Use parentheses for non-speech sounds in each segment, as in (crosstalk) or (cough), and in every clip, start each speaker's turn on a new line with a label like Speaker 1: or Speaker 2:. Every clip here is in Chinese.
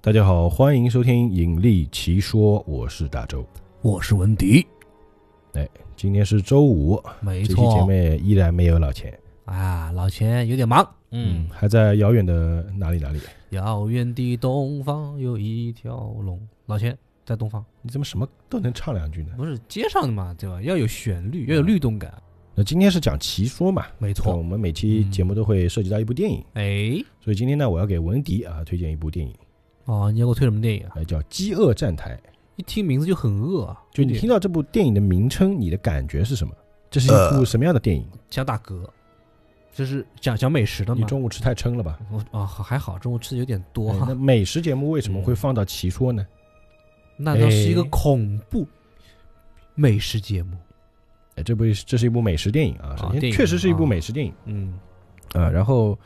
Speaker 1: 大家好，欢迎收听《引力奇说》，我是大周。
Speaker 2: 我是文迪，
Speaker 1: 今天是周五，
Speaker 2: 没
Speaker 1: 这期节
Speaker 2: 错
Speaker 1: 目依然没有老钱，
Speaker 2: 啊，老钱有点忙，嗯，
Speaker 1: 还在遥远的哪里哪里？
Speaker 2: 遥远的东方有一条龙，老钱在东方，
Speaker 1: 你怎么什么都能唱两句呢？
Speaker 2: 不是街上的嘛，对吧？要有旋律，要有律动感，
Speaker 1: 那今天是讲奇说嘛？
Speaker 2: 没
Speaker 1: 那我，们每期节目都会涉及到一部电影，
Speaker 2: 哎，
Speaker 1: 所以今天呢，我要给文迪啊推荐一部电影，
Speaker 2: 哦，你要给我推什么电影啊？
Speaker 1: 呃，叫《饥饿站台》。
Speaker 2: 一听名字就很饿啊，
Speaker 1: 就你听到这部电影的名称，你的感觉是什么？这是
Speaker 2: 呃
Speaker 1: 一部什么样的电影？
Speaker 2: 想打嗝，就是讲讲美食的
Speaker 1: 你
Speaker 2: 嘛。
Speaker 1: 中午吃太撑了吧？
Speaker 2: 我啊、好还好，中午吃的有点多
Speaker 1: 哎
Speaker 2: 哈
Speaker 1: 那。美食节目为什么会放到奇说呢？
Speaker 2: 那倒是一个
Speaker 1: 哎
Speaker 2: 恐怖美食节目，
Speaker 1: 哎，这部这是一部美食电影啊，首
Speaker 2: 啊电
Speaker 1: 先
Speaker 2: 影
Speaker 1: 确实是一部
Speaker 2: 啊
Speaker 1: 美食电影
Speaker 2: 嗯，
Speaker 1: 啊，然后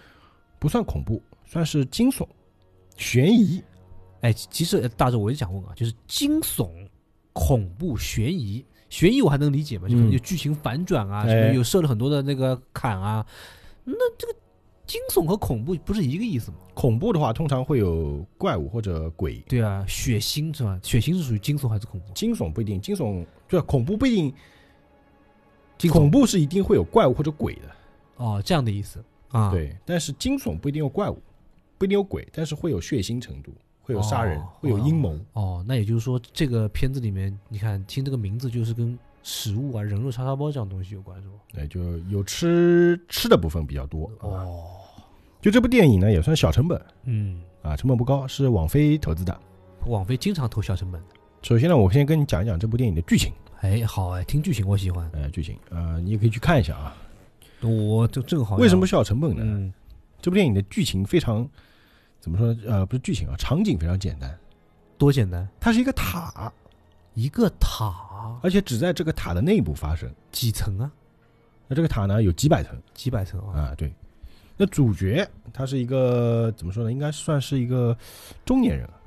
Speaker 1: 不算恐怖，算是惊悚、悬疑，
Speaker 2: 哎，其其实呃大致我就想问啊，就是惊悚、恐怖、悬疑。悬疑我还能理解嘛，就可能
Speaker 1: 嗯
Speaker 2: 有剧情反转啊，
Speaker 1: 哎
Speaker 2: 什么有设了很多的那个坎啊。那这个惊悚和恐怖不是一个意思吗？
Speaker 1: 恐怖的话通常会有怪物或者鬼，
Speaker 2: 对啊，血腥是吧？血腥是属于惊悚还是恐怖？
Speaker 1: 惊悚不一定，惊悚就是恐怖不一定，
Speaker 2: 惊悚
Speaker 1: 恐怖是一定会有怪物或者鬼的，
Speaker 2: 哦，这样的意思啊。，
Speaker 1: 对，但是惊悚不一定有怪物，不一定有鬼，但是会有血腥程度，会有杀人，
Speaker 2: 哦
Speaker 1: 会有阴谋，
Speaker 2: 哦，那也就是说，这个片子里面，你看听这个名字就是跟食物啊、人肉叉烧包这样东西有关，是吧？
Speaker 1: 对，哎就有吃吃的部分比较多。啊
Speaker 2: 哦，
Speaker 1: 就这部电影呢，也算小成本
Speaker 2: 嗯，
Speaker 1: 啊，成本不高，是网飞投资的。
Speaker 2: 网飞经常投小成本的。
Speaker 1: 首先呢，我先跟你讲一讲这部电影的剧情，
Speaker 2: 哎，好哎，听剧情我喜欢，
Speaker 1: 呃，剧情，呃，你也可以去看一下啊。
Speaker 2: 我就正好要
Speaker 1: 为什么小成本呢？
Speaker 2: 嗯，
Speaker 1: 这部电影的剧情非常，怎么说呢？呃，不是剧情啊，场景非常简单，
Speaker 2: 多简单，
Speaker 1: 它是一个塔，
Speaker 2: 一个塔
Speaker 1: 而且只在这个塔的内部发生。
Speaker 2: 几层啊？
Speaker 1: 那这个塔呢，有几百层。
Speaker 2: 几百层啊？
Speaker 1: 啊，对。那主角他是一个怎么说呢？应该算是一个中年人了。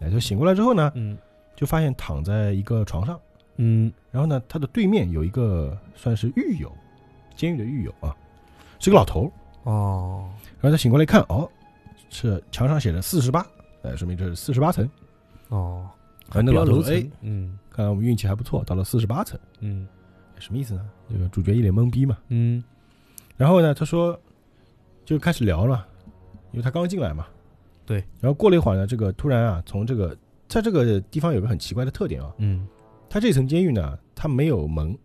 Speaker 1: 哎，就醒过来之后呢，
Speaker 2: 嗯
Speaker 1: 就发现躺在一个床上，
Speaker 2: 嗯，
Speaker 1: 然后呢，他的对面有一个算是狱友，监狱的狱友啊，是个老头儿。
Speaker 2: 哦，
Speaker 1: 然后他醒过来一看，哦，是墙上写着四十八，哎，说明这是四十八层。
Speaker 2: 哦，
Speaker 1: 啊，那
Speaker 2: 不要
Speaker 1: 老头
Speaker 2: 楼
Speaker 1: 说，哎，
Speaker 2: 层，嗯
Speaker 1: 看来我们运气还不错，到了四十八层，哎
Speaker 2: 嗯
Speaker 1: 什么意思呢？这个主角一脸懵逼嘛。
Speaker 2: 嗯，
Speaker 1: 然后呢，他说就开始聊了，因为他刚进来嘛。
Speaker 2: 对。
Speaker 1: 然后过了一会儿呢，这个突然啊，从这个在这个地方有个很奇怪的特点啊，
Speaker 2: 嗯，
Speaker 1: 它这层监狱呢，它没有门，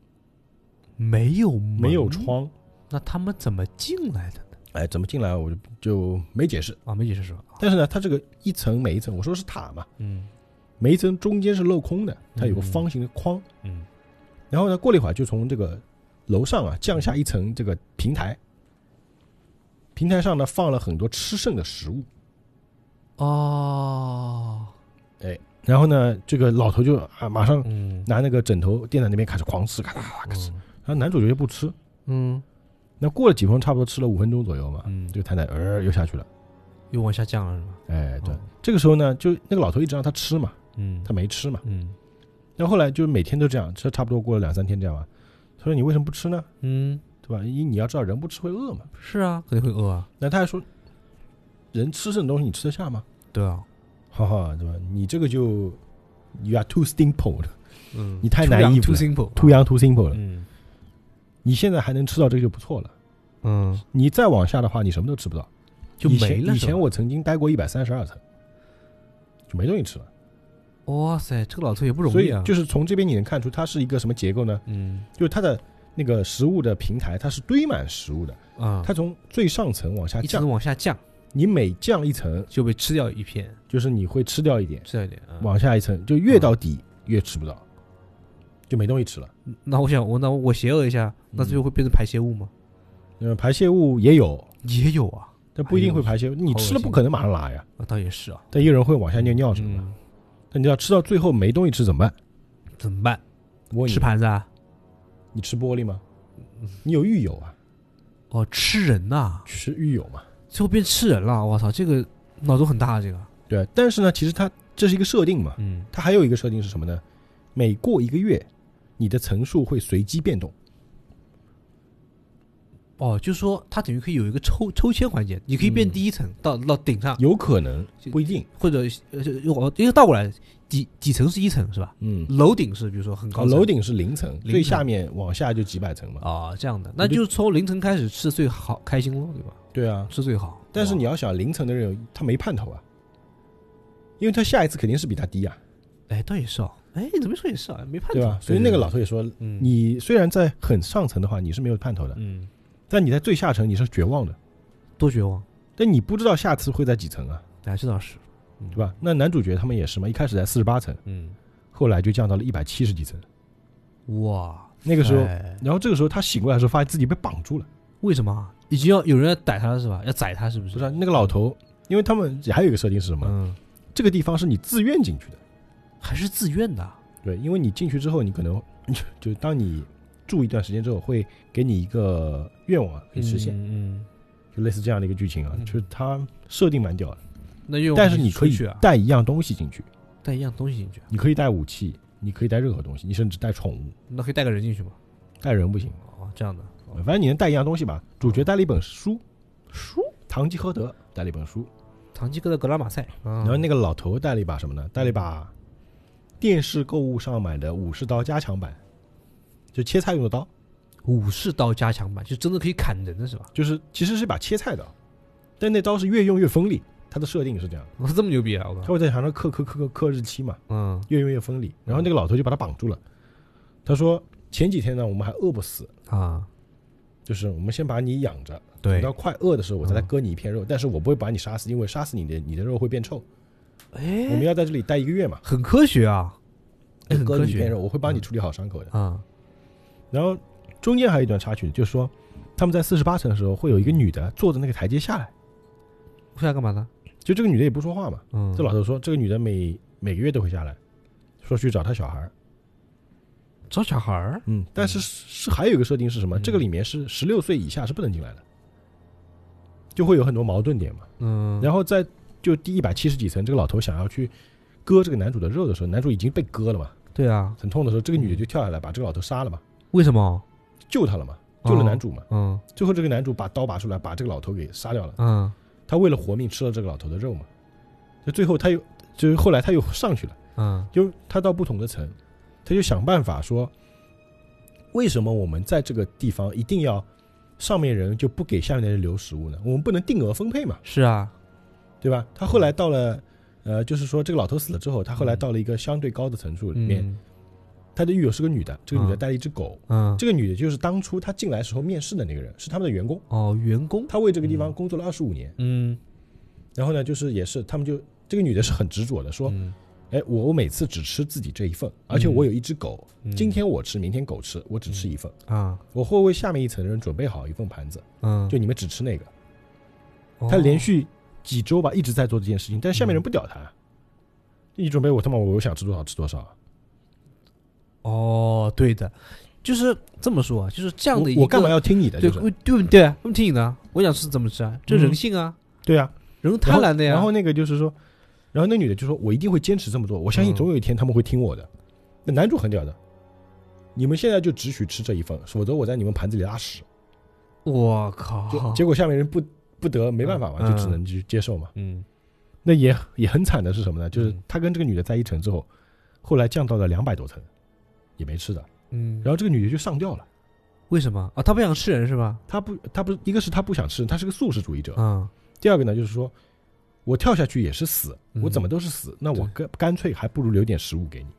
Speaker 2: 没有
Speaker 1: 没有
Speaker 2: 门，
Speaker 1: 窗，
Speaker 2: 那他们怎么进来的呢？
Speaker 1: 哎，怎么进来我就就没解释。
Speaker 2: 啊，没解释是吧？
Speaker 1: 但是呢，它这个一层每一层，我说是塔嘛，
Speaker 2: 嗯
Speaker 1: 每一层中间是镂空的，它有个
Speaker 2: 嗯
Speaker 1: 方形的框。
Speaker 2: 嗯，
Speaker 1: 然后呢，过了一会儿就从这个楼上啊降下一层这个平台，平台上呢放了很多吃剩的食物。
Speaker 2: 哦，
Speaker 1: 然后呢，这个老头就啊马上
Speaker 2: 嗯
Speaker 1: 拿那个枕头垫在那边开始狂吃，咔嚓咔嚓。然后男主角就不吃。
Speaker 2: 嗯
Speaker 1: 那过了几分钟，差不多吃了五分钟左右嘛， (laughs)
Speaker 2: 嗯，
Speaker 1: 这个太太呃又下去了。
Speaker 2: 又往下降了是吧？
Speaker 1: 哎，对
Speaker 2: 哦，
Speaker 1: 这个时候呢，就那个老头一直让他吃嘛，
Speaker 2: 嗯，
Speaker 1: 他没吃嘛。
Speaker 2: 嗯
Speaker 1: 然后后来就是每天都这样，这差不哎多过了两三天这样吧。他说：“你为什么不吃呢？
Speaker 2: 嗯，
Speaker 1: 对吧？因你要知道人不吃会饿嘛。
Speaker 2: 是啊，肯定会饿啊，”
Speaker 1: 那他还说：“人吃剩的东西你吃得下吗？”
Speaker 2: 对啊，
Speaker 1: 哈哈，对吧？你这个就 you are too simple 了
Speaker 2: 嗯，
Speaker 1: 你太
Speaker 2: too
Speaker 1: 难
Speaker 2: young,
Speaker 1: 应付
Speaker 2: too
Speaker 1: 了
Speaker 2: simple，
Speaker 1: ，too young too simple 了。
Speaker 2: 嗯
Speaker 1: 你现在还能吃到这个就不错了。
Speaker 2: 嗯，
Speaker 1: 你再往下的话，你什么都吃不到，
Speaker 2: 就
Speaker 1: 以前
Speaker 2: 没了
Speaker 1: 以
Speaker 2: 是吧。
Speaker 1: 前我曾经待过一百三十二层，就没东西吃了。
Speaker 2: 哇塞，这个老头也不容
Speaker 1: 所以
Speaker 2: 易啊！
Speaker 1: 就是是从这边你能看出它是一个什么结构呢？
Speaker 2: 嗯
Speaker 1: 就是它的那个食物的平台，它是堆满食物的，
Speaker 2: 啊，
Speaker 1: 它从最上层往下
Speaker 2: 一
Speaker 1: 降
Speaker 2: 层，往下降
Speaker 1: 你每降一层，
Speaker 2: 就被吃掉一片，
Speaker 1: 就是你会吃掉一点，
Speaker 2: 吃掉一点啊。
Speaker 1: 往下一层就越到底越吃不到，就没东西吃了。
Speaker 2: 那我想，我那我邪恶一下，那最后会变成排泄物吗？
Speaker 1: 嗯，排泄物也有，
Speaker 2: 也有啊，
Speaker 1: 但不一定会排泄。你
Speaker 2: 好恶
Speaker 1: 吃了不
Speaker 2: 心
Speaker 1: 可能马上拉呀，
Speaker 2: 啊，倒也是啊。
Speaker 1: 但也有人会往下尿尿什么的。
Speaker 2: 嗯，
Speaker 1: 那你要吃到最后没东西吃怎么办？
Speaker 2: 怎么办？
Speaker 1: 我问你
Speaker 2: 吃，盘子啊？
Speaker 1: 你吃玻璃吗？
Speaker 2: 嗯
Speaker 1: 你有狱友啊，
Speaker 2: 哦，吃人呐、
Speaker 1: 吃狱友嘛，
Speaker 2: 最后变吃人了！我操，这个脑洞很大啊，这个。
Speaker 1: 对吧。但是呢，其实它这是一个设定嘛，
Speaker 2: 嗯，
Speaker 1: 它还有一个设定是什么呢？每过一个月，你的层数会随机变动。
Speaker 2: 哦，就是说它等于可以有一个抽抽签环节，你可以变
Speaker 1: 嗯
Speaker 2: 第一层到到顶上，
Speaker 1: 有可能不一定，
Speaker 2: 或者呃，我因为倒过来，底底层是一层是吧？
Speaker 1: 嗯，
Speaker 2: 楼顶是比如说很
Speaker 1: 啊
Speaker 2: 高层，
Speaker 1: 楼顶是零层，
Speaker 2: 层
Speaker 1: 最下面往下就几百层嘛。
Speaker 2: 啊、这样的，那就是从凌晨开始吃最好开心喽，对吧？
Speaker 1: 对啊，
Speaker 2: 吃最好，
Speaker 1: 但是你要想零层的人，他没盼头啊，因为他下一次肯定是比他低啊，
Speaker 2: 哎，倒也是哦，哎，怎么说也是啊，没盼
Speaker 1: 对
Speaker 2: 头
Speaker 1: 吧？所以那个老，头也说，
Speaker 2: 嗯，
Speaker 1: 你虽然在很上层的话，你是没有盼头的，
Speaker 2: 嗯，
Speaker 1: 但你在最下层你是绝望的，
Speaker 2: 多绝望，
Speaker 1: 但你不知道下次会在几层啊，
Speaker 2: 哎，这倒是，嗯
Speaker 1: 对？吧？那男主角他们也是嘛，一开始在四十八层，
Speaker 2: 嗯，
Speaker 1: 后来就降到了一百七十几层。
Speaker 2: 哇，
Speaker 1: 那个时候，
Speaker 2: 哎
Speaker 1: 然后这个时候他醒过来的时候，发现自己被绑住了，
Speaker 2: 为什么啊已经要有人要逮他了是吧？要宰他是不是？
Speaker 1: 不是啊、那个老头，因为他们还有一个设定是什么？
Speaker 2: 嗯，
Speaker 1: 这个地方是你自愿进去的，
Speaker 2: 还是自愿的啊，
Speaker 1: 对，因为你进去之后，你可能 (laughs) 就当你住一段时间之后，会给你一个愿望啊可以实现，
Speaker 2: 嗯，嗯
Speaker 1: 就类似这样的一个剧情啊，
Speaker 2: 嗯
Speaker 1: 就是它设定蛮屌的，
Speaker 2: 那愿望
Speaker 1: 但是你可
Speaker 2: 出
Speaker 1: 以
Speaker 2: 去啊，
Speaker 1: 带一样东西进去，
Speaker 2: 带一样东西进去啊，
Speaker 1: 你可以带武器，你可以带任何东西，你甚至带宠物，
Speaker 2: 那可以带个人进去吗？
Speaker 1: 带人不行，
Speaker 2: 哦，这样的，哦
Speaker 1: 反正你能带一样东西吧。主角带了一本书，
Speaker 2: 书，
Speaker 1: 堂吉诃德带了一本书，
Speaker 2: 唐吉诃德格拉马啊赛，然
Speaker 1: 然后那个老头带了一把什么呢？带了一把电视购物上买的武士刀加强版，就切菜用的刀，
Speaker 2: 武士刀加强版，就真的可以砍人的是吧？ (laughs)
Speaker 1: 就是其实是一把切菜刀，但那刀是越用越锋利，它的设定是这样的，
Speaker 2: 我这么牛逼啊！我
Speaker 1: 它
Speaker 2: 靠，
Speaker 1: 会在墙上刻刻刻刻刻日期嘛，
Speaker 2: 嗯
Speaker 1: 越用越锋利。然后那个老头就把他绑住了，他说前几天呢我们还饿不死，
Speaker 2: 啊，
Speaker 1: 就是我们先把你养着，等
Speaker 2: 对
Speaker 1: 到，快饿的时候我再来
Speaker 2: 嗯
Speaker 1: 割你一片肉，但是我不会把你杀死，因为杀死你的你的肉会变臭。我们
Speaker 2: 哎，
Speaker 1: 要在这里待一个月嘛，
Speaker 2: 很科学啊，哎，很
Speaker 1: 割
Speaker 2: 科
Speaker 1: 你一片
Speaker 2: 学
Speaker 1: 肉，我会帮你处理好伤口的。
Speaker 2: 啊，
Speaker 1: 然后中间还有一段插曲，就是说他们在四十八层的时候，会有一个
Speaker 2: 嗯
Speaker 1: 女的坐着那个台阶下来，
Speaker 2: 会要干嘛呢？
Speaker 1: 就这个女的也不说话嘛。
Speaker 2: 嗯，
Speaker 1: 这老头说，这个女的每每个月都会下来，说去找她小孩儿。
Speaker 2: 找小孩儿，
Speaker 1: 嗯，但是
Speaker 2: 嗯
Speaker 1: 是还有一个设定是什么？
Speaker 2: 嗯
Speaker 1: 这个里面是十六岁以下是不能进来的，就会有很多矛盾点嘛。
Speaker 2: 嗯，
Speaker 1: 然后在就第一百七十几层，这个老头想要去割这个男主的肉的时候，男主已经被割了嘛，
Speaker 2: 对啊，
Speaker 1: 很痛的时候，这个女的就跳下来把这个老头杀了嘛，
Speaker 2: 为什么？
Speaker 1: 救他了嘛，救了男主嘛。
Speaker 2: 嗯
Speaker 1: 最后这个男主把刀拔出来，把这个老头给杀掉了。
Speaker 2: 嗯，
Speaker 1: 他为了活命吃了这个老头的肉嘛，就最后他又就是后来他又上去了，
Speaker 2: 嗯
Speaker 1: 就他到不同的层，他就想办法说，为什么我们在这个地方一定要上面人就不给下面的人留食物呢？我们不能定额分配嘛，
Speaker 2: 是啊，
Speaker 1: 对吧？他后来
Speaker 2: 嗯
Speaker 1: 到了，呃，就是说这个老头死了之后，他后来到了一个相对高的层数里面，
Speaker 2: 嗯
Speaker 1: 他的狱友是个女的，这个女的
Speaker 2: 嗯
Speaker 1: 带了一只狗，
Speaker 2: 嗯，
Speaker 1: 这个女的就是当初他进来时候面试的那个人，是他们的员工，
Speaker 2: 哦，员工，
Speaker 1: 他为这个地方工作了二十五年。
Speaker 2: 嗯，
Speaker 1: 然后呢，就是也是他们就这个女的是很执着的，说，
Speaker 2: 嗯
Speaker 1: 哎，我我每次只吃自己这一份，而且我有一只狗，
Speaker 2: 嗯
Speaker 1: 今天我吃，明天狗吃，我只吃一份，
Speaker 2: 啊，
Speaker 1: 我会为下面一层的人准备好一份盘子，
Speaker 2: 嗯，
Speaker 1: 就你们只吃那个。
Speaker 2: 哦嗯
Speaker 1: 他连续几周吧一直在做这件事情，但是下面人不屌他，你准备我他妈我想吃多少吃多少啊，
Speaker 2: 哦，对的，就是这么说啊，就是这样的一
Speaker 1: 我
Speaker 2: 个，
Speaker 1: 我干嘛要听你的？
Speaker 2: 对
Speaker 1: 就是
Speaker 2: 对对不对？那么听你的，我想吃怎么吃啊？这人
Speaker 1: 嗯
Speaker 2: 性啊，
Speaker 1: 对啊，
Speaker 2: 人贪婪的呀。
Speaker 1: 然后那个就是说，然后那女的就说，我一定会坚持这么做，我相信
Speaker 2: 嗯
Speaker 1: 总有一天他们会听我的。那男主很屌的，你们现在就只许吃这一份，否则我在你们盘子里拉屎。
Speaker 2: 我
Speaker 1: 就
Speaker 2: 靠，
Speaker 1: 结果下面人不不得没办法嘛，
Speaker 2: 哦嗯
Speaker 1: 就只能去接受嘛。
Speaker 2: 嗯
Speaker 1: 那也也很惨的是什么呢？就是
Speaker 2: 嗯
Speaker 1: 他跟这个女的在一层之后，后来降到了两百多层，也没吃的。
Speaker 2: 嗯，
Speaker 1: 然后这个女的就上吊了。
Speaker 2: 为什么啊？他不想吃人是吧？
Speaker 1: 她不，她不，一个是她不想吃，她是个素食主义者。
Speaker 2: 嗯，
Speaker 1: 第二个呢，就是说我跳下去也是死，
Speaker 2: 嗯
Speaker 1: 我怎么都是死，那我干干脆还不如留点食物给你，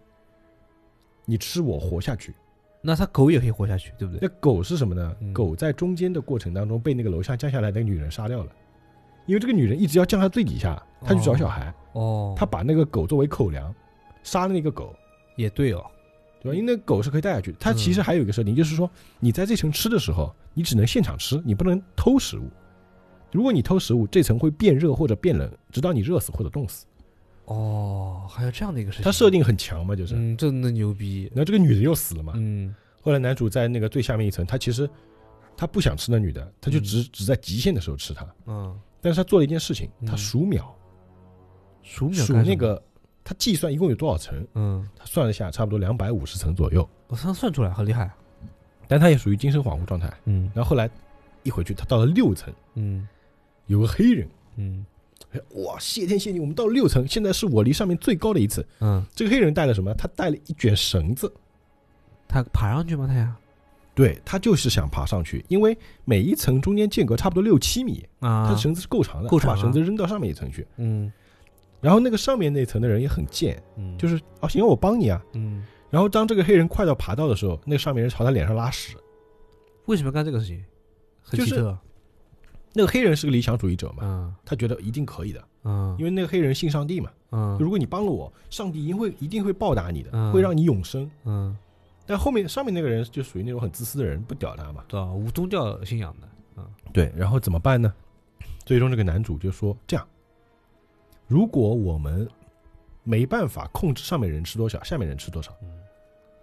Speaker 1: 你吃我活下去。
Speaker 2: 那他狗也可以活下去，对不对？
Speaker 1: 那狗是什么呢
Speaker 2: 嗯？
Speaker 1: 狗在中间的过程当中被那个楼下降下来的那个女人杀掉了，因为这个女人一直要降到最底下，她去找小孩，
Speaker 2: 哦，
Speaker 1: 她把那个狗作为口粮，杀了那个狗，
Speaker 2: 也对哦，
Speaker 1: 对吧？因为那个狗是可以带下去的。它
Speaker 2: 嗯
Speaker 1: 其实还有一个设定，就是说你在这层吃的时候，你只能现场吃，你不能偷食物。如果你偷食物，这层会变热或者变冷，直到你热死或者冻死。
Speaker 2: 哦，还有这样的一个事情，
Speaker 1: 它设定很强嘛，就是。
Speaker 2: 嗯，真的牛逼，
Speaker 1: 然后这个女的又死了嘛。
Speaker 2: 嗯
Speaker 1: 后来男主在那个最下面一层，他其实他不想吃那女的，他就只、只在极限的时候吃她。
Speaker 2: 嗯，
Speaker 1: 但是他做了一件事情，
Speaker 2: 嗯
Speaker 1: 他数秒，
Speaker 2: 数秒
Speaker 1: 数
Speaker 2: 干什
Speaker 1: 那
Speaker 2: 么，
Speaker 1: 个他计算一共有多少层，
Speaker 2: 嗯，
Speaker 1: 他算了一下，差不多两百五十层左右。
Speaker 2: 我算算出来，很厉害，
Speaker 1: 但他也属于精神恍惚状态。
Speaker 2: 嗯
Speaker 1: 然后后来一回去，他到了六层，
Speaker 2: 嗯
Speaker 1: 有个黑人，
Speaker 2: 嗯
Speaker 1: 哇，谢天谢地，我们到六层，现在是我离上面最高的一次。
Speaker 2: 嗯，
Speaker 1: 这个黑人带了什么？他带了一卷绳子，
Speaker 2: 他爬上去吗？他呀
Speaker 1: 对他就是想爬上去，因为每一层中间间隔差不多六七米，他
Speaker 2: 啊
Speaker 1: 的，绳子是够长的，
Speaker 2: 够
Speaker 1: 他
Speaker 2: 长啊
Speaker 1: 把绳子扔到上面一层去。
Speaker 2: 嗯
Speaker 1: 然后那个上面那层的人也很贱，
Speaker 2: 嗯，
Speaker 1: 就是是哦行，我帮你啊。
Speaker 2: 嗯，
Speaker 1: 然后当这个黑人快到爬到的时候，那个上面人朝他脸上拉屎。
Speaker 2: 为什么要干这个事情？很
Speaker 1: 就
Speaker 2: 奇
Speaker 1: 是
Speaker 2: 特，
Speaker 1: 那个黑人是个理想主义者嘛，
Speaker 2: 嗯
Speaker 1: 他觉得一定可以的，
Speaker 2: 嗯，
Speaker 1: 因为
Speaker 2: 为
Speaker 1: 那个黑人信上帝嘛。
Speaker 2: 嗯
Speaker 1: 如果你帮了我，上帝一定会一定会报答你
Speaker 2: 嗯
Speaker 1: 的，会让你永生。
Speaker 2: 嗯，
Speaker 1: 但后面上面那个人就属于那种很自私的人，不屌他嘛。
Speaker 2: 对啊，无宗教信仰的，
Speaker 1: 对，然后怎么办呢？最终这个男主就说：“这样，如果我们没办法控制上面人吃多少，下面人吃多少，
Speaker 2: 嗯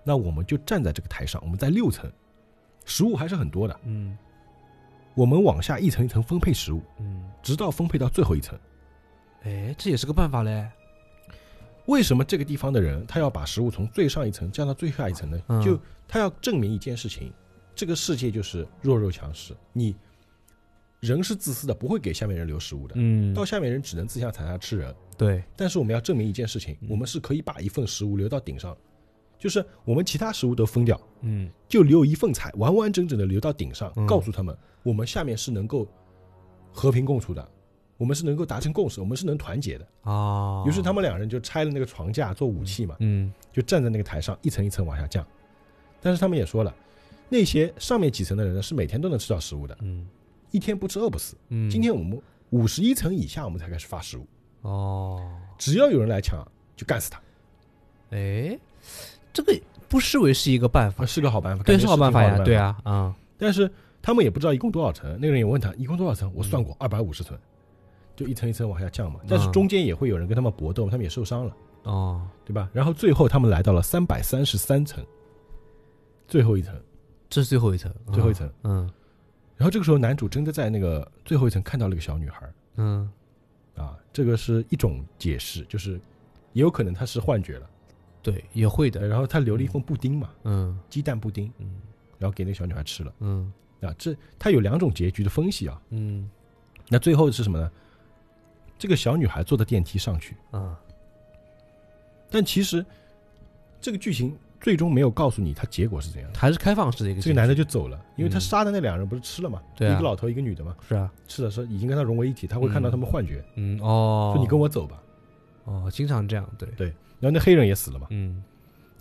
Speaker 1: 那我们就站在这个台上，我们在六层，食物还是很多的，
Speaker 2: 嗯
Speaker 1: 我们往下一层一层分配食物，
Speaker 2: 嗯，
Speaker 1: 直到分配到最后一层。
Speaker 2: 哎，这也是个办法嘞，
Speaker 1: 为什么这个地方的人他要把食物从最上一层降到最下一层呢？
Speaker 2: 嗯
Speaker 1: 就他要证明一件事情：这个世界就是弱肉强食，你人是自私的，不会给下面人留食物的，
Speaker 2: 嗯
Speaker 1: 到下面人只能自相残杀吃人。
Speaker 2: 对，
Speaker 1: 但是我们要证明一件事情
Speaker 2: 嗯，
Speaker 1: 我们是可以把一份食物留到顶上，就是我们其他食物都分掉，
Speaker 2: 嗯
Speaker 1: 就留一份菜完完整整的留到顶上
Speaker 2: 嗯，
Speaker 1: 告诉他们我们下面是能够和平共处的，我们是能够达成共识，我们是能团结的。
Speaker 2: 啊，
Speaker 1: 于是他们两人就拆了那个床架做武器嘛，
Speaker 2: 嗯
Speaker 1: 就站在那个台上一层一层往下降。但是他们也说了，那些上面几层的人呢是每天都能吃到食物的，
Speaker 2: 嗯
Speaker 1: 一天不吃饿不死。
Speaker 2: 嗯，
Speaker 1: 今天我们五十一层以下我们才开始发食物，
Speaker 2: 哦，
Speaker 1: 只要有人来抢就干死他，
Speaker 2: 哎，这个不失为是一个办法
Speaker 1: 啊，，是个好办法，感
Speaker 2: 对，
Speaker 1: 觉
Speaker 2: 是
Speaker 1: 是
Speaker 2: 好办
Speaker 1: 挺好
Speaker 2: 法
Speaker 1: 的
Speaker 2: 呀，对。啊，啊，
Speaker 1: 但是他们也不知道一共多少层，那个人也问他一共多少层，我
Speaker 2: 嗯
Speaker 1: 算过二百五十层，就一层一层往下降嘛。但是中间也会有人跟他们搏斗，他们也受伤了，
Speaker 2: 哦，
Speaker 1: 对吧？然后最后他们来到了三百三十三层，最后一层，
Speaker 2: 啊这是最后一层，
Speaker 1: 最后一层。
Speaker 2: 嗯
Speaker 1: 然后这个时候，男主真的在那个最后一层看到了一个小女孩
Speaker 2: 嗯，
Speaker 1: 啊，这个是一种解释，就是也有可能她是幻觉了。
Speaker 2: 对，也会
Speaker 1: 对，
Speaker 2: 的，
Speaker 1: 然后他留了一份布丁嘛，
Speaker 2: 嗯
Speaker 1: 鸡蛋布丁，
Speaker 2: 嗯
Speaker 1: 然后给那个小女孩吃了
Speaker 2: 嗯
Speaker 1: 啊。这他有两种结局的分析啊。
Speaker 2: 嗯
Speaker 1: 那最后是什么呢？这个小女孩坐的电梯上去，
Speaker 2: 啊，
Speaker 1: 但其实这个剧情最终没有告诉你它结果是怎样的。
Speaker 2: 还是开放式的一个
Speaker 1: 这
Speaker 2: 形式，
Speaker 1: 个男的就走了，因为他
Speaker 2: 嗯
Speaker 1: 杀的那两人不是吃了嘛，
Speaker 2: 对啊
Speaker 1: 一个老头一个女的嘛，
Speaker 2: 是啊，
Speaker 1: 吃了说已经跟他融为一体，他会看到他们幻觉，
Speaker 2: 嗯哦，
Speaker 1: 说你跟我走吧。
Speaker 2: 哦，经常这样，对，
Speaker 1: 对然后那黑人也死了嘛，
Speaker 2: 嗯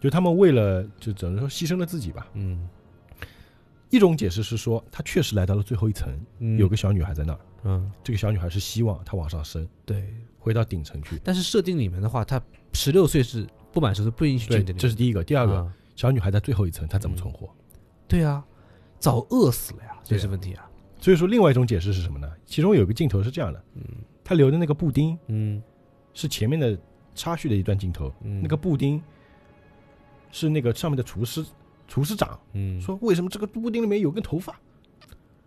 Speaker 1: 就他们为了就只能说牺牲了自己吧。
Speaker 2: 嗯，
Speaker 1: 一种解释是说，他确实来到了最后一层，
Speaker 2: 嗯
Speaker 1: 有个小女孩在那儿，
Speaker 2: 嗯
Speaker 1: 这个小女孩是希望她往上升，
Speaker 2: 对，
Speaker 1: 回到顶层去。
Speaker 2: 但是设定里面的话，他十六岁是不满十岁不允许
Speaker 1: 对
Speaker 2: 进的，，
Speaker 1: 这是第一个。第二个，
Speaker 2: 啊
Speaker 1: 小女孩在最后一层，她怎么存活？
Speaker 2: 对啊，早饿死了呀，这
Speaker 1: 对啊
Speaker 2: 是问题啊，
Speaker 1: 所以说，另外一种解释是什么呢？其中有个镜头是这样的，他留的那个布丁
Speaker 2: 嗯
Speaker 1: 是前面的插叙的一段镜头，
Speaker 2: 嗯，
Speaker 1: 那个布丁是那个上面的厨师厨师长
Speaker 2: 嗯
Speaker 1: 说，为什么这个布丁里面有根头发，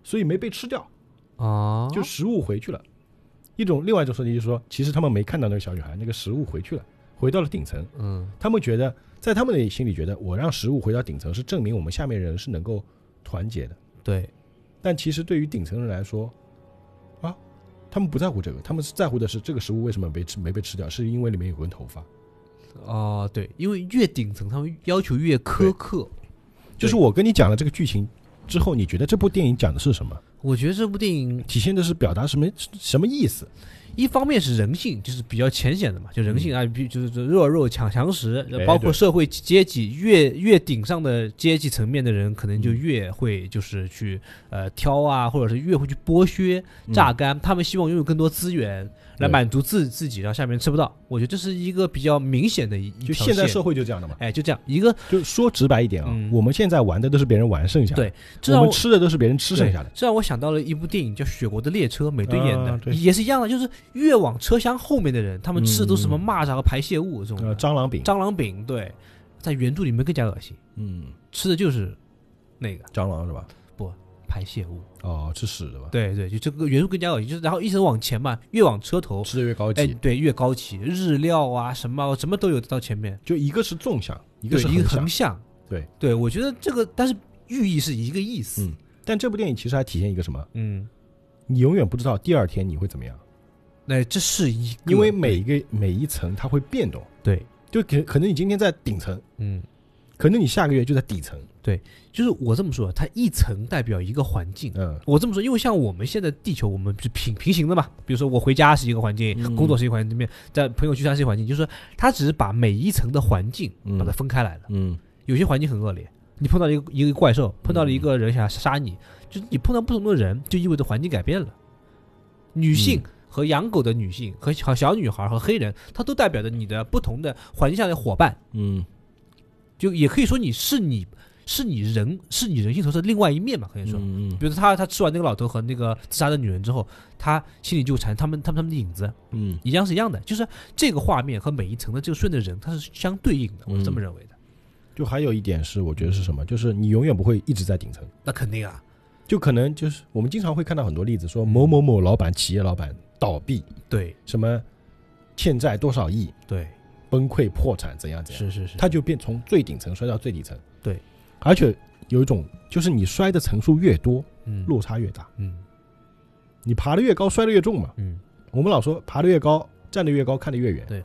Speaker 1: 所以没被吃掉，
Speaker 2: 啊，
Speaker 1: 就食物回去了。一种另外一种设计就是说，其实他们没看到那个小女孩，那个食物回去了，回到了顶层。
Speaker 2: 嗯
Speaker 1: 他们觉得，在他们的心里觉得，我让食物回到顶层是证明我们下面人是能够团结的。
Speaker 2: 对，
Speaker 1: 但其实对于顶层人来说，啊，他们不在乎这个，他们是在乎的是这个食物为什么被吃没被吃掉，是因为里面有根头发。
Speaker 2: 哦，对，因为越顶层他们要求越苛刻。
Speaker 1: 就是我跟你讲了这个剧情之后，你觉得这部电影讲的是什么？
Speaker 2: 我觉得这部电影
Speaker 1: 体现的是表达什么什么意思？
Speaker 2: 一方面是人性，就是比较浅显的嘛，就人性啊，比就是就是弱肉强强食，
Speaker 1: 嗯哎
Speaker 2: 包括
Speaker 1: 对
Speaker 2: 社会阶级越越顶上的阶级层面的人，可能就
Speaker 1: 嗯
Speaker 2: 越会就是去呃挑啊，或者是越会去剥削、榨干，他们希望拥有更多资源来
Speaker 1: 对
Speaker 2: 满足自自己，让下面吃不到。我觉得这是一个比较明显的一一
Speaker 1: 就
Speaker 2: 条
Speaker 1: 现在
Speaker 2: 线
Speaker 1: 社会就这样的
Speaker 2: (laughs)
Speaker 1: 嘛。
Speaker 2: 哎，就这样一个，
Speaker 1: 就说直白一点啊，
Speaker 2: 嗯
Speaker 1: 我们现在玩的都是别人玩剩下的，
Speaker 2: 对这
Speaker 1: 我
Speaker 2: 让
Speaker 1: 们吃的都是别人吃剩下的。
Speaker 2: 这让我想到了一部电影叫《雪国的列车》，美队演的，
Speaker 1: 啊对
Speaker 2: 也是一样的，就是越往车厢后面的人，他们吃的都是什么
Speaker 1: 嗯
Speaker 2: 蚂蚱和排泄物这种的、
Speaker 1: 呃，蟑螂饼，
Speaker 2: 啊蟑螂饼。对，在原著里面更加恶心，
Speaker 1: 嗯，
Speaker 2: 吃的就是那个
Speaker 1: 蟑螂是吧？
Speaker 2: 排泄物。
Speaker 1: 哦，吃屎的吧？
Speaker 2: 对对，就这个原著更加恶心，就是然后一直往前嘛，越往车头，
Speaker 1: 吃的越高级，
Speaker 2: 哎，对，越高级，日料啊什么什么都有到前面，
Speaker 1: 就一个是纵向，一
Speaker 2: 一
Speaker 1: 个是
Speaker 2: 一个
Speaker 1: 横向
Speaker 2: 横。向。
Speaker 1: 对
Speaker 2: 对，我觉得这个，但是寓意是一个意思。
Speaker 1: 嗯但这部电影其实还体现一个什么？
Speaker 2: 嗯，
Speaker 1: 你永远不知道第二天你会怎么样，
Speaker 2: 那这是一个
Speaker 1: 因为每一个每一层它会变动，
Speaker 2: 对，
Speaker 1: 就可可能你今天在顶层，
Speaker 2: 嗯，
Speaker 1: 可能你下个月就在底层，
Speaker 2: 就是我这么说，它一层代表一个环境。
Speaker 1: 嗯，
Speaker 2: 我这么说，因为像我们现在地球，我们是平平行的嘛。比如说，我回家是一个环境，
Speaker 1: 嗯
Speaker 2: 工作是一个环境，面在朋友聚餐是一个环境，就是说，它只是把每一层的环境
Speaker 1: 嗯
Speaker 2: 把它分开来了。
Speaker 1: 嗯，
Speaker 2: 有些环境很恶劣，你碰到了一个一个怪兽，碰到了一个人想要杀你，就是你碰到不同的人，就意味着环境改变了。女性和养狗的女性和小小女孩和黑人，它都代表着你的不同的环境下的伙伴，
Speaker 1: 嗯，
Speaker 2: 就也可以说你是你是你人是你人性投射的另外一面嘛，可以说。
Speaker 1: 嗯
Speaker 2: 比如说他他吃完那个老头和那个自杀的女人之后，他心里就缠他们他们他们的影子
Speaker 1: 嗯，
Speaker 2: 一样是一样的，就是这个画面和每一层的这个顺的人，它是相对应的，我是这么认为的。
Speaker 1: 就还有一点是，我觉得是什么？就是你永远不会一直在顶层，
Speaker 2: 那肯定啊，
Speaker 1: 就可能就是我们经常会看到很多例子，说某某某老板企业老板倒闭，
Speaker 2: 对
Speaker 1: 什么欠债多少亿，
Speaker 2: 对，
Speaker 1: 崩溃破产怎样怎样，
Speaker 2: 是是是，
Speaker 1: 啊他就变从最顶层摔到最底层。
Speaker 2: 对，
Speaker 1: 而且有一种就是你摔的层数越多，
Speaker 2: 嗯
Speaker 1: 落差越大，
Speaker 2: 嗯
Speaker 1: 你爬得越高，摔得越重嘛。
Speaker 2: 嗯，
Speaker 1: 我们老说爬得越高，站得越高，看得越远，
Speaker 2: 对，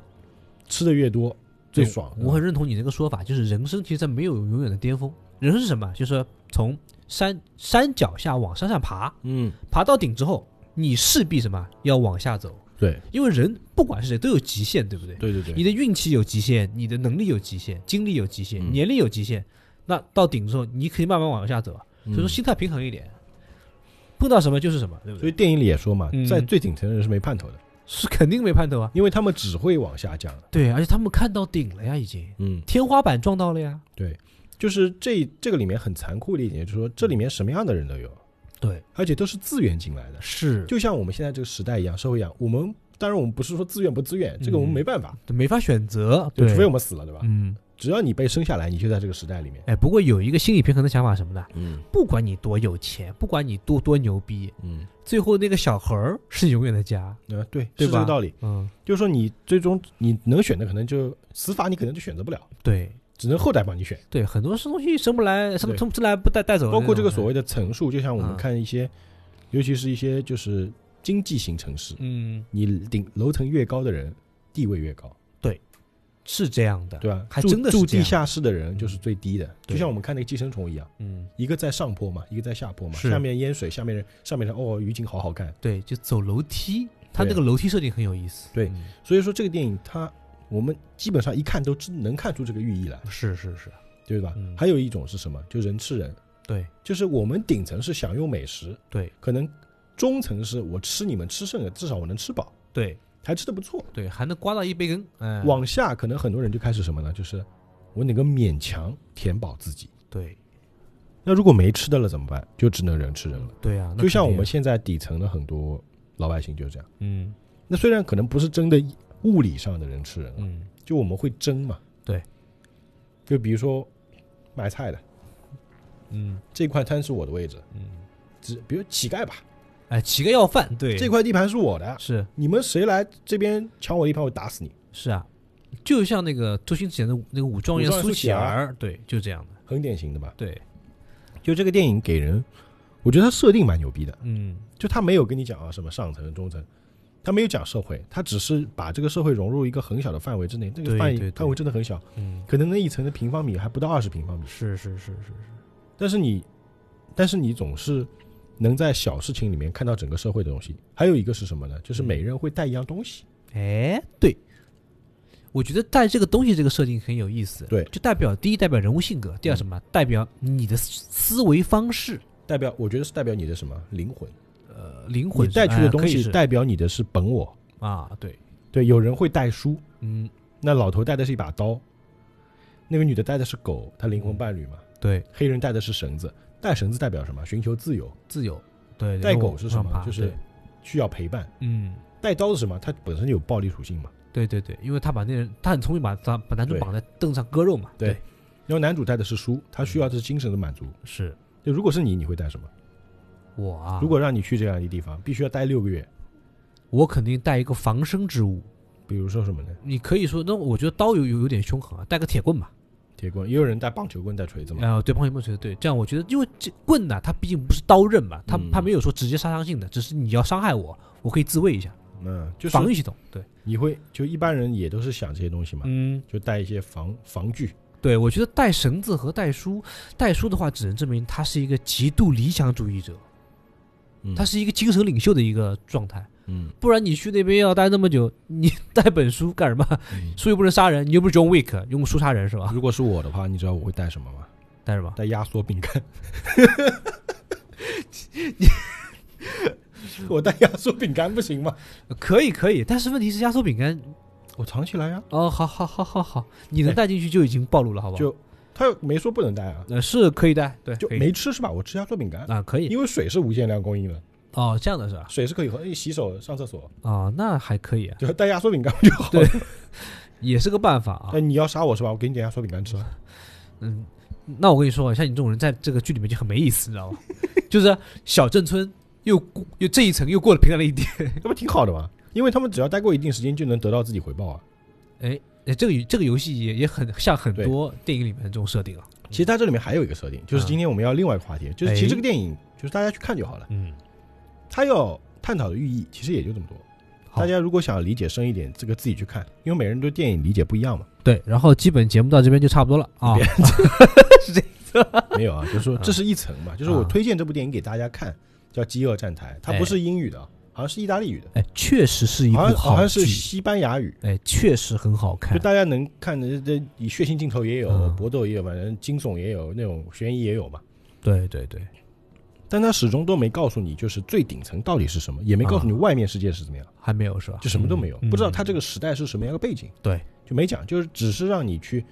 Speaker 1: 吃的越多最爽。
Speaker 2: 我很认同你这个说法，就是人生其实它没有永远的巅峰，人生是什么？就是从山山脚下往山上爬，
Speaker 1: 嗯，
Speaker 2: 爬到顶之后，你势必什么要往下走，
Speaker 1: 对
Speaker 2: 因为人不管是谁都有极限，对不对？
Speaker 1: 对对对，
Speaker 2: 你的运气有极限，你的能力有极限，精力有极限，
Speaker 1: 嗯
Speaker 2: 年龄有极限。那到顶的时候，你可以慢慢往下走啊。
Speaker 1: 所
Speaker 2: 所以说，心态平衡一点，碰到什么就是什么，对不
Speaker 1: 嗯所以
Speaker 2: 对？
Speaker 1: 电影里也说嘛
Speaker 2: 嗯，
Speaker 1: 在最顶层的人是没盼头的，
Speaker 2: 是肯定没盼头啊。
Speaker 1: 因为他们只会往下降。
Speaker 2: 对，而且他们看到顶了呀，已经
Speaker 1: 嗯，
Speaker 2: 天花板撞到了呀。
Speaker 1: 对，就是这这个里面很残酷的一点，就是说这里面什么样的人都有，
Speaker 2: 对，
Speaker 1: 而且都是自愿进来的，
Speaker 2: 是
Speaker 1: 就像我们现在这个时代一样，社会一样，我们。当然，我们不是说自愿不自愿，这个我们没办法，
Speaker 2: 没法选择，
Speaker 1: 对，
Speaker 2: 嗯对，
Speaker 1: 除非我们死了，对吧？
Speaker 2: 嗯，
Speaker 1: 只要你被生下来，你就在这个时代里面。
Speaker 2: 哎，不过有一个心理平衡的想法是什么呢？
Speaker 1: 嗯
Speaker 2: 不管你多有钱，不管你多多牛逼，
Speaker 1: 嗯，
Speaker 2: 最后那个小孩儿是永远的家。
Speaker 1: 呃，对，
Speaker 2: 对
Speaker 1: 是这
Speaker 2: 吧
Speaker 1: 个道理。
Speaker 2: 嗯，
Speaker 1: 就是说，你最终你能选的，可能就死法，你可能就选择不了，
Speaker 2: 对
Speaker 1: 只能后代帮你选。
Speaker 2: 对，很多东西生不来，生
Speaker 1: 对
Speaker 2: 生不来不带带走的那种。
Speaker 1: 包括这个所
Speaker 2: 谓
Speaker 1: 谓的层数，就像我
Speaker 2: 嗯
Speaker 1: 们看一些，尤其是一些就是经济型城市，
Speaker 2: 嗯，
Speaker 1: 你顶楼层越高的人地位越高，
Speaker 2: 是这样的。
Speaker 1: 对吧？
Speaker 2: 还
Speaker 1: 住
Speaker 2: 真的是
Speaker 1: 住
Speaker 2: 这样嗯
Speaker 1: 地下室的人就是最低的，
Speaker 2: 对
Speaker 1: 就像我们看那个寄生虫一样，
Speaker 2: 嗯，
Speaker 1: 一个在上坡嘛，一个在下坡嘛，
Speaker 2: 是
Speaker 1: 下面淹水，下面人上面人哦，雨景好好看。
Speaker 2: 对，就走楼梯，它
Speaker 1: 对
Speaker 2: 那个楼梯设定很有意思。
Speaker 1: 对
Speaker 2: 嗯，
Speaker 1: 所以说这个电影它我们基本上一看都知能看出这个寓意来，
Speaker 2: 是是是，
Speaker 1: 对吧
Speaker 2: 嗯？
Speaker 1: 还有一种是什么？就人吃人，
Speaker 2: 对
Speaker 1: 就是我们顶层是享用美食，
Speaker 2: 对
Speaker 1: 可能中层是我吃你们吃剩的，至少我能吃饱，
Speaker 2: 对
Speaker 1: 还吃的不错。
Speaker 2: 对，还能刮到一杯羹。嗯，
Speaker 1: 往下可能很多人就开始什么呢？就是我哪个勉强填饱自己。
Speaker 2: 对
Speaker 1: 那如果没吃的了怎么办？就只能人吃人了。
Speaker 2: 对啊，那
Speaker 1: 就像
Speaker 2: 肯
Speaker 1: 我
Speaker 2: 定
Speaker 1: 们现在底层的很多老百姓就是这样。
Speaker 2: 嗯
Speaker 1: 那虽然可能不是真的物理上的人吃人，
Speaker 2: 嗯
Speaker 1: 就我们会争嘛。
Speaker 2: 对，
Speaker 1: 就比如说买菜的 (laughs)
Speaker 2: 嗯
Speaker 1: 这块摊是我的位置，
Speaker 2: 嗯，
Speaker 1: 只比如乞丐吧，
Speaker 2: 哎，乞丐要饭，对
Speaker 1: 这块地盘是我的，
Speaker 2: 是
Speaker 1: 你们谁来这边抢我地盘，我打死你。
Speaker 2: 是啊，就像那个周星驰演的那个武状元
Speaker 1: 武状元
Speaker 2: 苏
Speaker 1: 苏乞
Speaker 2: 乞
Speaker 1: 儿
Speaker 2: 儿，对，就这样的，
Speaker 1: 很典型的吧？
Speaker 2: 对，
Speaker 1: 就这个电影给人，我觉得它设定蛮牛逼的。
Speaker 2: 嗯，
Speaker 1: 就他没有跟你讲啊什么上层、中层，他没有讲社会，他只是把这个社会融入一个很小的范围之内，这
Speaker 2: 对
Speaker 1: 个范
Speaker 2: 对对
Speaker 1: 范围真的很小，
Speaker 2: 嗯，
Speaker 1: 可能那一层的平方米还不到二十平方米。
Speaker 2: 是是是是是，
Speaker 1: 但是你，但是你总是能在小事情里面看到整个社会的东西。还有一个是什么呢？
Speaker 2: 嗯
Speaker 1: 就是每人会带一样东西。
Speaker 2: 哎，对，我觉得带这个东西这个设定很有意思，
Speaker 1: 对嗯
Speaker 2: 就代表第一代表人物性格，第二什么、代表你的思思维方式，
Speaker 1: 代表，我觉得是代表你的什么灵魂，
Speaker 2: 呃，灵
Speaker 1: 你
Speaker 2: 魂
Speaker 1: 带去的东
Speaker 2: 哎可以
Speaker 1: 西
Speaker 2: 是
Speaker 1: 代表你的是本我。
Speaker 2: 啊，对，
Speaker 1: 对，有人会带书，
Speaker 2: 嗯，
Speaker 1: 那老头带的是一把刀，那个女的带的是狗，她灵魂伴侣嘛。
Speaker 2: 对，
Speaker 1: 黑人带的是绳子，带绳子代表什么？寻求自由，
Speaker 2: 自由，对，
Speaker 1: 带
Speaker 2: 然后
Speaker 1: 狗是什
Speaker 2: 往
Speaker 1: 么
Speaker 2: 上爬
Speaker 1: 就是
Speaker 2: 对
Speaker 1: 需要陪伴。
Speaker 2: 嗯。
Speaker 1: 带刀是什么？它本身有暴力属性嘛。
Speaker 2: 对对对，因为他把那人，他很聪明把，他把男主
Speaker 1: 对
Speaker 2: 绑在凳上割肉嘛。
Speaker 1: 对然后男主带的是书，他需要的是精神的满足。
Speaker 2: 是
Speaker 1: 就如果是你，你会带什么？
Speaker 2: 我啊，
Speaker 1: 如果让你去这样一个地方，必须要待六个月，
Speaker 2: 我肯定带一个防身之物，
Speaker 1: 比如说什么呢？
Speaker 2: 你可以说，那我觉得刀有有有点凶狠啊，带个铁棍吧，
Speaker 1: 铁棍，也有人带棒球棍、带锤子嘛。
Speaker 2: 然后对方有没有锤子？对，这样我觉得，因为这棍呢、它毕竟不是刀刃嘛，它
Speaker 1: 嗯
Speaker 2: 它没有说直接杀伤性的，只是你要伤害我，我可以自卫一下，
Speaker 1: 嗯，就是
Speaker 2: 防御系统。对，
Speaker 1: 你会就一般人也都是想这些东西嘛，
Speaker 2: 嗯，
Speaker 1: 就带一些防防具。
Speaker 2: 对，我觉得带绳子和带书，带书的话，只能证明他是一个极度理想主义者，
Speaker 1: 嗯
Speaker 2: 他是一个精神领袖的一个状态。
Speaker 1: 嗯，
Speaker 2: 不然你去那边要待那么久，你带本书干什么？ (laughs) 书又不能杀人，你又不是 John Wick，用书杀人是吧？
Speaker 1: 嗯如果是我的话，你知道我会带什么吗？
Speaker 2: 带什么？
Speaker 1: 带压缩饼干。 (laughs) 我带压缩饼干不行吗？
Speaker 2: 可以可以，但是问题是压缩饼干
Speaker 1: 我藏起来呀、啊
Speaker 2: 哦，好好好好好，你能带进去就已经暴露了，好不好？
Speaker 1: 就他又没说不能带啊，
Speaker 2: 呃是可以带，对，
Speaker 1: 就
Speaker 2: 可以
Speaker 1: 没吃是吧？我吃压缩饼干，
Speaker 2: 啊可以
Speaker 1: 因为水是无限量供应的，
Speaker 2: 哦，这样的是吧？
Speaker 1: 水是可以喝，一洗手上厕 (laughs) 所
Speaker 2: 哦，那还可以，啊，
Speaker 1: 就带压缩饼干不就好了。
Speaker 2: 也是个办法啊
Speaker 1: 哎，。你要杀我是吧？我给你点压缩饼干 (laughs) 吃啊。
Speaker 2: 嗯，那我跟你说，像你这种人在这个剧里面就很没意思，你知
Speaker 1: (laughs)
Speaker 2: 道吗？就是啊小镇村又过又这一层又过了平淡了一点，
Speaker 1: 那不挺好的吗？因为他们只要待过一定时间，就能得到自己回报啊。
Speaker 2: 哎。哎， (laughs) 这个这个游戏也也很像很多电影里面的这种设定啊。
Speaker 1: 其实它这里面还有一个设定，就是今天我们要另外一个话题，就是其实这个电影就是大家去看就好了。
Speaker 2: 嗯，
Speaker 1: 它要探讨的寓意其实也就这么多。
Speaker 2: 好
Speaker 1: 大家如果想要理解深一点，这个自己去看，因为每人对电影理解不一
Speaker 2: (laughs)
Speaker 1: 样嘛。
Speaker 2: 对，然后基本节目到这边就差不多了啊。
Speaker 1: 没有啊，就是
Speaker 2: 嗯
Speaker 1: 说这是一层嘛，就是我推荐这部电影给大家看，叫《饥饿站台》，它不是英语的，好像是意大利语的，
Speaker 2: 哎，确实哎是一部
Speaker 1: 好像好
Speaker 2: 好
Speaker 1: 像是
Speaker 2: 剧，
Speaker 1: 西班牙语。
Speaker 2: 哎，确实很好
Speaker 1: 就
Speaker 2: 看。
Speaker 1: 大家能看的，这以血腥镜头也有，
Speaker 2: 嗯
Speaker 1: 搏斗也有，反正惊悚也有，那种悬疑也有嘛。
Speaker 2: 对对对，
Speaker 1: 但他始终都没告诉你，就是最顶层到底是什么，也没告诉
Speaker 2: 嗯
Speaker 1: 你外面世界是怎么样，
Speaker 2: 还没有是吧？
Speaker 1: 就什么都没有，
Speaker 2: 嗯
Speaker 1: 不知道他这
Speaker 2: 个
Speaker 1: 个时代是什么样的背景，
Speaker 2: 对，
Speaker 1: 就没讲，就是只是让你去，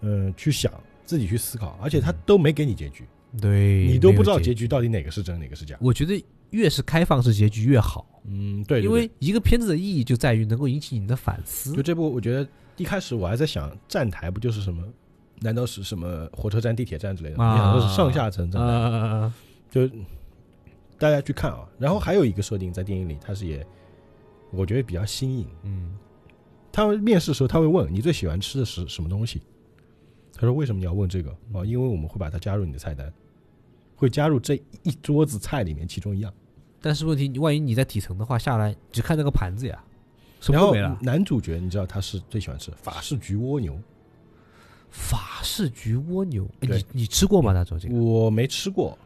Speaker 1: 嗯、去想，自己去思考，而且他都没给你结局，
Speaker 2: 对，
Speaker 1: 你都不知
Speaker 2: 嗯
Speaker 1: 道
Speaker 2: 没有结
Speaker 1: 结局到底哪个是真，哪个是假。
Speaker 2: 我觉得越是开放式结局越好，
Speaker 1: 嗯，对，对
Speaker 2: 因为一个片子的意义就在于能够引起你的反
Speaker 1: 对
Speaker 2: 思
Speaker 1: 就。这部，我觉得一开始我还在想，站台不就是什么？难道是什么火车站、地铁站之类的？
Speaker 2: 啊
Speaker 1: 你想说是上下层站台，
Speaker 2: 呃，
Speaker 1: 啊就大家去看啊。然后还有一个设定在电影里，它是也我觉得比较新颖，
Speaker 2: 嗯，
Speaker 1: 他们面试的时候，他会问你最喜欢吃的是什么东西。他说：“为什么你要问这个？哦，因为我们会把它加入你的菜单，会加入这一桌子菜里面其中一样。
Speaker 2: 但是问题，你万一你在底层的话下来，只看那个盘子呀，什么
Speaker 1: 然
Speaker 2: 都
Speaker 1: 后
Speaker 2: 没了。
Speaker 1: 男主角，你知道他是最喜欢吃法式焗蜗牛，
Speaker 2: 法式焗蜗牛，哎
Speaker 1: 对嗯
Speaker 2: 你你吃过吗？大周这个，
Speaker 1: 我没吃过，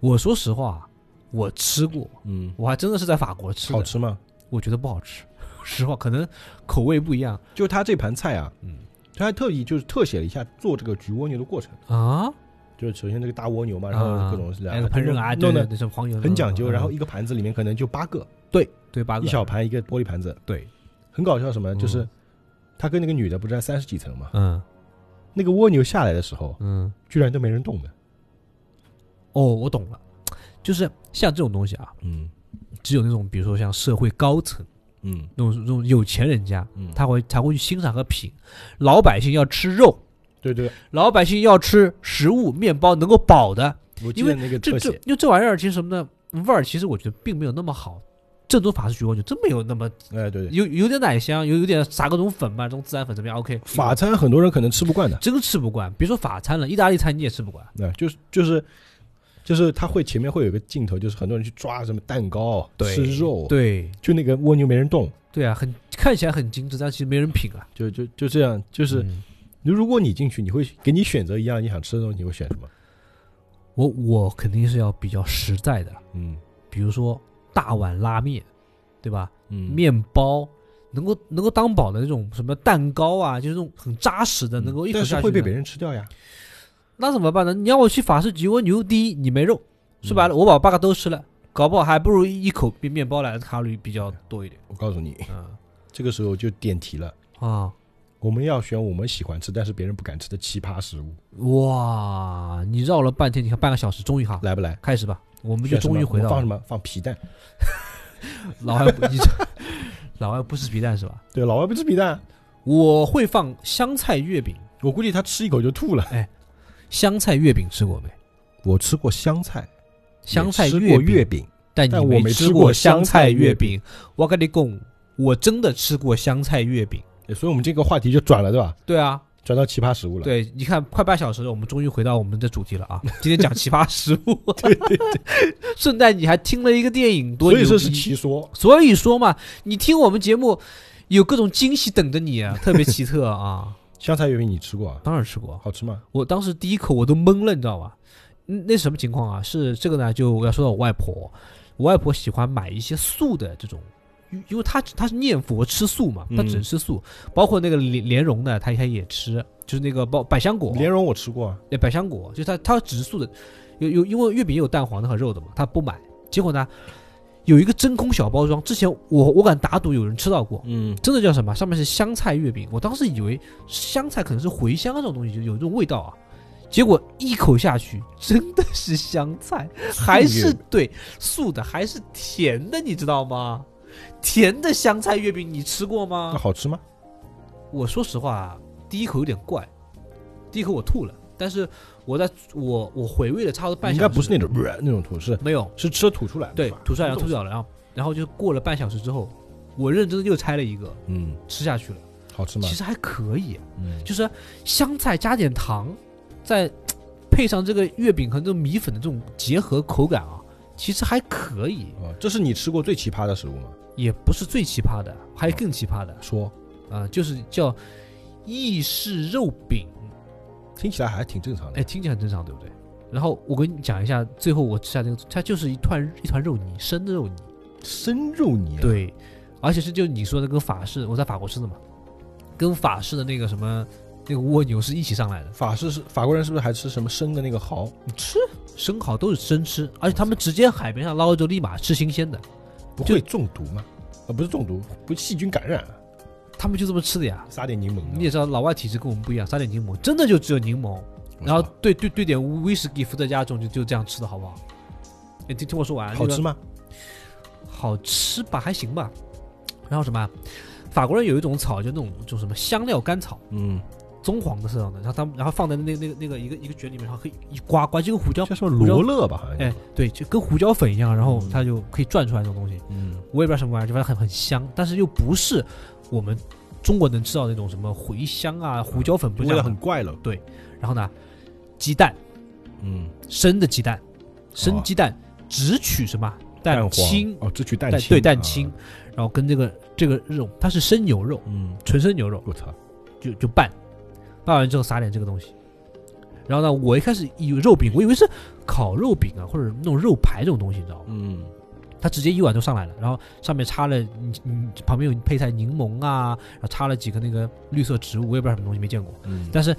Speaker 2: 我说实话，我吃过，
Speaker 1: 嗯，
Speaker 2: 我还真的是在法国吃
Speaker 1: 好
Speaker 2: 的，
Speaker 1: 吃吗？
Speaker 2: 我觉得不好吃。 (laughs) 实话，可能口味不一样
Speaker 1: 就他这盘菜啊，
Speaker 2: 嗯，
Speaker 1: 他还特意就是特写了一下做这个焗蜗牛的过程，
Speaker 2: 啊。
Speaker 1: 就是首先这个大蜗牛嘛，然
Speaker 2: 啊
Speaker 1: 后各种是
Speaker 2: 那个烹饪啊，
Speaker 1: 弄
Speaker 2: 对
Speaker 1: 得
Speaker 2: 对对，什么黄油
Speaker 1: 很讲究，
Speaker 2: 嗯
Speaker 1: 然后一个盘子里面可能就八个，
Speaker 2: 对八个
Speaker 1: 一小盘一个玻璃盘子，
Speaker 2: 对，
Speaker 1: 很搞笑什么，就是
Speaker 2: 嗯
Speaker 1: 他跟那个女的不是在三十几层嘛，
Speaker 2: 嗯
Speaker 1: 那个蜗牛下来的时候，
Speaker 2: 嗯。
Speaker 1: 居然都没人动的。
Speaker 2: 哦，我懂了，就是像这种东西啊，
Speaker 1: 嗯
Speaker 2: 只有那种比如说像社会高层
Speaker 1: 嗯
Speaker 2: 那种那种有钱人家，
Speaker 1: 嗯
Speaker 2: 他会才会去欣赏和品。老百姓要吃肉，
Speaker 1: 对对，
Speaker 2: 老百姓要吃食物、面包能够饱的。
Speaker 1: 我记
Speaker 2: 因为
Speaker 1: 得那个特
Speaker 2: 这这
Speaker 1: 写，
Speaker 2: 因为这玩意儿其实什么呢？味儿其实我觉得并没有那么好。正宗法式焗蜗牛真没有那么
Speaker 1: 哎对对，
Speaker 2: 有有点奶香，有有点撒各种粉嘛，这种孜然粉怎么样？OK，
Speaker 1: 法餐很多人可能吃不惯的，
Speaker 2: 真吃不惯，别说法餐了，意大利餐你也吃不惯。
Speaker 1: 那就是就是就是他会前面会有个镜头，就是很多人去抓什么蛋糕、
Speaker 2: 对
Speaker 1: 吃肉，，
Speaker 2: 对
Speaker 1: 就那个蜗牛没人动，
Speaker 2: 对啊，很看起来很精致，但其实没人品啊。
Speaker 1: 就就就这样，就是
Speaker 2: 嗯
Speaker 1: 如果你进去，你会给你选择一样你想吃的东西，你会选什么？
Speaker 2: 我我肯定是要比较实在的，
Speaker 1: 嗯
Speaker 2: 比如说大碗拉面，对吧？
Speaker 1: 嗯，
Speaker 2: 面包能够能够当饱的那种什么蛋糕啊，就是那种很扎实的，
Speaker 1: 嗯
Speaker 2: 能够一口
Speaker 1: 但是
Speaker 2: 下去
Speaker 1: 会
Speaker 2: 的。
Speaker 1: 被别人吃掉呀。
Speaker 2: 那怎么办呢？你让我去法式焗蜗牛，第一你没肉，说
Speaker 1: 嗯
Speaker 2: 白了我把八个都吃了，搞不好还不如一口面面包来的卡路里比较多一点。
Speaker 1: 我告诉你，
Speaker 2: 嗯
Speaker 1: 这个时候就点题了，
Speaker 2: 啊，
Speaker 1: 我们要选我们喜欢吃但是别人不敢吃的奇葩食物，
Speaker 2: 哇！你绕了半天，你看半个小时，终于哈，
Speaker 1: 来不来？
Speaker 2: 开始吧，我
Speaker 1: 我
Speaker 2: 们就终于回到
Speaker 1: 放什么？放皮蛋。
Speaker 2: 老外不，你这 (laughs) 老外不吃皮蛋是吧？
Speaker 1: 对，老外不吃皮蛋，
Speaker 2: 我会放香菜月饼。
Speaker 1: 我估计他吃一口就吐了。
Speaker 2: 香菜月饼吃过没？
Speaker 1: 我吃过香菜，
Speaker 2: 香菜
Speaker 1: 吃
Speaker 2: 月
Speaker 1: 过
Speaker 2: 饼，
Speaker 1: 月饼，
Speaker 2: 但
Speaker 1: 但
Speaker 2: 你
Speaker 1: 我没吃
Speaker 2: 吃
Speaker 1: 过
Speaker 2: 香
Speaker 1: 香菜
Speaker 2: 菜
Speaker 1: 月
Speaker 2: 月饼。我跟你讲，我真的吃过香菜月饼。
Speaker 1: 所以我们这个话题就转了，对吧？
Speaker 2: 对啊，
Speaker 1: 转到奇葩食物了。，
Speaker 2: 对，你看，快半小时了，我们终于回到我们的主
Speaker 1: (laughs)
Speaker 2: 题了啊！今天讲奇葩食物，对对对， (laughs) 顺带你还听了一个电影，多
Speaker 1: 所以
Speaker 2: 牛
Speaker 1: 这是
Speaker 2: 逼
Speaker 1: 奇说。
Speaker 2: 所以说嘛，你听我们节目有各种惊喜等着你啊，特别奇特啊！ (laughs)
Speaker 1: 香菜月饼你吃过啊？
Speaker 2: 当然吃过，
Speaker 1: 好吃吗？
Speaker 2: 我当时第一口我都懵了，你知道吧？嗯那什么情况啊？是这个呢，就我要说到我外婆，我外婆喜欢买一些素的这种，因因为她她是念佛吃素嘛，她只
Speaker 1: 嗯
Speaker 2: 吃素，包括那个莲莲蓉呢，她她也吃，就是那个包百香果，
Speaker 1: 莲蓉我吃过啊，
Speaker 2: 呃，百香果，就是它它只是素的，有有因为月饼也有蛋黄的和肉的嘛，他不买。结果呢，有一个真空小包装，之前我我敢打赌有人吃到过，
Speaker 1: 嗯，
Speaker 2: 真的叫什么？上面是香菜月饼，我当时以为香菜可能是茴香那种东西，就有这种味道啊。结果一口下去，真的是香菜，还是对素的，还是甜的，你知道吗？甜的香菜月饼你吃过吗？
Speaker 1: 那好吃吗？
Speaker 2: 我说实话，啊第一口有点怪，第一口我吐了，但是我在我我回味了差不多半
Speaker 1: 应
Speaker 2: 小时，
Speaker 1: 该不是那种呃那种吐，是
Speaker 2: 没有，
Speaker 1: 是吃了吐出来的
Speaker 2: 对
Speaker 1: 吧，
Speaker 2: 吐出来然后吐掉了，然后然后就过了半小时之后，我认真的又拆了一个
Speaker 1: 嗯，
Speaker 2: 吃下去了，
Speaker 1: 好吃吗
Speaker 2: 其？实还可以，
Speaker 1: 嗯，
Speaker 2: 就是香菜加点糖，再配上这个月饼和这种米粉的这种结合口感啊，其实还可以，
Speaker 1: 啊，这是你吃过最奇葩的食物吗？
Speaker 2: 也不是最奇葩的，还有更奇葩的啊、
Speaker 1: 说，
Speaker 2: 就是叫意式肉饼。
Speaker 1: 听起来还挺正常的
Speaker 2: 哎，。听起来很正常，对不对？然后我跟你讲一下，最后我吃下这个，它就是一团一团肉泥，生的肉泥，
Speaker 1: 生肉泥、啊，，
Speaker 2: 对，而且是就你说的跟法式，我在法国吃的嘛，跟法式的那个什么那个蜗牛是一起上来的，
Speaker 1: 法式是法国人是不是还吃什么生的那个蚝？
Speaker 2: 吃生蚝都是生吃，而且他们直接海边上捞了就立马吃新鲜的，
Speaker 1: 不会中毒吗？啊，不是中毒，不是细菌感染、啊，
Speaker 2: 他们就这么吃的呀。
Speaker 1: 撒点柠檬啊
Speaker 2: 你也
Speaker 1: 的。
Speaker 2: 知道老外体质跟我们不一样，撒点柠檬，真的就只有柠檬，
Speaker 1: 我
Speaker 2: 然后
Speaker 1: 操
Speaker 2: 兑兑兑点威士忌、伏特加这种就就这样吃的好不好？哎，听听我说完，
Speaker 1: 好
Speaker 2: 那个
Speaker 1: 吃吗？
Speaker 2: 好吃吧，还行吧。然后什么啊，法国人有一种草，就那种就什么香料甘草，
Speaker 1: 嗯，
Speaker 2: 棕黄的色上的，然后他们然后放在那那个那个一个一个卷里面，然后可以一刮刮，就跟胡椒，
Speaker 1: 叫什么罗勒吧，好像。
Speaker 2: 哎，对，就跟胡椒粉一样，然后
Speaker 1: 嗯
Speaker 2: 它就可以转出来这种东西。
Speaker 1: 嗯，
Speaker 2: 我也不知道什么玩意儿，就反正很很香，但是又不是我们中国能吃到那种什么茴香啊、胡椒粉不
Speaker 1: 味
Speaker 2: 一样
Speaker 1: 道
Speaker 2: 的
Speaker 1: 很怪了。
Speaker 2: 然后呢，鸡蛋
Speaker 1: 嗯，
Speaker 2: 生的鸡蛋，
Speaker 1: 哦
Speaker 2: 生鸡蛋、只取什么
Speaker 1: 蛋
Speaker 2: 蛋清，
Speaker 1: 哦，只取蛋
Speaker 2: 蛋
Speaker 1: 清，
Speaker 2: 对蛋
Speaker 1: 啊
Speaker 2: 清，。然后跟这个这个肉，它是生牛肉，
Speaker 1: 嗯，
Speaker 2: 纯生牛肉
Speaker 1: 我操，
Speaker 2: 就就拌，拌完之后撒点这个东西。然后呢，我一开始以为肉饼，我以为是烤肉饼啊，或者那种肉排这种东西，你知道吗？
Speaker 1: 嗯，
Speaker 2: 它直接一碗就上来了，然后上面插了你你旁边有配菜柠檬啊，然后插了几个那个绿色植物，我也不知道什么东西没见过，
Speaker 1: 嗯，
Speaker 2: 但是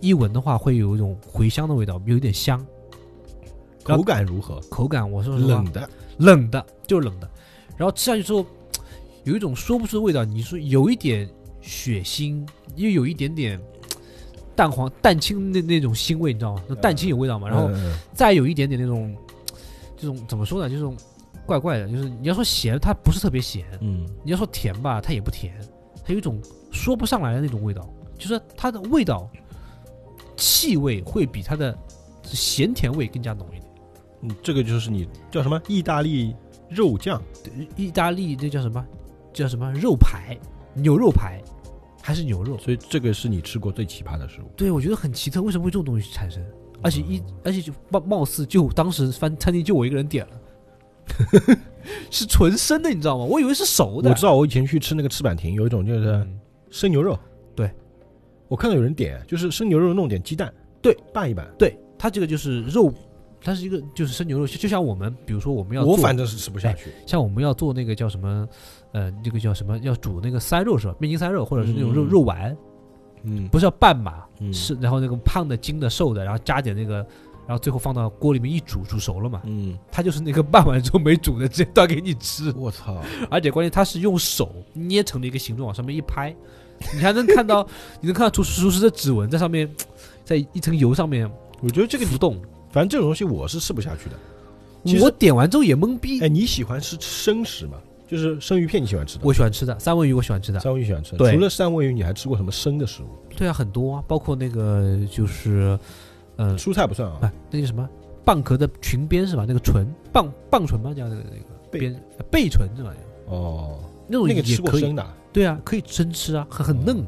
Speaker 2: 一闻的话会有一种茴香的味道，有一点香，然
Speaker 1: 口
Speaker 2: 后
Speaker 1: 感如何？
Speaker 2: 口感我说实话
Speaker 1: 冷的，
Speaker 2: 冷的，就是冷的。然后吃下去之后，有一种说不出的味道。你说有一点血腥，又有一点点蛋黄蛋清那那种腥味，你知道吗？那蛋清有味道嘛，然后
Speaker 1: 嗯嗯
Speaker 2: 再有一点点那种这种怎么说呢？就是这种怪怪的，就是你要说咸，它不是特别咸；
Speaker 1: 嗯，
Speaker 2: 你要说甜吧，它也不甜，它有一种说不上来的那种味道，就是它的味道气味会比它的咸甜味更加浓一点。
Speaker 1: 嗯，这个就是你叫什么意大利肉酱，
Speaker 2: 意大利那叫什么？叫什么肉排？牛肉排还是牛肉？
Speaker 1: 所以这个是你吃过最奇葩的食物。嗯
Speaker 2: 对，我觉得很奇特，为什么会这种东西产生？而且一，而且就貌貌似就当时翻餐厅就我一个人点了， (laughs) 是纯生的，你知道吗？我以为是熟的。
Speaker 1: 我知道，我以前去吃那个翅膀亭，有一种就是
Speaker 2: 嗯
Speaker 1: 生牛肉，
Speaker 2: 对，
Speaker 1: 我看到有人点，就是生牛肉弄点鸡蛋，
Speaker 2: 对，
Speaker 1: 拌一拌。
Speaker 2: 对，它这个就是肉，它是一个就是生牛肉，就就像我们，比如说我们要
Speaker 1: 我
Speaker 2: 做哎
Speaker 1: 反正是吃不下去，
Speaker 2: 像我们要做那个叫什么，呃，那个叫什么，要煮那个塞肉是吧？面筋塞肉或者是那种肉、
Speaker 1: 嗯
Speaker 2: 肉丸，
Speaker 1: 嗯，
Speaker 2: 不是要拌嘛？
Speaker 1: 嗯
Speaker 2: 是，然后那个胖的、精的、瘦的，然后加点那个，然后最后放到锅里面一煮，煮熟了嘛。
Speaker 1: 嗯，
Speaker 2: 它就是那个拌完之后没煮的，直接端给你吃。 (laughs)
Speaker 1: 我操，
Speaker 2: 而且关键它是用手捏成了一个形状，往上面一拍，你还能看到， (laughs) 你能看到厨厨师的指纹在上面，在一层油上面
Speaker 1: 我觉得这个
Speaker 2: 浮动。
Speaker 1: 反正这种东西我是吃不下去的。其实
Speaker 2: 我点完之后也懵逼。
Speaker 1: 哎，你喜欢吃生食吗？就是生鱼片，你喜欢吃的？
Speaker 2: 我喜欢吃的三文鱼，我喜欢吃的。
Speaker 1: 三文鱼喜欢吃的。
Speaker 2: 对
Speaker 1: 除了三文鱼，你还吃过什么生的食物？
Speaker 2: 对啊，很多啊，包括那个就是，嗯、
Speaker 1: 蔬菜不算啊，
Speaker 2: 哎，那个什么蚌壳的裙边是吧？那个唇，蚌蚌唇吧，叫那个那个
Speaker 1: 贝
Speaker 2: 边呃贝唇是吧？
Speaker 1: 哦，
Speaker 2: 那种
Speaker 1: 那
Speaker 2: 也
Speaker 1: 个吃过
Speaker 2: 可以，
Speaker 1: 生的啊，
Speaker 2: 对啊，可以生吃啊，很很嫩。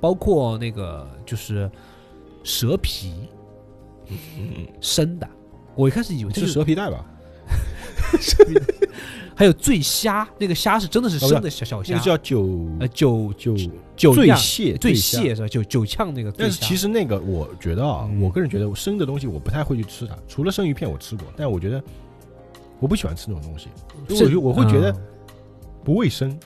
Speaker 2: 包括那个就是蛇皮，生的。我一开始以为
Speaker 1: 嗯
Speaker 2: 这
Speaker 1: 是
Speaker 2: 是
Speaker 1: 蛇皮袋吧？
Speaker 2: 还有醉虾，那个虾是真的是
Speaker 1: 啊不是
Speaker 2: 生的小小
Speaker 1: 那
Speaker 2: 虾
Speaker 1: 个，叫酒
Speaker 2: 呃，酒
Speaker 1: 酒
Speaker 2: 酒
Speaker 1: 醉
Speaker 2: 酿
Speaker 1: 蟹
Speaker 2: 醉
Speaker 1: 虾。
Speaker 2: 蟹是吧？酒酒呛那个醉
Speaker 1: 但是
Speaker 2: 虾，
Speaker 1: 其实那个，我觉得啊，
Speaker 2: 嗯
Speaker 1: 我个人觉得生的东西我不太会去吃它，除了生鱼片我吃过，但我觉得我不喜欢吃那种东西，因为我
Speaker 2: 是
Speaker 1: 觉我会觉得
Speaker 2: 嗯
Speaker 1: 不卫生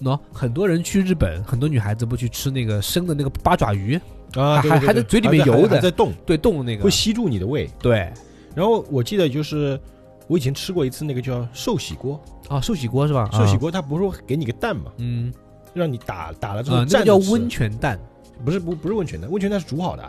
Speaker 2: 喏、很多人去日本，很多女孩子不去吃那个生的那个八爪鱼，
Speaker 1: 啊，
Speaker 2: 还
Speaker 1: 对对对
Speaker 2: 还在嘴里面
Speaker 1: 还在
Speaker 2: 游的
Speaker 1: 还在动，
Speaker 2: 对，冻的那个
Speaker 1: 会，吸住你的胃。
Speaker 2: 对，
Speaker 1: 然后我记得就是我以前吃过一次那个叫寿喜锅，
Speaker 2: 啊，寿喜锅是吧？
Speaker 1: 寿喜
Speaker 2: 啊，
Speaker 1: 锅它不是会给你个蛋嘛，
Speaker 2: 嗯，
Speaker 1: 让你打打了之后
Speaker 2: 啊，那
Speaker 1: 蘸
Speaker 2: 个叫
Speaker 1: 着吃
Speaker 2: 温，泉蛋，
Speaker 1: 不是不不是温泉蛋，温泉蛋是煮好的，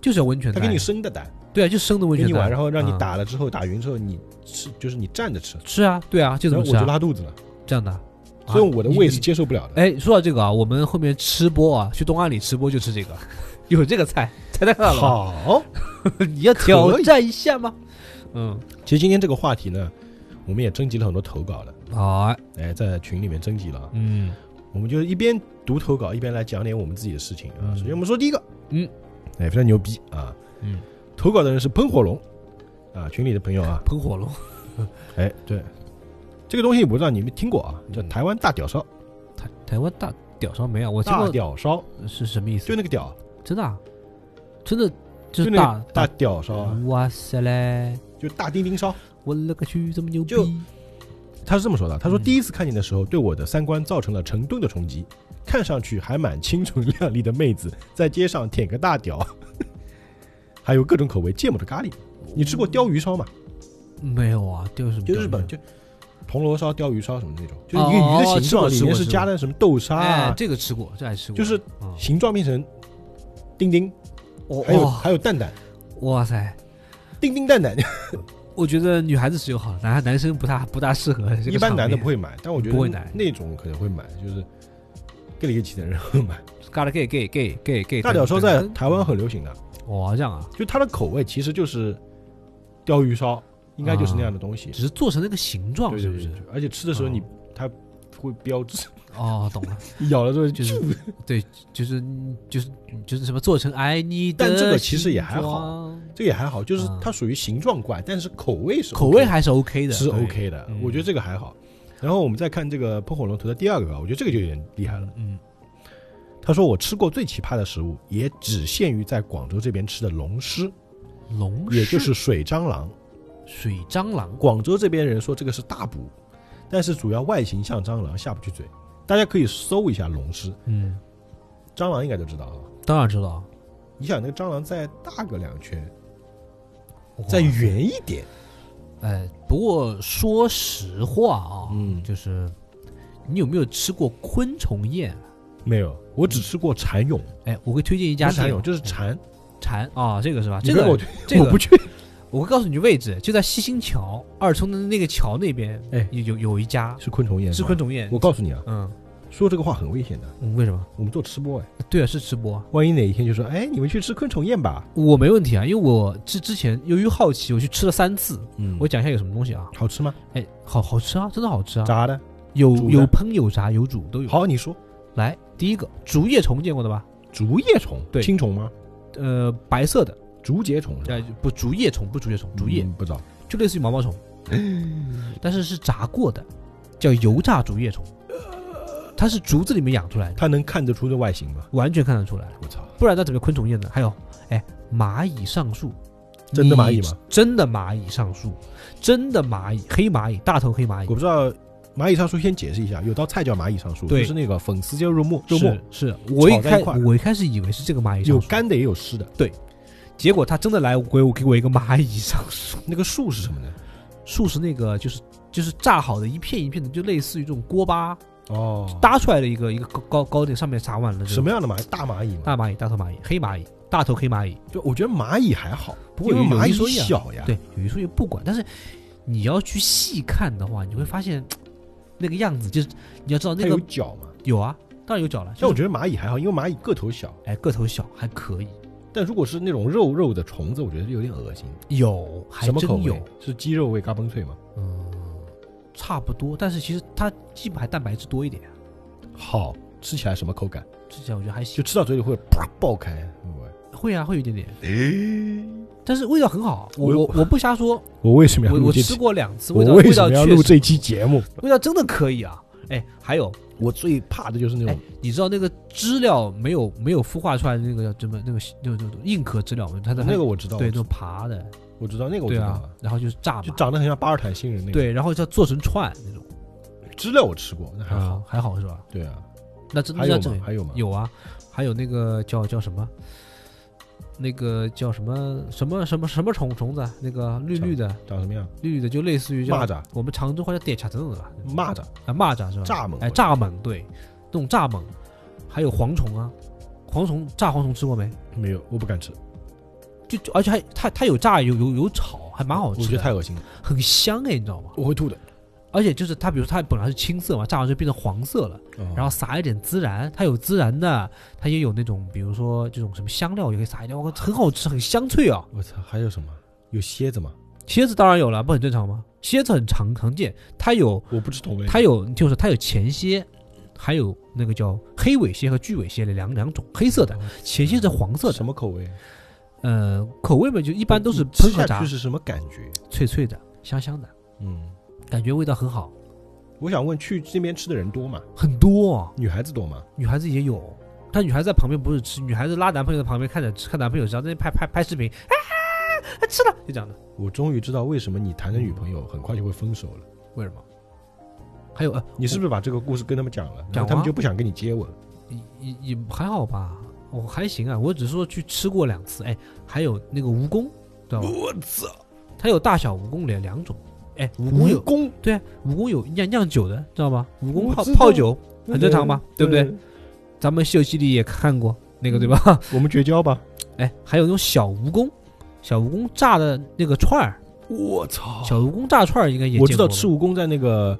Speaker 2: 就是要温泉
Speaker 1: 它
Speaker 2: 蛋，
Speaker 1: 给你生的蛋，
Speaker 2: 对啊，就是生的温
Speaker 1: 给
Speaker 2: 泉
Speaker 1: 你
Speaker 2: 蛋，
Speaker 1: 碗，然后让你
Speaker 2: 啊
Speaker 1: 打了之后打匀之后你吃，就是你蘸着吃，
Speaker 2: 吃啊，对啊，就这
Speaker 1: 然
Speaker 2: 么
Speaker 1: 后
Speaker 2: 吃
Speaker 1: 我就
Speaker 2: 啊，
Speaker 1: 拉肚子了，
Speaker 2: 这样的啊。
Speaker 1: 所以我的
Speaker 2: 啊
Speaker 1: 胃
Speaker 2: 你
Speaker 1: 是接受不了的。
Speaker 2: 哎，说到这个啊，我们后面吃播啊，去东安里吃播就吃这个， (laughs) 有这个菜，菜太看了吧，
Speaker 1: 好，
Speaker 2: (laughs) 你要挑战一下吗？嗯，
Speaker 1: 其实今天这个话题呢，我们也征集了很多投稿的，
Speaker 2: 好啊，
Speaker 1: 哎，在群里面征集了啊，
Speaker 2: 嗯，
Speaker 1: 我们就一边读投稿，一边来讲点我们自己的事情啊。
Speaker 2: 嗯
Speaker 1: 首先我们说第一个，
Speaker 2: 嗯，
Speaker 1: 哎，非常牛逼啊，
Speaker 2: 嗯，
Speaker 1: 投稿的人是喷火龙啊，群里的朋友啊，
Speaker 2: 喷火龙，
Speaker 1: 哎，对，这个东西我不知道你们听过啊，叫
Speaker 2: 嗯
Speaker 1: 台湾大屌烧，
Speaker 2: 台台湾大屌烧没有？啊我听
Speaker 1: 大
Speaker 2: 过
Speaker 1: 屌烧
Speaker 2: 是什么意思？
Speaker 1: 就那个屌，
Speaker 2: 真的、啊，真的
Speaker 1: 就
Speaker 2: 就
Speaker 1: 是那
Speaker 2: 大嗯
Speaker 1: 个大屌烧啊，
Speaker 2: 哇塞嘞！
Speaker 1: 就大丁丁烧。
Speaker 2: 我勒个去，这么牛逼！
Speaker 1: 就他是这么说的，他说
Speaker 2: 嗯
Speaker 1: 第一次看见的时候，对我的三观造成了成吨的冲击。看上去还蛮清纯靓丽的妹子，在街上舔个大屌， (laughs) 还有各种口味芥末的咖喱。你吃过鲷鱼烧吗？
Speaker 2: 没哦有啊？就是什么
Speaker 1: 就
Speaker 2: 东西
Speaker 1: 日本就铜锣烧、鲷鱼烧什么那种，就
Speaker 2: 哦
Speaker 1: 是一个鱼的形
Speaker 2: 吃过
Speaker 1: 状，里
Speaker 2: 吃过
Speaker 1: 面是
Speaker 2: 吃过
Speaker 1: 加的什么豆沙
Speaker 2: 哎，
Speaker 1: 啊，
Speaker 2: 这个吃过，这还吃过，
Speaker 1: 就是
Speaker 2: 嗯
Speaker 1: 形状变成丁丁，还有
Speaker 2: 哇
Speaker 1: 还有蛋蛋，
Speaker 2: 哇塞！
Speaker 1: 丁丁蛋蛋，
Speaker 2: 我觉得女孩子吃就好，男男生不大不大适合这个场面。
Speaker 1: 一般男的不会买，但我觉
Speaker 2: 不会
Speaker 1: 得
Speaker 2: 买
Speaker 1: 那种可能会买，就是跟里一起的人会买。
Speaker 2: 嘎啦 gay gay gay gay gay。
Speaker 1: 大屌烧在台湾很流行的，
Speaker 2: 嗯哇这样啊，
Speaker 1: 就它的口味其实就是鲷鱼烧，应该就是那样的东西，
Speaker 2: 只是做成那个形状
Speaker 1: 对
Speaker 2: 是不
Speaker 1: 对
Speaker 2: 是
Speaker 1: 对？？而且吃的时候你
Speaker 2: 哦
Speaker 1: 它会标志，
Speaker 2: 哦，懂了，
Speaker 1: (laughs) 咬了之后就
Speaker 2: 就
Speaker 1: 是
Speaker 2: 对，就是就是就是什么做成爱你的
Speaker 1: 但这个其
Speaker 2: 形
Speaker 1: 实也还好
Speaker 2: 状，
Speaker 1: 这个也还好，就是
Speaker 2: 啊
Speaker 1: 它属于形状怪，但是口味是 OK 的
Speaker 2: 口味还是 OK 的，
Speaker 1: 是
Speaker 2: 对
Speaker 1: OK 的
Speaker 2: 嗯，
Speaker 1: 我觉得这个还好。然后我们再看这个喷火龙头的第二个啊，我觉得这个就有点厉害了。
Speaker 2: 嗯，
Speaker 1: 他说我吃过最奇葩的食物，也只限于在广州这边吃的龙虱，
Speaker 2: 龙
Speaker 1: 也就
Speaker 2: 虱
Speaker 1: 是水蟑螂。
Speaker 2: 水蟑螂，
Speaker 1: 广州这边人说这个是大补，但是主要外形像蟑螂，下不去嘴。大家可以搜一下龙虱，
Speaker 2: 嗯，
Speaker 1: 蟑螂应该都知道啊。
Speaker 2: 当然知道，
Speaker 1: 你想那个蟑螂再大个两圈，
Speaker 2: 哇
Speaker 1: 再圆一点，
Speaker 2: 哎，不过说实话啊，
Speaker 1: 嗯
Speaker 2: 就是你有没有吃过昆虫宴？
Speaker 1: 没有，我只吃过蚕蛹，
Speaker 2: 哎，我会推荐一
Speaker 1: 不
Speaker 2: 家
Speaker 1: 是蚕
Speaker 2: 店
Speaker 1: 蛹，就是蚕。
Speaker 2: 蝉啊，这个是吧？
Speaker 1: 你
Speaker 2: 这
Speaker 1: 不要给
Speaker 2: 个
Speaker 1: 我推
Speaker 2: 这个
Speaker 1: 我不去。
Speaker 2: 我会告诉你位置，就在西新桥二冲的那个桥那边，
Speaker 1: 哎
Speaker 2: 有有有一家
Speaker 1: 是昆虫宴，
Speaker 2: 是昆。虫宴
Speaker 1: 我。告诉你啊，
Speaker 2: 嗯，
Speaker 1: 说这个话很危险的。
Speaker 2: 嗯为什么？
Speaker 1: 我们做吃播哎，
Speaker 2: 对啊，是直播啊。
Speaker 1: 万一哪一天就说，哎，你们去吃昆虫宴吧。
Speaker 2: 我没问题啊，因为我之之前由于好奇，我去吃了三次。
Speaker 1: 嗯
Speaker 2: 我讲一下有什么东西啊？
Speaker 1: 好吃吗？
Speaker 2: 哎，好好吃啊，真的好吃啊，
Speaker 1: 炸的。
Speaker 2: 有
Speaker 1: 煮的
Speaker 2: 有烹有炸有煮都有。
Speaker 1: 好，你说
Speaker 2: 来第一个竹叶虫见过的吧？
Speaker 1: 竹叶虫，
Speaker 2: 对
Speaker 1: 青虫吗？
Speaker 2: 呃，白色的，
Speaker 1: 竹节虫是吧
Speaker 2: 呃，不竹叶虫，不竹叶虫，竹叶、
Speaker 1: 嗯不知道。
Speaker 2: 就类似于毛
Speaker 1: (laughs)
Speaker 2: 毛虫，但是是炸过的，叫油炸竹叶虫，它是竹子里面养出来的，
Speaker 1: 它能看得出这外形吗？
Speaker 2: 完全看得出来，
Speaker 1: 我操，
Speaker 2: 不然那怎么有昆虫宴呢？还有，哎，蚂蚁上树，
Speaker 1: 真的蚂蚁
Speaker 2: 你
Speaker 1: 吗？
Speaker 2: 真的蚂蚁上树，真的蚂蚁，黑蚂蚁，大头黑蚂蚁
Speaker 1: 我不知道。蚂蚁上树先解释一下，有道菜叫蚂蚁上树，
Speaker 2: 对
Speaker 1: 就是那个粉丝加肉末，肉
Speaker 2: 是
Speaker 1: 末
Speaker 2: 是我一
Speaker 1: 炒在
Speaker 2: 开
Speaker 1: 一块儿
Speaker 2: 我一开始以为是这个蚂蚁上
Speaker 1: 有
Speaker 2: 树，
Speaker 1: 干的也有湿的。
Speaker 2: 结果他真的来给我给我一个蚂蚁上树，
Speaker 1: 那个树是什么呢？
Speaker 2: 树是那个就是就是炸好的一片一片的，就类似于这种锅巴
Speaker 1: 哦
Speaker 2: 搭出来的一个一个高高高点，上面撒满了这种
Speaker 1: 什么样的蚂蚁？大蚂蚁吗？
Speaker 2: 大蚂蚁、大头蚂蚁、黑蚂蚁、大头黑蚂蚁。
Speaker 1: 就我觉得蚂蚁还好，
Speaker 2: 不过
Speaker 1: 因为
Speaker 2: 有有
Speaker 1: 蚂
Speaker 2: 一
Speaker 1: 蚁
Speaker 2: 说一啊
Speaker 1: 小呀。
Speaker 2: 对，有一说一不管，但是你要去细看的话，你会发现那个样子，就是你要知道
Speaker 1: 它
Speaker 2: 那
Speaker 1: 有
Speaker 2: 个
Speaker 1: 脚嘛。
Speaker 2: 有啊，当然有脚了。
Speaker 1: 但
Speaker 2: 就
Speaker 1: 我
Speaker 2: 是
Speaker 1: 觉得蚂蚁还好，因为蚂蚁个头小，
Speaker 2: 哎，个头小还可以，
Speaker 1: 但如果是那种肉肉的虫子，我觉得有点恶心。
Speaker 2: 有还
Speaker 1: 什么口
Speaker 2: 真
Speaker 1: 味
Speaker 2: 有，？
Speaker 1: 是鸡肉味嘎嘣脆吗？
Speaker 2: 嗯，差不多。但是其实它基本还蛋白质多一点，
Speaker 1: 好，吃起来什么口感？
Speaker 2: 吃起来我觉得还
Speaker 1: 就
Speaker 2: 行，
Speaker 1: 吃到嘴里会啪爆开，嗯会不会？
Speaker 2: 会啊，会有一点点，
Speaker 1: 诶，
Speaker 2: 但是味道很好。啊
Speaker 1: 我
Speaker 2: 我我我不瞎说，
Speaker 1: 我为什么要
Speaker 2: 我
Speaker 1: 录
Speaker 2: 我
Speaker 1: 这
Speaker 2: 吃
Speaker 1: 期？
Speaker 2: 过两次，
Speaker 1: 我
Speaker 2: 味道
Speaker 1: 为
Speaker 2: 味
Speaker 1: 什
Speaker 2: 道
Speaker 1: 么要
Speaker 2: 确
Speaker 1: 录
Speaker 2: 实
Speaker 1: 这期节目？
Speaker 2: 味道真的可以啊。哎，还有
Speaker 1: 我最怕的就是那种
Speaker 2: 哎，你知道那个知了没有没有孵化出来的那个叫什么那个那个那个硬壳知了吗？它的
Speaker 1: 那个我知道，
Speaker 2: 哎对
Speaker 1: 我
Speaker 2: 那
Speaker 1: 知
Speaker 2: 种爬的，
Speaker 1: 我知道那个我
Speaker 2: 对
Speaker 1: 知道
Speaker 2: 啊
Speaker 1: 啊，，
Speaker 2: 然后就是炸
Speaker 1: 就
Speaker 2: 嘛，
Speaker 1: 长得很像巴尔坦星人那个。
Speaker 2: 对，然后叫做成串那种，
Speaker 1: 知了我吃过，那还好。
Speaker 2: 啊，还好是吧？
Speaker 1: 对啊，
Speaker 2: 那真
Speaker 1: 还
Speaker 2: 的要
Speaker 1: 有
Speaker 2: 整
Speaker 1: 吗？还有吗？
Speaker 2: 有啊，还有那个叫叫什么，那个叫什么什么什么什么虫虫子啊，那个绿绿的
Speaker 1: 长什么样？
Speaker 2: 绿绿的，就类似于叫
Speaker 1: 蚂蚱，
Speaker 2: 我们常州话叫点卡子吧？
Speaker 1: 蚂蚱，
Speaker 2: 啊蚂蚱是吧？
Speaker 1: 蚱蜢
Speaker 2: 哎蚱蜢对，那种蚱蜢，还有蝗虫啊，蝗虫炸蝗虫吃过没？
Speaker 1: 没有，我不敢吃，
Speaker 2: 就就而且还它它有炸有有有炒，还蛮好
Speaker 1: 我觉
Speaker 2: 吃
Speaker 1: 得
Speaker 2: 的，
Speaker 1: 太恶心了，
Speaker 2: 很香哎，你知道吗？
Speaker 1: 我会吐的。
Speaker 2: 而且就是它，比如它本来是青色嘛，炸完之后变成黄色了，
Speaker 1: 然
Speaker 2: 然后撒一点孜然，它有孜然的，它也有那种比如说这种什么香料也可以撒一点，我靠，很好吃，很香脆啊。
Speaker 1: 我操，还有什么？有蝎子吗？
Speaker 2: 蝎子当然有了，不很正常吗？蝎子很常常见，它有
Speaker 1: 我不吃同类，
Speaker 2: 它有就是它有前蝎，还有那个叫黑尾蝎和巨尾蝎的两两种黑色的，前蝎是黄色
Speaker 1: 哦什
Speaker 2: 的，
Speaker 1: 么口味？
Speaker 2: 呃，口味嘛就一
Speaker 1: 一
Speaker 2: 般都是
Speaker 1: 吃
Speaker 2: 烹和
Speaker 1: 下
Speaker 2: 炸
Speaker 1: 去，是什么感觉？
Speaker 2: 脆脆的，香香的，
Speaker 1: 嗯，
Speaker 2: 感觉味道很好，
Speaker 1: 我想问，去这边吃的人多吗？
Speaker 2: 很多、哦。
Speaker 1: 女孩子多吗？
Speaker 2: 女孩子也有，但女孩子在旁边不是吃，女孩子拉男朋友在旁边看着吃，看男朋友然后在那边拍拍拍视频，啊，吃了就这样的。
Speaker 1: 我终于知道为什么你谈的女朋友很快就会分手了。
Speaker 2: 为什么？还有呃，
Speaker 1: 你是不是把这个故事跟他们讲了？然
Speaker 2: 讲
Speaker 1: 后
Speaker 2: 啊
Speaker 1: 他们就不想跟你接吻。
Speaker 2: 也也也还好吧，我、还行啊，我只是说去吃过两次，哎，还有那个蜈蚣，知道吧？
Speaker 1: 我操！
Speaker 2: 它有大小蜈蚣两两种，哎，蜈蚣
Speaker 1: 蜈
Speaker 2: 有
Speaker 1: 蚣
Speaker 2: 对啊，蜈蚣有酿酿酒的，知道吗？蜈蚣
Speaker 1: 我
Speaker 2: 泡
Speaker 1: 知道
Speaker 2: 泡酒很正常嘛，对不对？？咱们《西游记》里也看过那个，对吧？
Speaker 1: 我们绝交吧！
Speaker 2: (laughs) 哎，还有那种小蜈蚣，小蜈蚣炸的那个串儿，
Speaker 1: 我操
Speaker 2: 小蜈蚣炸串儿应该也
Speaker 1: 哦我
Speaker 2: 见
Speaker 1: 知道
Speaker 2: 过吧
Speaker 1: 吃蜈蚣在那个《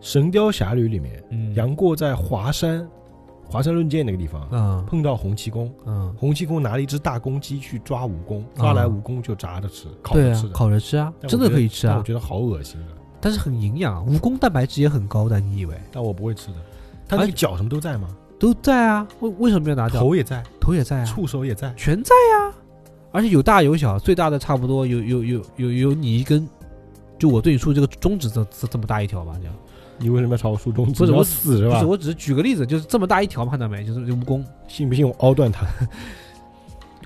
Speaker 1: 神雕侠侣》里面，
Speaker 2: 嗯
Speaker 1: 杨过在华山华山论剑那个地方
Speaker 2: 嗯
Speaker 1: 碰到洪七公，
Speaker 2: 嗯，
Speaker 1: 洪七公拿了一只大公鸡去抓蜈蚣，抓来蜈蚣就炸着吃，烤
Speaker 2: 对
Speaker 1: 着
Speaker 2: 啊
Speaker 1: 吃，的。
Speaker 2: 烤着吃啊，
Speaker 1: 但我
Speaker 2: 真的
Speaker 1: 觉得
Speaker 2: 可以吃
Speaker 1: 但
Speaker 2: 啊
Speaker 1: 我，觉得好恶心的，
Speaker 2: 但是很营养啊，蜈蚣蛋白质也很高的，你以为
Speaker 1: 但我不会吃的。它那个
Speaker 2: 而且
Speaker 1: 脚什么都在吗？
Speaker 2: 都在啊？为为什么要拿掉？
Speaker 1: 头也在，
Speaker 2: 头也在啊，
Speaker 1: 触手也在。
Speaker 2: 全在啊，而且有大有小，最大的差不多有有有有有你一根，就我对你竖这个中指这这这么大一条吧，这样
Speaker 1: 你为什么要朝我竖中指？
Speaker 2: 不是
Speaker 1: 你要
Speaker 2: 我
Speaker 1: 死是
Speaker 2: 不
Speaker 1: 吧
Speaker 2: 是，？我只是举个例子，就是这么大一条嘛，看到没？就是蜈蚣，
Speaker 1: 信不信我凹断它？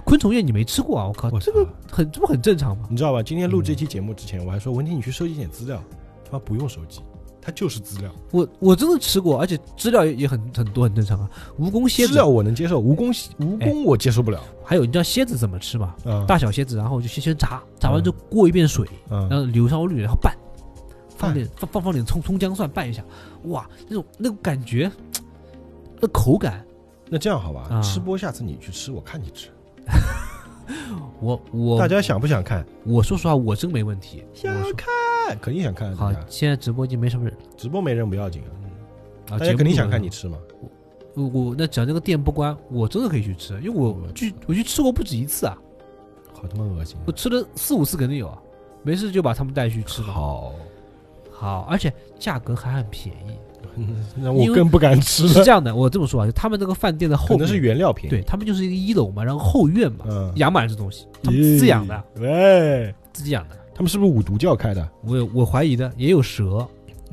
Speaker 2: 昆虫叶你没吃过啊？我靠，
Speaker 1: 我
Speaker 2: 这
Speaker 1: 操
Speaker 2: 个很这不很正常吗？
Speaker 1: (laughs) 你知道吧？今天录
Speaker 2: 嗯
Speaker 1: 这期节目之前，我还说文天你去收集点资料，他妈不用收集，它就是资料。
Speaker 2: 我我真的吃过，而且资料也也很很多，很正常啊。蜈蚣、蝎
Speaker 1: 知
Speaker 2: 子
Speaker 1: 了，我能接受，蜈蚣蜈蚣我接受不了
Speaker 2: 还有你知道蝎子怎么吃吗？
Speaker 1: 啊。
Speaker 2: 哎大小蝎子，然后就先先炸，炸完之后过一遍水，
Speaker 1: 嗯
Speaker 2: 然后流烧绿，然后拌，放
Speaker 1: 拌
Speaker 2: 点放放放点葱葱姜蒜拌一下，哇，那种那种感觉，那口感，
Speaker 1: 那这样好吧，
Speaker 2: 啊
Speaker 1: 吃播下次你去吃，我看你吃。
Speaker 2: 我我
Speaker 1: 大家想不想看？
Speaker 2: 我说实话，我真没问题。我说
Speaker 1: 看，肯定想看。
Speaker 2: 好
Speaker 1: 大家，
Speaker 2: 现在直播间没什么人
Speaker 1: 直播没人不要紧啊，
Speaker 2: 啊，
Speaker 1: 大
Speaker 2: 节
Speaker 1: 家
Speaker 2: 目
Speaker 1: 肯定
Speaker 2: 组
Speaker 1: 想
Speaker 2: 的
Speaker 1: 看你。吃嘛。
Speaker 2: 我我那只要那个店不关，我真的可以去吃，因为我
Speaker 1: 我
Speaker 2: 去我去吃过不止一次啊，
Speaker 1: 好他妈恶心啊！
Speaker 2: 我吃了四五次肯定有啊。没事就把他们带去吃嘛。
Speaker 1: 好，
Speaker 2: 好，而且价格还很便宜。
Speaker 1: (laughs) 那我
Speaker 2: 因为
Speaker 1: 更不敢吃
Speaker 2: 是
Speaker 1: 了。
Speaker 2: 这样的，我这么说啊，就他们那个饭店的
Speaker 1: 可
Speaker 2: 后
Speaker 1: 能
Speaker 2: 面
Speaker 1: 是原料便宜。
Speaker 2: 对，他们就是一个一楼嘛，然后后院嘛，
Speaker 1: 嗯，
Speaker 2: 养满了这东西，他们自养的，
Speaker 1: 咦。喂，
Speaker 2: 自己养的。
Speaker 1: 他们是不是五毒教开的？
Speaker 2: 我有我怀疑的也有蛇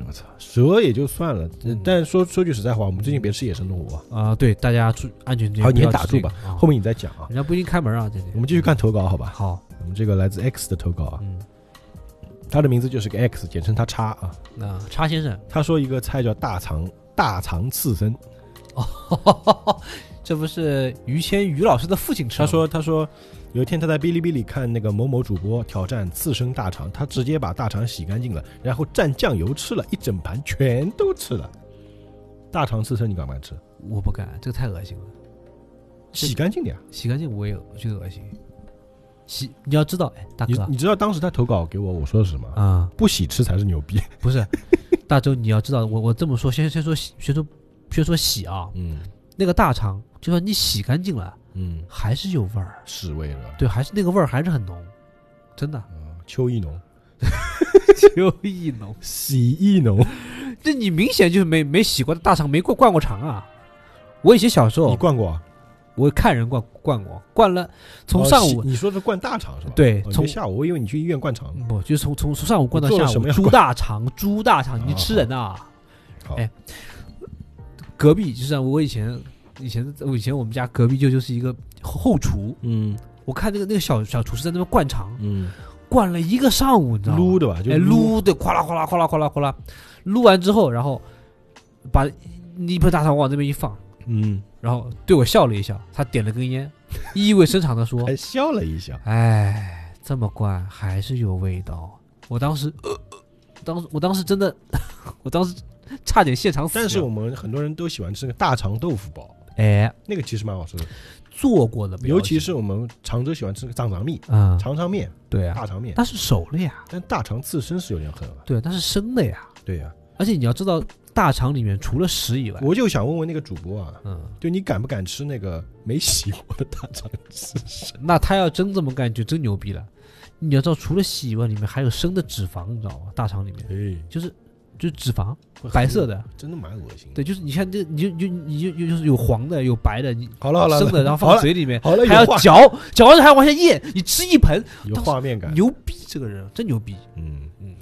Speaker 1: 我操，蛇也就算了
Speaker 2: 嗯，
Speaker 1: 但说说句实在话，我们最近别吃野生动物啊。
Speaker 2: 啊、对，大家注安全这
Speaker 1: 好
Speaker 2: 些不
Speaker 1: 你
Speaker 2: 要
Speaker 1: 先打
Speaker 2: 吃这
Speaker 1: 住
Speaker 2: 个
Speaker 1: 吧
Speaker 2: 啊
Speaker 1: 后面你再讲啊。
Speaker 2: 人家不一定开门啊，这里嗯
Speaker 1: 我们继续看投稿，好吧？
Speaker 2: 好，
Speaker 1: 我们这个来自 X 的投稿啊，
Speaker 2: 嗯，
Speaker 1: 他的名字就是个 X，简称他叉啊。
Speaker 2: 那叉先生， (laughs)
Speaker 1: 他说一个菜叫大肠大肠刺身，
Speaker 2: 这不是于谦于老师的父亲吃
Speaker 1: 他
Speaker 2: 的吗？
Speaker 1: 说他说啊有一天他在哔哩哔哩看那个某某主播挑战刺身大肠，他直接把大肠洗干净了，然后蘸酱油吃了一整盘，全都吃了。大肠刺身你敢不敢吃？
Speaker 2: 我不敢，这个太恶心了，
Speaker 1: 洗干净点。啊
Speaker 2: 洗干净我也我觉得恶心，洗你要知道，哎，大
Speaker 1: 你
Speaker 2: 哥
Speaker 1: 你知道当时他投稿给我，我说的是什么？
Speaker 2: 啊，
Speaker 1: 不洗吃才是牛逼。
Speaker 2: 不是 (laughs) 大周，你要知道，我我这么说，先先说洗，先说先说洗啊，
Speaker 1: 嗯
Speaker 2: 那个大肠，就算你洗干净了，
Speaker 1: 嗯，
Speaker 2: 还是有味儿，
Speaker 1: 屎味是吧？。
Speaker 2: 对，还是那个味儿还是很浓，真的 (laughs)
Speaker 1: 嗯秋意浓，
Speaker 2: 有一浓，
Speaker 1: 洗意浓。
Speaker 2: 这你明显就是没没洗过大肠，没灌灌过肠啊！我以前小时
Speaker 1: 你
Speaker 2: 候，
Speaker 1: 灌过啊？
Speaker 2: 我看人灌灌过，灌了从上午
Speaker 1: 哦、你说是灌大肠是吧？
Speaker 2: 对
Speaker 1: 哦你
Speaker 2: 从嗯
Speaker 1: 说下午，我以为你去医院灌肠。
Speaker 2: 不，就是从从从上午灌到
Speaker 1: 做了
Speaker 2: 下
Speaker 1: 什
Speaker 2: 午
Speaker 1: 么，要
Speaker 2: 猪
Speaker 1: 灌
Speaker 2: 大肠，猪大肠，你吃人啊呐、
Speaker 1: 好
Speaker 2: 哎隔壁就是我以前以前我以前我们家隔壁就就是一个后厨，
Speaker 1: 嗯
Speaker 2: 我看那个那个小小厨师在那边灌肠，
Speaker 1: 嗯，
Speaker 2: 灌了一个上午，你知道吗？
Speaker 1: 撸的吧？就
Speaker 2: 哎撸对，哗啦哗啦哗啦哗啦哗啦，撸完之后，然后把一盆大肠往那边一放，
Speaker 1: 嗯，
Speaker 2: 然后对我笑了一笑，他点了根烟，意味深长的说
Speaker 1: 还哎笑了一下。：“
Speaker 2: 哎，这么灌还是有味道。”我当时，呃呃当时我当时真的， (laughs) 我当时差点现场死掉。
Speaker 1: 但是我们很多人都喜欢吃那个大肠豆腐包，
Speaker 2: 哎，
Speaker 1: 那个其实蛮好吃的，
Speaker 2: 做过的不要
Speaker 1: 尤其
Speaker 2: 紧
Speaker 1: 是我们常州喜欢吃那个肠肠面、
Speaker 2: 嗯，
Speaker 1: 肠肠面、
Speaker 2: 对啊，
Speaker 1: 大肠面，
Speaker 2: 但是熟了呀，
Speaker 1: 但大肠刺身是有点狠了。
Speaker 2: 对，啊但是生的呀，
Speaker 1: 对呀、
Speaker 2: 而且你要知道，大肠里面除了屎以外，
Speaker 1: 啊我就想问问那个主播啊，
Speaker 2: 嗯，
Speaker 1: 就你敢不敢吃那个没洗过的大肠刺身？
Speaker 2: 那他要真这么干就真牛逼了。你要知道，除了血以外，里面还有生的脂肪，你知道吗？大肠里面
Speaker 1: (laughs) 哎，
Speaker 2: 就是就是脂肪，
Speaker 1: 会很
Speaker 2: 白色，的，
Speaker 1: 真的蛮恶心的。
Speaker 2: 对，就是你看这你就你就你就你就是有黄的，有白的，你
Speaker 1: 好了好了，
Speaker 2: 生的，然后
Speaker 1: 好
Speaker 2: 放
Speaker 1: 了
Speaker 2: 嘴里面，
Speaker 1: 好了，
Speaker 2: 还要
Speaker 1: 有画
Speaker 2: 嚼，嚼完之后还要往下咽，你吃一盆，
Speaker 1: 有画面感。
Speaker 2: 牛逼！这个人真牛逼。
Speaker 1: 嗯
Speaker 2: 嗯，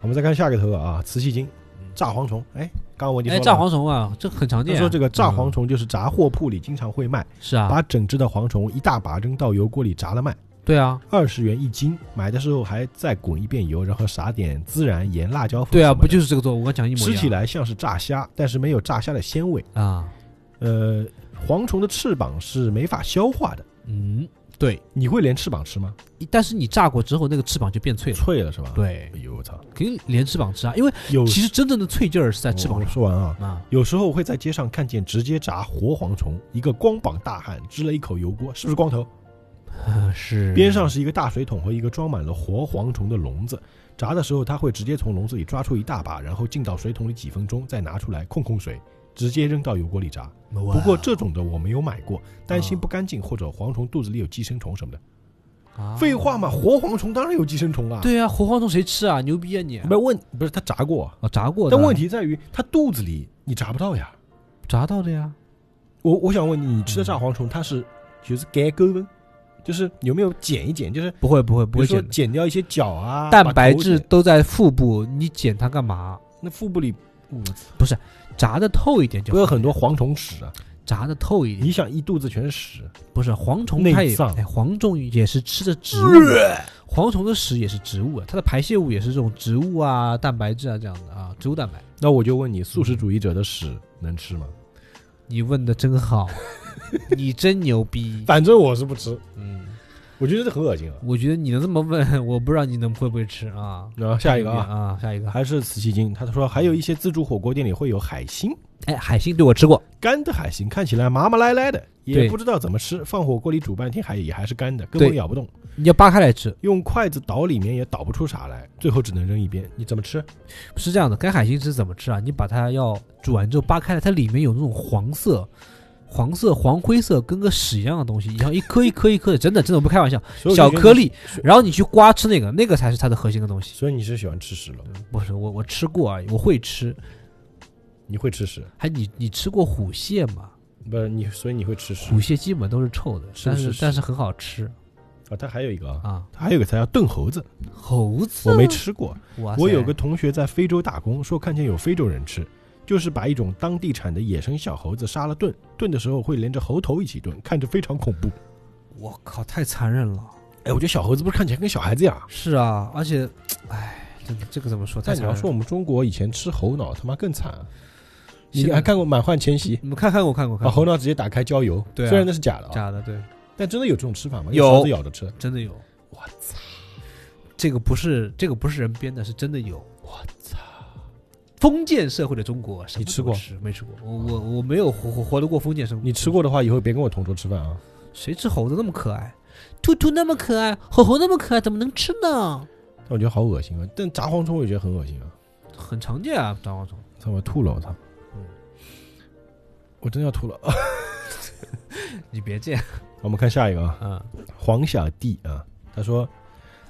Speaker 1: 我们再看下一个头啊，雌细菌、炸蝗虫。哎，刚刚我已经
Speaker 2: 哎，
Speaker 1: 说了
Speaker 2: 炸蝗虫啊，这很常
Speaker 1: 他
Speaker 2: 见啊。
Speaker 1: 说这个炸蝗
Speaker 2: 嗯
Speaker 1: 虫就是炸货铺里经常会卖，
Speaker 2: 是啊，
Speaker 1: 把整只的蝗虫一大把扔到油锅里炸了卖，
Speaker 2: 对啊，
Speaker 1: 二十元一斤，买的时候还再滚一遍油，然后撒点孜然、盐、辣椒粉。
Speaker 2: 对啊，不就是是这个做？我刚讲一模一
Speaker 1: 吃
Speaker 2: 样。
Speaker 1: 起来像是炸虾，但是没有炸虾的鲜味。
Speaker 2: 啊，
Speaker 1: 呃，蝗虫的翅膀是没法消化的，
Speaker 2: 嗯，对。
Speaker 1: 你会连翅膀吃吗？
Speaker 2: 但是你炸过之后，那个翅膀就变脆了。
Speaker 1: 脆了是吧？，
Speaker 2: 对
Speaker 1: 哎，呦我操！
Speaker 2: 肯定连翅膀吃啊，因为
Speaker 1: 有
Speaker 2: 其实真正的脆劲儿是在翅膀
Speaker 1: 我
Speaker 2: 上
Speaker 1: 说完啊，
Speaker 2: 啊。
Speaker 1: 有时候会在街上看见直接炸活蝗虫，一个光膀大汉支了一口油锅，是不是光头？
Speaker 2: 是
Speaker 1: 边上是一个大水桶和一个装满了活蝗虫的笼子。炸的时候，他会直接从笼子里抓出一大把，然后浸到水桶里几分钟，再拿出来控控水，直接扔到油锅里炸。
Speaker 2: 不
Speaker 1: 不过这种的我没有买过，担心不干净或者蝗虫肚子里有寄生虫什么的。废话嘛，活蝗虫当然有寄生虫啦。，
Speaker 2: 啊对啊，活蝗虫谁吃啊？牛逼啊你！
Speaker 1: 不是问，不是他炸过，
Speaker 2: 啊，炸过的。
Speaker 1: 但问题在于他肚子里你炸不到呀。
Speaker 2: 炸到的呀，
Speaker 1: 我我想问你，你吃的炸蝗虫它是就是该沟温，就是有没有剪一剪？就是
Speaker 2: 不会不会
Speaker 1: 比
Speaker 2: 不
Speaker 1: 如
Speaker 2: 会
Speaker 1: 说
Speaker 2: 剪的。
Speaker 1: 剪掉一些角啊，
Speaker 2: 蛋
Speaker 1: 把
Speaker 2: 白
Speaker 1: 头
Speaker 2: 质
Speaker 1: 剪，
Speaker 2: 都在腹部，你剪它干嘛？
Speaker 1: 那腹部里，嗯，
Speaker 2: 炸的透一点就
Speaker 1: 不
Speaker 2: 好
Speaker 1: 有很多蝗虫屎啊？
Speaker 2: 炸的透一
Speaker 1: 你
Speaker 2: 点。
Speaker 1: 想一肚子全是屎，
Speaker 2: 不是蝗虫，它
Speaker 1: 内
Speaker 2: 也
Speaker 1: 脏呃
Speaker 2: 哎，蝗虫也是吃的植物的，蝗虫的屎也是植物啊，它的排泄物也是这种植物啊、蛋白质啊这样的啊，植物蛋白。
Speaker 1: 那我就问你，素食主义者的屎能吃吗？
Speaker 2: 你问的真好，
Speaker 1: (laughs)
Speaker 2: 你真牛逼。
Speaker 1: 反正我是不吃，
Speaker 2: 嗯，
Speaker 1: 我觉得这很恶心啊。
Speaker 2: 我觉得你能这么问， (laughs) 我不知道你能会不会吃啊。
Speaker 1: 然后下一个啊，
Speaker 2: 啊，下一个。
Speaker 1: 还是慈溪精，他说还有一些自助火锅店里会有海星，
Speaker 2: 哎，海星对我吃过，
Speaker 1: 干的海星看起来麻麻赖赖的，也
Speaker 2: 对
Speaker 1: 不知道怎么吃，放火锅里煮半天还也还是干的，根本
Speaker 2: 对
Speaker 1: 咬不动。
Speaker 2: 你要扒开来吃。
Speaker 1: 用筷子倒里面也倒不出啥来，最后只能扔一边。你怎么吃？
Speaker 2: 是这样的，干海星是怎么吃啊？你把它要煮完之后扒开来，它里面有那种黄色、黄色、黄灰色，跟个屎一样的东西，然后一颗一颗一颗的，真的真的我不开玩笑，
Speaker 1: 所以我
Speaker 2: 小
Speaker 1: 就觉得
Speaker 2: 颗粒
Speaker 1: 是。
Speaker 2: 然后你去刮吃那个，那个才是它的核心的东
Speaker 1: 你。
Speaker 2: 西。
Speaker 1: 所以你是喜欢吃屎了？
Speaker 2: 不是我，我吃过啊而已，我会吃。
Speaker 1: 你会吃屎？
Speaker 2: 还你你吃过虎蟹吗？
Speaker 1: 不是你，所以你会吃屎
Speaker 2: 虎蟹基本嗯都是臭的，
Speaker 1: 是
Speaker 2: 但
Speaker 1: 是是
Speaker 2: 但是很好吃
Speaker 1: 啊？它还有一个啊，
Speaker 2: 啊。
Speaker 1: 它还有一个菜叫炖猴子，
Speaker 2: 猴子，
Speaker 1: 我没吃过。
Speaker 2: 哇塞
Speaker 1: 我有个同学在非洲打工，说看见有非洲人吃，就是把一种当地产的野生小猴子杀了炖，炖的时候会连着猴头一起炖，看着非常恐怖。
Speaker 2: 我靠，太残忍了。
Speaker 1: 哎，我觉得小猴子不是看起来跟小孩子一样？
Speaker 2: 是啊，而且，哎，这个这个怎么说？太
Speaker 1: 但你
Speaker 2: 残忍
Speaker 1: 要
Speaker 2: 了。
Speaker 1: 说我们中国以前吃猴脑，他妈更惨啊。
Speaker 2: 是
Speaker 1: 你
Speaker 2: 的
Speaker 1: 还看过《满汉全席》？
Speaker 2: 你们看看过看过看
Speaker 1: 把
Speaker 2: 过
Speaker 1: 猴脑直接打开浇油，
Speaker 2: 对啊
Speaker 1: 虽然那是假的啊，
Speaker 2: 假的，对，
Speaker 1: 但真的有这种吃法吗？
Speaker 2: 有
Speaker 1: 用勺子咬着吃？
Speaker 2: 真的有。
Speaker 1: 我操！
Speaker 2: 这个不是这个不是人编的，是真的有。我操！封建社会的中国，什么
Speaker 1: 你
Speaker 2: 都
Speaker 1: 吃过
Speaker 2: 吃没吃过？我我我没有活活活得过封建生活。
Speaker 1: 你吃？过的话，以后别跟我同桌吃饭啊！
Speaker 2: 谁吃猴子那么可爱？兔兔那么可爱，猴猴那么可爱，怎么能吃呢？
Speaker 1: 但我觉得好恶心啊！但炸蝗虫我也觉得很恶心啊！
Speaker 2: 很常见啊，张王总。
Speaker 1: 操，我吐了！我操
Speaker 2: 嗯！
Speaker 1: 我真的要吐了！
Speaker 2: 你别这样
Speaker 1: (laughs) 我们看下一个啊，
Speaker 2: 啊！
Speaker 1: 黄小弟啊，他说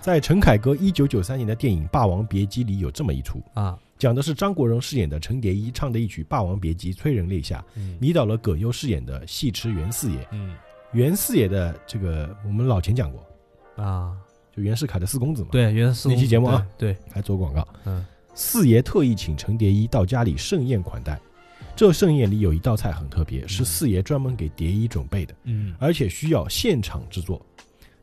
Speaker 1: 在陈凯歌一九九三年的电影《霸王别姬》里有这么一出，
Speaker 2: 啊，
Speaker 1: 讲的是张国荣饰演的陈蝶衣唱的一曲《霸王别姬》催人泪下，
Speaker 2: 嗯
Speaker 1: 迷倒了葛优饰演的戏痴袁四爷。
Speaker 2: 嗯
Speaker 1: 袁四爷的这个我们老前讲过，
Speaker 2: 啊，
Speaker 1: 就袁世凯的四公子嘛，
Speaker 2: 对，原四
Speaker 1: 那期节目啊，
Speaker 2: 对，对
Speaker 1: 还做广告。
Speaker 2: 嗯
Speaker 1: 四爷特意请陈蝶衣到家里盛宴款待，这盛宴里有一道菜很特别，是四爷专门给蝶衣准备的，
Speaker 2: 嗯
Speaker 1: 而且需要现场制作。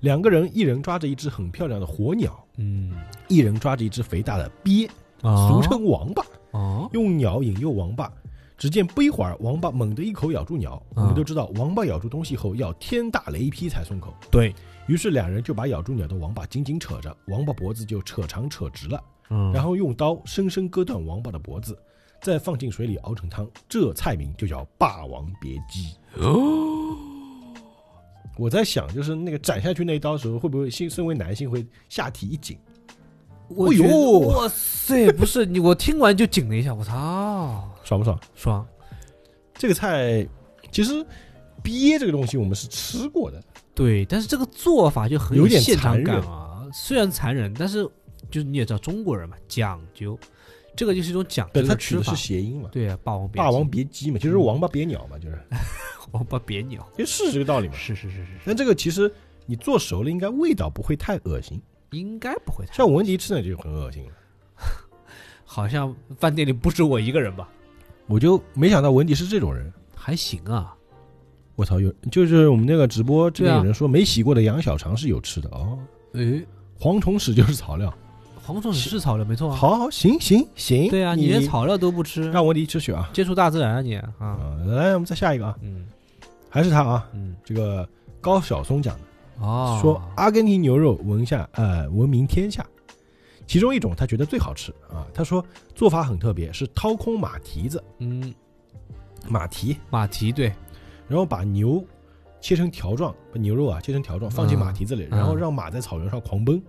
Speaker 1: 两个人，一人抓着一只很漂亮的火鸟，
Speaker 2: 嗯，
Speaker 1: 一人抓着一只肥大的鳖，
Speaker 2: 啊
Speaker 1: 俗称王八。
Speaker 2: 哦，
Speaker 1: 用鸟引诱王八。只见不一会儿，王八猛地一口咬住鸟。我们都知道，王八咬住东西后要天打雷劈才松口。
Speaker 2: 对，
Speaker 1: 于是两人就把咬住鸟的王八紧紧扯着，王八脖子就扯长扯直了，
Speaker 2: 嗯，
Speaker 1: 然后用刀深深割断王八的脖子，再放进水里熬成汤。这菜名就叫《霸王别姬》。我在想，就是那个斩下去那一刀的时候，会不会心身为男性会下体一紧？
Speaker 2: 我
Speaker 1: 哎
Speaker 2: 觉得
Speaker 1: 呦
Speaker 2: 哇塞，不是你，我听完就紧了一下，我操，
Speaker 1: 爽不爽？
Speaker 2: 爽
Speaker 1: 这个菜其实鳖这个东西我们是吃过的，
Speaker 2: 对，但是这个做法就很
Speaker 1: 有点
Speaker 2: 现场
Speaker 1: 残
Speaker 2: 感
Speaker 1: 忍
Speaker 2: 啊，虽然残忍，但是就是你也知道中国人嘛，讲究，这个就是一种讲究
Speaker 1: 对，它
Speaker 2: 的
Speaker 1: 取
Speaker 2: 吃
Speaker 1: 的
Speaker 2: 法
Speaker 1: 是。谐音嘛，
Speaker 2: 对啊，霸王别
Speaker 1: 霸王
Speaker 2: 姬
Speaker 1: 别嗯姬嘛，其实是王八别鸟嘛，就是，
Speaker 2: 王八别鸟，
Speaker 1: 其实是这个道理嘛。
Speaker 2: 是是是是是，
Speaker 1: 但这个其实你做熟了，应该味道不会太恶心。
Speaker 2: 应该不会太
Speaker 1: 像文迪吃呢就很恶心了，
Speaker 2: 好像饭店里不止我一个人吧？
Speaker 1: 我就没想到文迪是这种人。
Speaker 2: 还行啊，
Speaker 1: 我操，有就是我们那个直播这边
Speaker 2: 对啊
Speaker 1: 有人说没洗过的羊小肠是有吃的哦，
Speaker 2: 诶，
Speaker 1: 蝗虫屎就是草料。
Speaker 2: 蝗虫屎是草料，没错啊。
Speaker 1: 好，好，行行行，
Speaker 2: 对啊，你
Speaker 1: 你
Speaker 2: 连草料都不吃，
Speaker 1: 让文迪吃去啊。
Speaker 2: 接触大自然啊你啊，
Speaker 1: 啊，来，我们再下一个啊，
Speaker 2: 嗯
Speaker 1: 还是他啊，
Speaker 2: 嗯，
Speaker 1: 这个高晓松讲的。
Speaker 2: 哦，
Speaker 1: 说阿根廷牛肉闻下呃闻名天下，其中一种他觉得最好吃啊。他说做法很特别，是掏空马蹄子，
Speaker 2: 嗯，
Speaker 1: 马蹄，
Speaker 2: 马蹄对，
Speaker 1: 然后把牛切成条状，把牛肉啊切成条状放进
Speaker 2: 嗯
Speaker 1: 马蹄子里，然后
Speaker 2: 嗯
Speaker 1: 让马在草原上狂奔，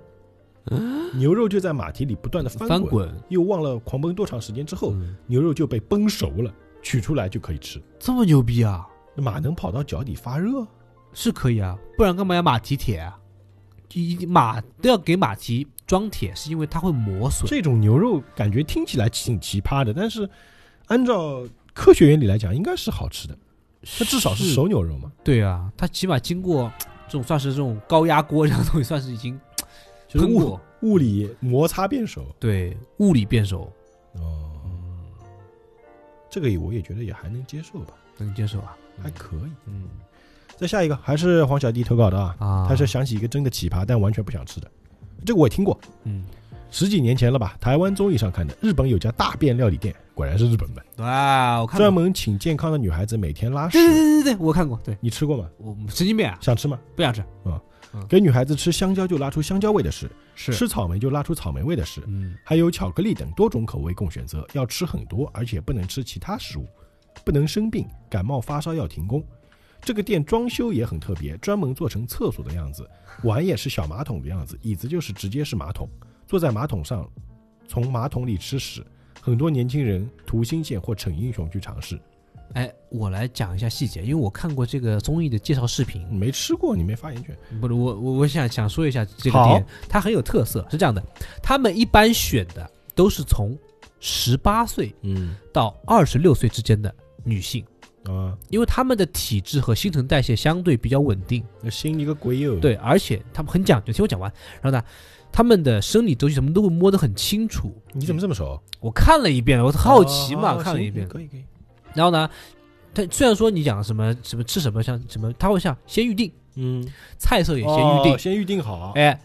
Speaker 1: 牛肉就在马蹄里不断的翻
Speaker 2: 翻
Speaker 1: 滚，
Speaker 2: 滚
Speaker 1: 又忘了狂奔多长时间之后，
Speaker 2: 嗯
Speaker 1: 牛肉就被崩熟了，取出来就可以吃。
Speaker 2: 这么牛逼啊，
Speaker 1: 那马能跑到脚底发热？
Speaker 2: 是可以啊，不然干嘛要马蹄铁啊？一马都要给马蹄装铁，是因为它会磨损。
Speaker 1: 这种牛肉感觉听起来挺奇葩的，但是按照科学原理来讲，应该是好吃的。它至少是熟牛肉嘛，
Speaker 2: 对啊，它起码经过这种算是这种高压锅这样东西，算是已经
Speaker 1: 就是
Speaker 2: 通
Speaker 1: 物
Speaker 2: 过
Speaker 1: 物理摩擦变熟。
Speaker 2: 对物理变熟，
Speaker 1: 哦，这个我也觉得也还能接受吧，
Speaker 2: 能接受啊？
Speaker 1: 还可以。
Speaker 2: 嗯
Speaker 1: 再下一个还是黄小弟投稿的啊，
Speaker 2: 啊，
Speaker 1: 他说想起一个真的奇葩，但完全不想吃的。这个我也听过，
Speaker 2: 嗯，
Speaker 1: 十几年前了吧，台湾综艺上看的。日本有家大便料理店，果然是日本的，
Speaker 2: 哇，我看
Speaker 1: 专
Speaker 2: 过，
Speaker 1: 门请健康的女孩子每天拉屎
Speaker 2: 对。对对对对，我看过，对
Speaker 1: 你吃过吗？
Speaker 2: 我神经病啊，
Speaker 1: 想吃吗？
Speaker 2: 不想吃，
Speaker 1: 给女孩子吃香蕉就拉出香蕉味的事，
Speaker 2: 是
Speaker 1: 吃草莓就拉出草莓味的事，
Speaker 2: 嗯
Speaker 1: 还有巧克力等多种口味供选择，要吃很多，而且不能吃其他食物，不能生病，感冒发烧要停工。这个店装修也很特别，专门做成厕所的样子，碗也是小马桶的样子，椅子就是直接是马桶，坐在马桶上，从马桶里吃屎。很多年轻人图新鲜或逞英雄去尝试，
Speaker 2: 哎，我来讲一下细节，因为我看过这个综艺的介绍视频，
Speaker 1: 你没吃过你没发言权。
Speaker 2: 不是我我我想想说一下这个
Speaker 1: 好
Speaker 2: 店，它很有特色，是这样的，他们一般选的都是从十八岁
Speaker 1: 嗯
Speaker 2: 到二十六岁之间的女性，
Speaker 1: 啊，
Speaker 2: 因为他们的体质和新陈代谢相对比较稳定，
Speaker 1: 那新一个鬼友。
Speaker 2: 对，而且他们很讲究，听我讲完，然后呢，他们的生理周期什么都会摸得很清楚。
Speaker 1: 你怎么这么熟？
Speaker 2: 我看了一遍，我好奇嘛，
Speaker 1: 哦
Speaker 2: 看了一遍
Speaker 1: 行，可以可以。
Speaker 2: 然后呢，他虽然说你讲什么什么吃什么像什么，他会像先预定，
Speaker 1: 嗯，
Speaker 2: 菜色也先预定，
Speaker 1: 哦先预定好。
Speaker 2: 哎，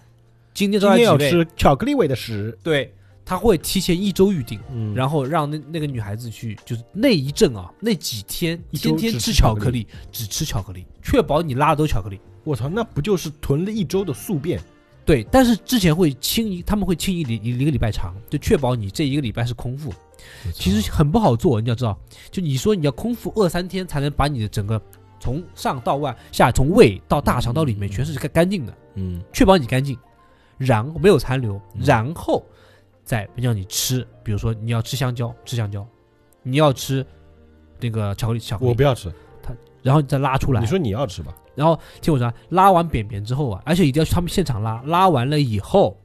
Speaker 2: 今天
Speaker 1: 今
Speaker 2: 招待
Speaker 1: 天要
Speaker 2: 几位，
Speaker 1: 吃巧克力味的屎。
Speaker 2: 对，他会提前一周预定，
Speaker 1: 嗯
Speaker 2: 然后让那那个女孩子去，就是那一阵啊，那几天
Speaker 1: 一周
Speaker 2: 天天
Speaker 1: 只吃
Speaker 2: 吃
Speaker 1: 巧
Speaker 2: 巧
Speaker 1: 克
Speaker 2: 克力，只吃巧克力，确保你拉的都是巧克力。
Speaker 1: 我操，那不就是囤了一周的宿便？
Speaker 2: 对，但是之前会清一，他们会清一礼一一个礼拜长，就确保你这一个礼拜是空腹。其实很不好做，你要知道，就你说你要空腹饿三天才能把你的整个从上到外下，从胃到大肠到里面全是干干净的，
Speaker 1: 嗯，
Speaker 2: 确保你干净，然后没有残留，
Speaker 1: 嗯
Speaker 2: 然后再让你吃，比如说你要吃香蕉，吃香蕉，你要吃那个巧克力，巧克
Speaker 1: 我
Speaker 2: 力
Speaker 1: 不，要吃，
Speaker 2: 然后你再拉出来
Speaker 1: 你。说你要吃吧，
Speaker 2: 然后听我说啊，拉完便便之后啊，而且一定要去他们现场拉，拉完了以后，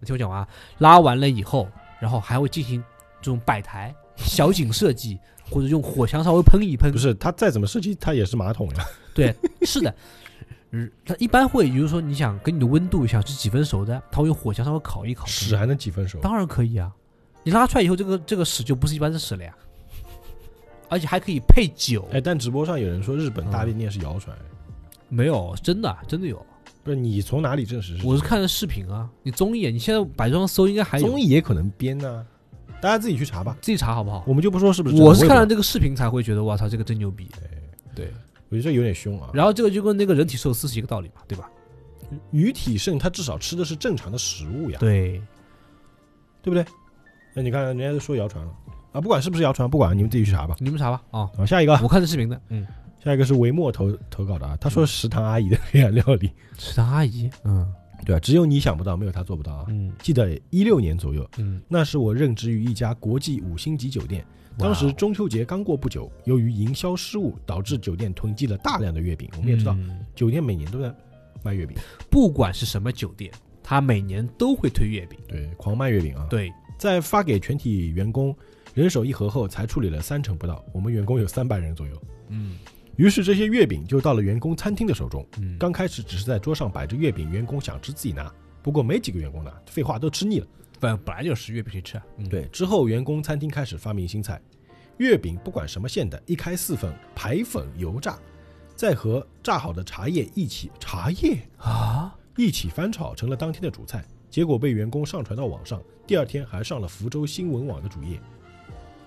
Speaker 2: 你听我讲完啊，拉完了以后，然后还会进行这种摆台、小景设计，或者用火枪稍微喷一
Speaker 1: (laughs)
Speaker 2: 喷
Speaker 1: 不。是他再怎么设计，他也是马桶
Speaker 2: (laughs)
Speaker 1: 呀。
Speaker 2: 对，是的。嗯，它一般会，比如说你想跟你的温度想是几分熟的，它会用火枪稍微烤一烤。
Speaker 1: 屎还能几分熟？
Speaker 2: 当然可以啊，你拉出来以后，这个这个屎就不是一般的屎了呀，而且还可以配酒。
Speaker 1: 哎，但直播上有人说日
Speaker 2: 嗯
Speaker 1: 本大便店是谣传，
Speaker 2: 没有，真的真的有，
Speaker 1: 不是你从哪里证实？
Speaker 2: 我是看的视频啊。你综艺，你现在百度上搜应该还有，
Speaker 1: 综艺也可能编呢、大家自己去查吧，
Speaker 2: 自己查好不好？
Speaker 1: 我们就不说是不是真的。
Speaker 2: 啊我是看
Speaker 1: 也
Speaker 2: 了
Speaker 1: 不
Speaker 2: 这个视频才会觉得，我操，这个真牛逼。对，
Speaker 1: 我觉得这有点凶啊。
Speaker 2: 然后这个就跟那个人体寿司是一个道理嘛，对吧？
Speaker 1: 鱼体盛，它至少吃的是正常的食物呀，
Speaker 2: 对，
Speaker 1: 对不对？那你看人家都说谣传了啊，不管是不是谣传，不管你们自己去查吧。
Speaker 2: 你们查吧啊，
Speaker 1: 好，下一个啊，
Speaker 2: 我看的视频的，嗯，
Speaker 1: 下一个是维莫投投稿的啊，他说食堂阿姨的黑暗料理， (laughs)
Speaker 2: 食堂阿姨，嗯
Speaker 1: 对啊，只有你想不到，没有他做不到啊。
Speaker 2: 嗯
Speaker 1: 记得一六年左右，
Speaker 2: 嗯，
Speaker 1: 那是我任职于一家国际五星级酒店，当
Speaker 2: 哦
Speaker 1: 时中秋节刚过不久，由于营销失误，导致酒店囤积了大量的月饼。我
Speaker 2: 我
Speaker 1: 们也知道，
Speaker 2: 嗯
Speaker 1: 酒店每年都在卖月饼，
Speaker 2: 不管是什么酒店，它每年都会推月饼。
Speaker 1: 对，狂卖月饼啊。，
Speaker 2: 对，
Speaker 1: 在发给全体员工人手一盒后，才处理了三成不到。我们员工有三百人左右，
Speaker 2: 嗯
Speaker 1: 于是这些月饼就到了员工餐厅的手中。
Speaker 2: 嗯，
Speaker 1: 刚开始只是在桌上摆着月饼，员工想吃自己拿，不过没几个员工拿，废话都吃腻了。
Speaker 2: 本本来就是月饼谁吃啊？嗯，
Speaker 1: 对，之后员工餐厅开始发明新菜，月饼不管什么馅的，一开四分，排粉油炸，再和炸好的茶叶一起茶叶
Speaker 2: 啊，
Speaker 1: 一起翻炒，成了当天的主菜。结果被员工上传到网上，第二天还上了福州新闻网的主页。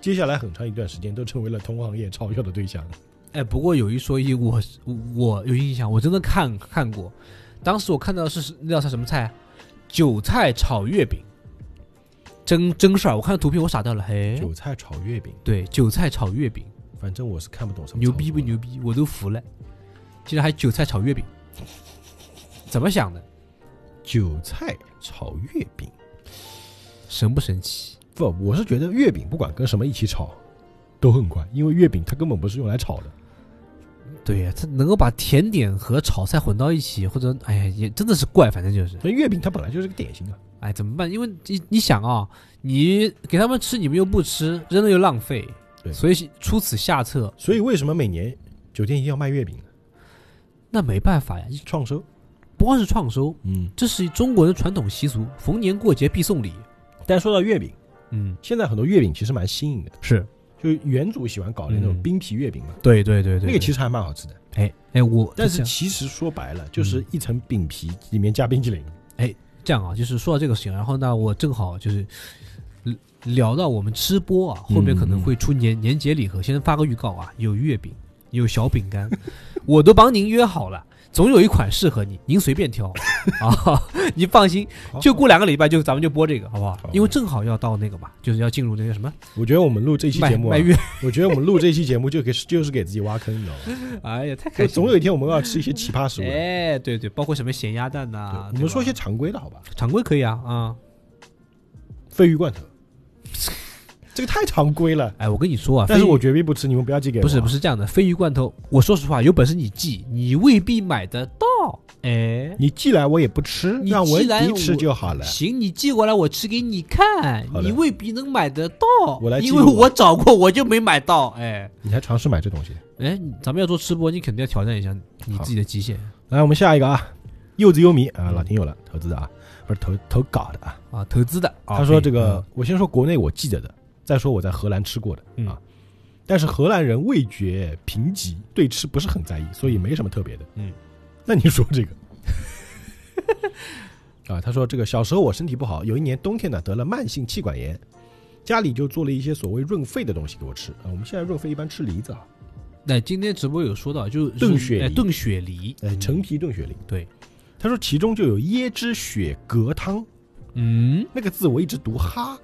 Speaker 1: 接下来很长一段时间都成为了同行业嘲笑的对象。
Speaker 2: 哎，不过有一说一，我我有印象，我真的看看过，当时我看到是那道菜什么菜啊？韭菜炒月饼，真真事儿。我看到图片我傻掉了，嘿，
Speaker 1: 韭菜炒月饼，
Speaker 2: 对，韭菜炒月饼，
Speaker 1: 反正我是看不懂什么
Speaker 2: 牛逼不
Speaker 1: 炒作的？
Speaker 2: 牛逼？我都服了，竟然还韭菜炒月饼，怎么想的？
Speaker 1: 韭菜炒月饼，
Speaker 2: 神不神奇？
Speaker 1: 不，我是觉得月饼不管跟什么一起炒，都很怪，因为月饼它根本不是用来炒的。
Speaker 2: 对呀、它能够把甜点和炒菜混到一起，或者哎呀，也真的是怪，反正就是，
Speaker 1: 那月饼它本来就是个点心啊，
Speaker 2: 哎，怎么办？因为你你想啊、你给他们吃，你们又不吃，扔了又浪费，
Speaker 1: 对
Speaker 2: 所以出此下策，
Speaker 1: 所以为什么每年酒店一定要卖月饼呢？
Speaker 2: 那没办法呀，
Speaker 1: 创收，
Speaker 2: 不光是创收，
Speaker 1: 嗯。
Speaker 2: 这是中国人传统习俗，逢年过节必送礼。
Speaker 1: 但说到月饼，
Speaker 2: 嗯，
Speaker 1: 现在很多月饼其实蛮新颖的，
Speaker 2: 是
Speaker 1: 就是原主喜欢搞的那种
Speaker 2: 嗯
Speaker 1: 冰皮月饼嘛，
Speaker 2: 对对对对，
Speaker 1: 那个其
Speaker 2: 实，
Speaker 1: 实还蛮好吃的。
Speaker 2: 哎哎，我
Speaker 1: 但
Speaker 2: 这
Speaker 1: 是
Speaker 2: 样
Speaker 1: 其实说白了，就是一层饼皮里面加冰淇淋。
Speaker 2: 这样啊，就是说到这个事情，然后呢，我正好就是嗯聊到我们吃播啊，后面可
Speaker 1: 嗯
Speaker 2: 能会出年年节礼盒，先发个预告啊，有月饼，有小饼干，我都帮您约好了。总有一款适合你，您随便挑啊！ (laughs) 您放心，就过两个礼拜就咱们就播这个，好不好
Speaker 1: 好？
Speaker 2: 因为正好要到那个嘛，就是要进入那个什么
Speaker 1: 我觉得我们录这期
Speaker 2: 卖
Speaker 1: 节目、啊
Speaker 2: 卖，月，
Speaker 1: 我觉得我们录这期节目就给就是给自己挖坑，你知道吗？
Speaker 2: 哎呀，太 (laughs) 开
Speaker 1: 就
Speaker 2: 心了！
Speaker 1: 总有一天我们要吃一些奇葩食物的。
Speaker 2: 哎，对对，包括什么咸鸭蛋呐、
Speaker 1: 啊对
Speaker 2: 对
Speaker 1: 我们说一
Speaker 2: 吧
Speaker 1: 些常规的好吧？
Speaker 2: 常规可以啊啊、
Speaker 1: 鲱鱼罐头， (laughs) 这个太常规了。
Speaker 2: 哎，我跟你说啊，
Speaker 1: 但是
Speaker 2: 鲱鱼
Speaker 1: 我绝逼不吃，你们不要寄给我啊。
Speaker 2: 不是不是这样的，鲱鱼罐头，我说实话，有本事你寄，你未必买得到。哎，
Speaker 1: 你寄来我也不吃，
Speaker 2: 你
Speaker 1: 让
Speaker 2: 寄
Speaker 1: 文
Speaker 2: 来
Speaker 1: 迪
Speaker 2: 我
Speaker 1: 吃就好了。
Speaker 2: 哎行，你寄过来我吃给你看
Speaker 1: 好，的
Speaker 2: 你未必能买得到。
Speaker 1: 我来记
Speaker 2: 因
Speaker 1: 录
Speaker 2: 为
Speaker 1: 啊
Speaker 2: 我找过，我就没买到。哎
Speaker 1: 你还尝试买这东西？
Speaker 2: 哎，咱们要做吃播，你肯定要挑战一下你自己的极限
Speaker 1: 来，我们下一个啊，柚子优迷啊，
Speaker 2: 嗯
Speaker 1: 老听友了，投资的啊，不是投投稿的啊。
Speaker 2: 啊！投资的，啊
Speaker 1: 他说
Speaker 2: 可以
Speaker 1: 这个，我先说国内我记得的，再说我在荷兰吃过的
Speaker 2: 嗯
Speaker 1: 啊。但是荷兰人味觉贫瘠，对吃不是很在意，所以没什么特别的。
Speaker 2: 嗯，
Speaker 1: (laughs) 那你说这个？ (laughs) 啊，他说这个小时候我身体不好，有一年冬天呢得了慢性气管炎，家里就做了一些所谓润肺的东西给我吃。啊，我们现在润肺一般吃梨子啊，
Speaker 2: 那今天直播有说到，就是
Speaker 1: 炖雪梨
Speaker 2: 哎炖雪梨，
Speaker 1: 呃，陈皮炖雪梨。
Speaker 2: 对，
Speaker 1: 他说其中就有椰汁雪蛤汤，
Speaker 2: 嗯
Speaker 1: 那个字我一直读哈，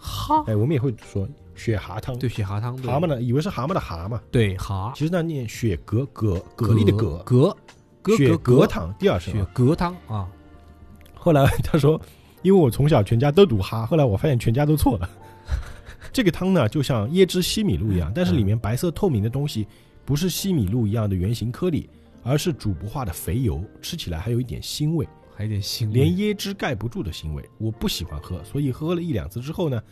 Speaker 2: 哈，
Speaker 1: 哎，我们也会说雪蛤汤。
Speaker 2: 对，，血蛤汤，对
Speaker 1: 蛤蟆呢，以为是蛤蟆的蛤嘛，
Speaker 2: 对蛤，
Speaker 1: 其实呢念雪蛤蛤蛤蜊的蛤，
Speaker 2: 蛤，蛤
Speaker 1: 雪
Speaker 2: 蛤
Speaker 1: 蛤汤第二声
Speaker 2: 血
Speaker 1: 啊。
Speaker 2: 蛤汤啊，
Speaker 1: 后来 (laughs) 他说，因为我从小全家都读哈，后来我发现全家都错 (laughs)
Speaker 2: 嗯
Speaker 1: 了。这个汤呢，就像椰汁西米露一样，但是里面白色透明的东西不是西米露一样的圆形颗粒，而是煮不化的肥油，吃起来还有一点腥味，
Speaker 2: 还有点腥味，
Speaker 1: 连椰汁盖不住的腥味。我不喜欢喝，所以喝了一两次之后呢，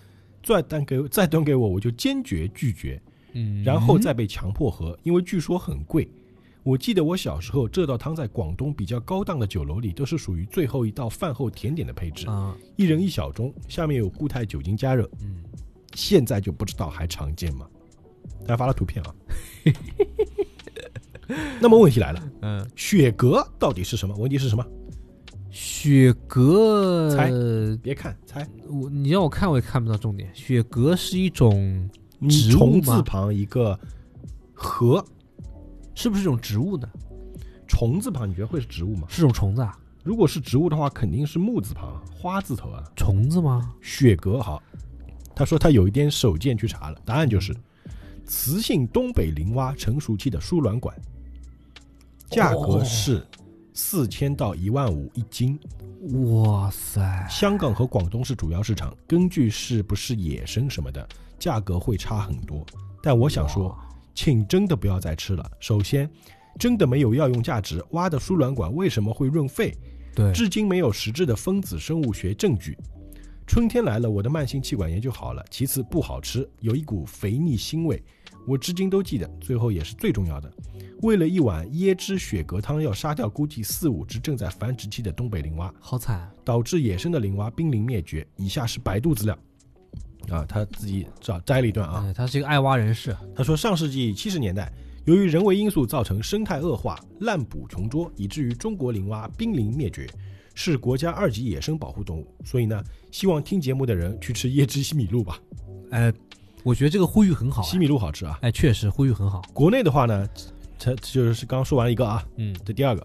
Speaker 1: 再端给再端给我，我就坚决拒绝，
Speaker 2: 嗯，
Speaker 1: 然后再被强迫喝，因为据说很贵。我记得我小时候，这道汤在广东比较高档的酒楼里都是属于最后一道饭后甜点的配置，
Speaker 2: 啊，
Speaker 1: 一人一小盅，下面有固态酒精加热。
Speaker 2: 嗯，
Speaker 1: 现在就不知道还常见吗？大家发了图
Speaker 2: (laughs)
Speaker 1: 片啊。那么问题来了，
Speaker 2: 嗯，
Speaker 1: 雪蛤到底是什么？问题是什么？
Speaker 2: 雪蛤，
Speaker 1: 猜别看，猜。
Speaker 2: 我你让我看我也看不到重点。雪蛤是一种，
Speaker 1: 你
Speaker 2: 植物
Speaker 1: 虫
Speaker 2: 吗
Speaker 1: 字旁一个禾，
Speaker 2: 是不是一种植物呢？
Speaker 1: 虫字旁，你觉得会是植物吗？
Speaker 2: 是种虫子啊？
Speaker 1: 如果是植物的话，肯定是木字旁，花字头啊。
Speaker 2: 虫子吗？
Speaker 1: 雪蛤好，他说他有一点手贱去查了，答案就是雌性东北林蛙成熟期的输卵管，价格
Speaker 2: 哦
Speaker 1: 是四千到一万五一斤。
Speaker 2: 哇塞！
Speaker 1: 香港和广东是主要市场，根据是不是野生什么的，价格会差很多。但我想说，请真的不要再吃了。首先，真的没有药用价值，蛙的输卵管为什么会润肺？
Speaker 2: 对，
Speaker 1: 至今没有实质的分子生物学证据。春天来了，我的慢性气管炎就好了。其次不好吃，有一股肥腻腥味，我至今都记得。最后也是最重要的，为了一碗椰汁雪蛤汤，要杀掉估计四五只正在繁殖期的东北林蛙。
Speaker 2: 好惨。啊
Speaker 1: 导致野生的林蛙濒临灭绝。以下是百度资料，啊，他自己找摘了一段啊。
Speaker 2: 哎，他是一个爱蛙人士，
Speaker 1: 他说，上世纪七十年代，由于人为因素造成生态恶化、滥捕穷捉，以至于中国林蛙濒临灭绝，是国家二级野生保护动物。所以呢，希望听节目的人去吃椰汁西米露吧，
Speaker 2: 哎，我觉得这个呼吁很好、
Speaker 1: 西
Speaker 2: 哎，
Speaker 1: 米露好吃啊。
Speaker 2: 哎，确实呼吁很好。
Speaker 1: 国内的话呢，他就是刚说完一个啊，
Speaker 2: 嗯，
Speaker 1: 这第二个。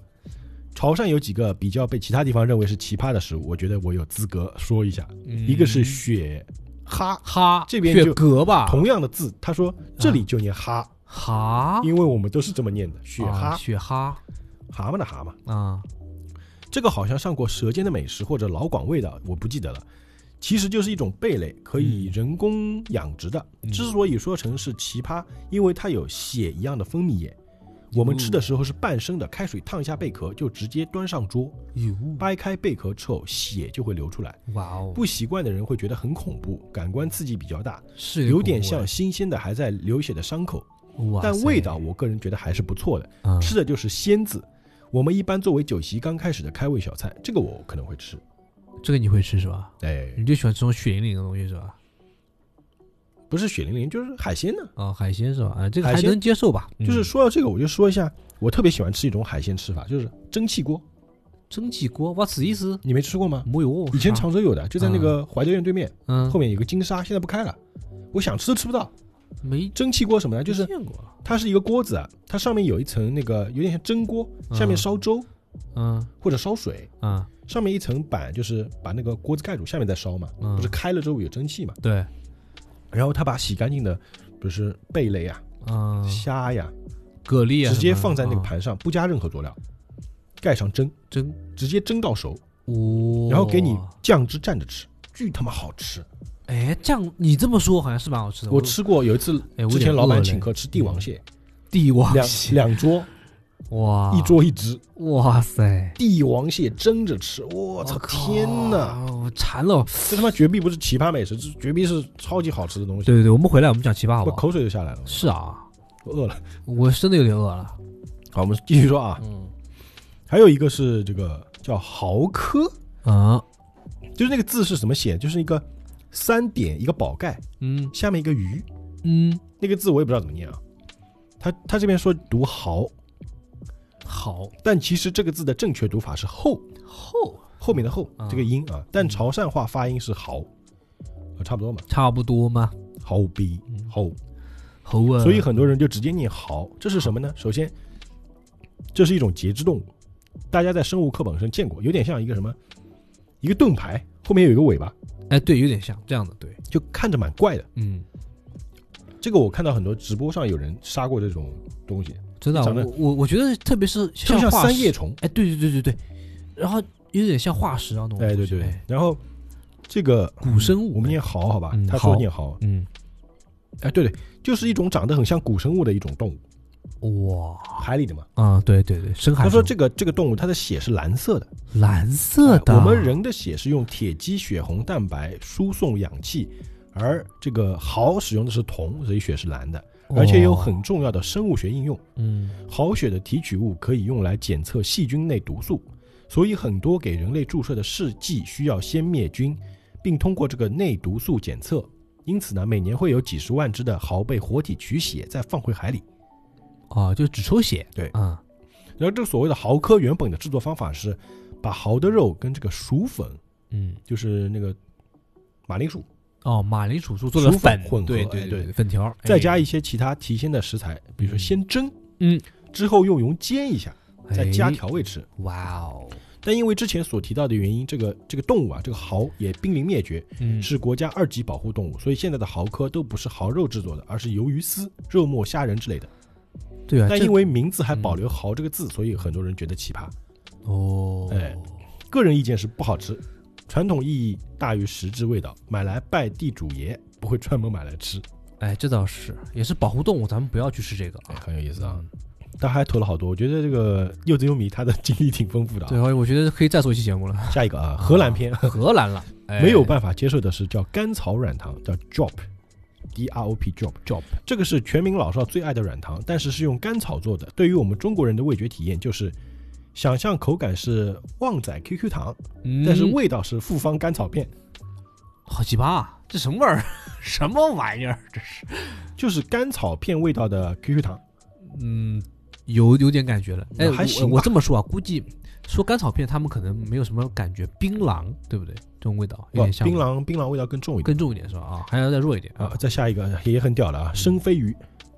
Speaker 1: 潮汕有几个比较被其他地方认为是奇葩的食物，我觉得我有资格说一下。
Speaker 2: 嗯
Speaker 1: 一个是雪蛤，
Speaker 2: 哈，
Speaker 1: 这边就
Speaker 2: 雪蛤吧，
Speaker 1: 同样的字，他说这里就念哈，
Speaker 2: 哈，
Speaker 1: 因为我们都是这么念的，雪
Speaker 2: 啊
Speaker 1: 蛤，
Speaker 2: 雪哈
Speaker 1: 蛤蟆的蛤嘛。
Speaker 2: 啊，
Speaker 1: 这个好像上过《舌尖的美食》或者《老广味道》，我不记得了。其实就是一种贝类，可以人工养殖的。
Speaker 2: 嗯
Speaker 1: 之所以说成是奇葩，因为它有血一样的分泌液。我们吃的时候是半生的，开水烫一下贝壳，就直接端上桌，
Speaker 2: 哟，
Speaker 1: 掰开贝壳之后，血就会流出来。
Speaker 2: 哇哦，
Speaker 1: 不习惯的人会觉得很恐怖，感官刺激比较大，
Speaker 2: 是
Speaker 1: 有点像新鲜的还在流血的伤口。
Speaker 2: 恐怖哎，
Speaker 1: 但味道
Speaker 2: 哇
Speaker 1: 我个人觉得还是不错的，
Speaker 2: 塞，嗯
Speaker 1: 吃的就是鲜字。我们一般作为酒席刚开始的开胃小菜，这个我可能会吃。
Speaker 2: 这个你会吃是吧？
Speaker 1: 哎，
Speaker 2: 你就喜欢这种血淋淋的东西是吧？
Speaker 1: 不是血淋淋，就是海鲜呢。
Speaker 2: 啊，海鲜是吧？啊，这个
Speaker 1: 海
Speaker 2: 还
Speaker 1: 鲜
Speaker 2: 能接受吧？
Speaker 1: 就是
Speaker 2: 嗯
Speaker 1: 说到这个，我就说一下，我特别喜欢吃一种海鲜吃法，就是蒸汽锅。
Speaker 2: 蒸汽锅，what's this？
Speaker 1: 你没吃过吗？
Speaker 2: 没有，
Speaker 1: 以前
Speaker 2: 啥
Speaker 1: 常州有的，就在那个怀德苑对面，
Speaker 2: 嗯
Speaker 1: 后面有个金沙，现在不开了。我想吃都吃不到。
Speaker 2: 没
Speaker 1: 蒸汽锅什么呢？就是
Speaker 2: 见过，
Speaker 1: 它是一个锅子啊，它上面有一层那个有点像蒸锅，下面
Speaker 2: 嗯
Speaker 1: 烧粥
Speaker 2: 嗯
Speaker 1: 或者烧水，
Speaker 2: 啊
Speaker 1: 上面一层板就是把那个锅子盖住，下面再烧嘛。
Speaker 2: 嗯
Speaker 1: 不是，开了之后有蒸汽嘛？
Speaker 2: 对，
Speaker 1: 然后他把洗干净的，就是贝类啊、
Speaker 2: 嗯，
Speaker 1: 虾呀，
Speaker 2: 蛤蜊啊
Speaker 1: 直接
Speaker 2: 什么的
Speaker 1: 放在那个
Speaker 2: 啊
Speaker 1: 盘上，不加任何佐料，盖上蒸，
Speaker 2: 蒸，
Speaker 1: 直接蒸到熟，
Speaker 2: 哦，
Speaker 1: 然后给你酱汁蘸着吃，巨他妈好吃！
Speaker 2: 哎，这样你这么说好像是蛮好吃的。
Speaker 1: 我吃过有一次
Speaker 2: 哎，我有
Speaker 1: 之
Speaker 2: 点
Speaker 1: 前老
Speaker 2: 饿
Speaker 1: 板
Speaker 2: 了嗯
Speaker 1: 请客吃帝王蟹，
Speaker 2: 帝王
Speaker 1: 两
Speaker 2: 蟹，
Speaker 1: 两桌，
Speaker 2: 哇，
Speaker 1: 一，桌一只
Speaker 2: 哇塞，
Speaker 1: 帝王蟹蒸着吃，我操！
Speaker 2: 靠
Speaker 1: 天哪，，
Speaker 2: 我馋了。
Speaker 1: 这他妈绝壁不是奇葩美食，这绝壁是超级好吃的东西，
Speaker 2: 对对对，啊我们回来我们讲奇葩好
Speaker 1: 我
Speaker 2: 不好？
Speaker 1: 口水就下来了，
Speaker 2: 是啊，
Speaker 1: 我饿了。
Speaker 2: 我真的有点饿了。
Speaker 1: 好，我们继续说啊，
Speaker 2: 嗯
Speaker 1: 还有一个是这个叫蚝科。
Speaker 2: 啊
Speaker 1: 就是那个字是怎么写？就是一个三点一个宝盖，
Speaker 2: 嗯
Speaker 1: 下面一个鱼，
Speaker 2: 嗯，
Speaker 1: 那个字我也不知道怎么念啊。他他这边说读豪，
Speaker 2: 好
Speaker 1: 但其实这个字的正确读法是后
Speaker 2: 厚，
Speaker 1: 后面的后
Speaker 2: 啊
Speaker 1: 这个音啊，但潮汕话发音是豪，啊差不多嘛，
Speaker 2: 差不多吗？
Speaker 1: 豪逼
Speaker 2: 嗯
Speaker 1: 豪，
Speaker 2: 猴啊，
Speaker 1: 所以很多人就直接念豪，这是什么呢？首先，这是一种节肢动物，大家在生物课本上见过，有点像一个什么，一个盾牌后面有一个尾巴，
Speaker 2: 哎，对，有点像这样的，对，
Speaker 1: 就看着蛮怪的。
Speaker 2: 嗯，
Speaker 1: 这个我看到很多直播上有人杀过这种东西，
Speaker 2: 真的啊，
Speaker 1: 长得
Speaker 2: 我我我觉得特别是
Speaker 1: 就像
Speaker 2: 化
Speaker 1: 三
Speaker 2: 石
Speaker 1: 叶虫。
Speaker 2: 哎，对对对对对，然后有点像化石啊，那种
Speaker 1: 哎，对
Speaker 2: 东西
Speaker 1: 对对。，然后这个
Speaker 2: 古生物，
Speaker 1: 我们念蚝，好吧
Speaker 2: 嗯？
Speaker 1: 他说
Speaker 2: 蚝
Speaker 1: 念蚝。
Speaker 2: 嗯，
Speaker 1: 哎，对对，就是一种长得很像古生物的一种动物，
Speaker 2: 哇，
Speaker 1: 海里的嘛。
Speaker 2: 啊，对对对，深海
Speaker 1: 他
Speaker 2: 中。
Speaker 1: 说这个这个动物它的血是蓝色的，
Speaker 2: 蓝色的，
Speaker 1: 哎我们人的血是用铁基血红蛋白输送氧气，而这个蚝使用的是铜，所以血是蓝的，而且有
Speaker 2: 哦
Speaker 1: 很重要的生物学应用。
Speaker 2: 嗯
Speaker 1: 蚝血的提取物可以用来检测细菌内毒素，所以很多给人类注射的试剂需要先灭菌，并通过这个内毒素检测。因此呢，每年会有几十万只的蚝被活体取血，再放回海里。
Speaker 2: 哦，就只抽血，
Speaker 1: 对
Speaker 2: 啊，
Speaker 1: 然后这个所谓的蚝科原本的制作方法是，把蚝的肉跟这个薯粉，
Speaker 2: 嗯，
Speaker 1: 就是那个马铃薯，
Speaker 2: 哦，马铃薯素做的
Speaker 1: 薯粉
Speaker 2: 粉
Speaker 1: 混合
Speaker 2: 对
Speaker 1: 哎
Speaker 2: 对
Speaker 1: 对
Speaker 2: 粉条儿，
Speaker 1: 再加
Speaker 2: 哎
Speaker 1: 一些其他提鲜的食材，比如说
Speaker 2: 嗯
Speaker 1: 先蒸，
Speaker 2: 嗯，
Speaker 1: 之后用油煎一下，再加
Speaker 2: 哎
Speaker 1: 调味吃。
Speaker 2: 哇哦，
Speaker 1: 但因为之前所提到的原因，这个这个动物啊，这个蚝也濒临灭绝，
Speaker 2: 嗯
Speaker 1: 是国家二级保护动物，所以现在的蚝科都不是蚝肉制作的，而是鱿鱼丝、肉末、虾仁之类的。
Speaker 2: 对啊，
Speaker 1: 但
Speaker 2: 这
Speaker 1: 因为名字还保留“蚝”这个字，所以很多人觉得奇葩。
Speaker 2: 哦，
Speaker 1: 哎个人意见是不好吃，传统意义大于实质味道，买来拜地主爷，不会专门买来吃，
Speaker 2: 哎，这倒是，也是保护动物，咱们不要去吃这个
Speaker 1: 哎
Speaker 2: 啊。
Speaker 1: 很有意思啊
Speaker 2: 嗯。
Speaker 1: 他还投了好多，我觉得这个柚子优米他的经历挺丰富的
Speaker 2: 对，
Speaker 1: 啊。
Speaker 2: 我我觉得可以再做一期节目了。 (laughs)
Speaker 1: 下一个啊，荷兰篇，
Speaker 2: 荷兰了，哎
Speaker 1: (laughs) 没有办法接受的是叫甘草软糖，叫 drop。D R O P drop
Speaker 2: Drop
Speaker 1: 这个是全民老少最爱的软糖，但是是用甘草做的。对于我们中国人的味觉体验，就是想象口感是旺仔 QQ 糖，
Speaker 2: 嗯
Speaker 1: 但是味道是复方甘草片，
Speaker 2: 好奇葩啊，这什么味儿？ (laughs) 什么玩意儿？这是，
Speaker 1: 就是甘草片味道的 QQ 糖。
Speaker 2: 嗯，有有点感觉了。哎，
Speaker 1: 那还
Speaker 2: 我
Speaker 1: 行吧
Speaker 2: 我这么说啊，估计说甘草片，他们可能没有什么感觉，槟榔对不对？这种味道有
Speaker 1: 不，
Speaker 2: 点像
Speaker 1: 哦槟榔槟榔味道更重一点
Speaker 2: 更重一点是吧？啊，还要再弱一点
Speaker 1: 啊
Speaker 2: 啊。。
Speaker 1: 再下一个也很屌了啊，生飞鱼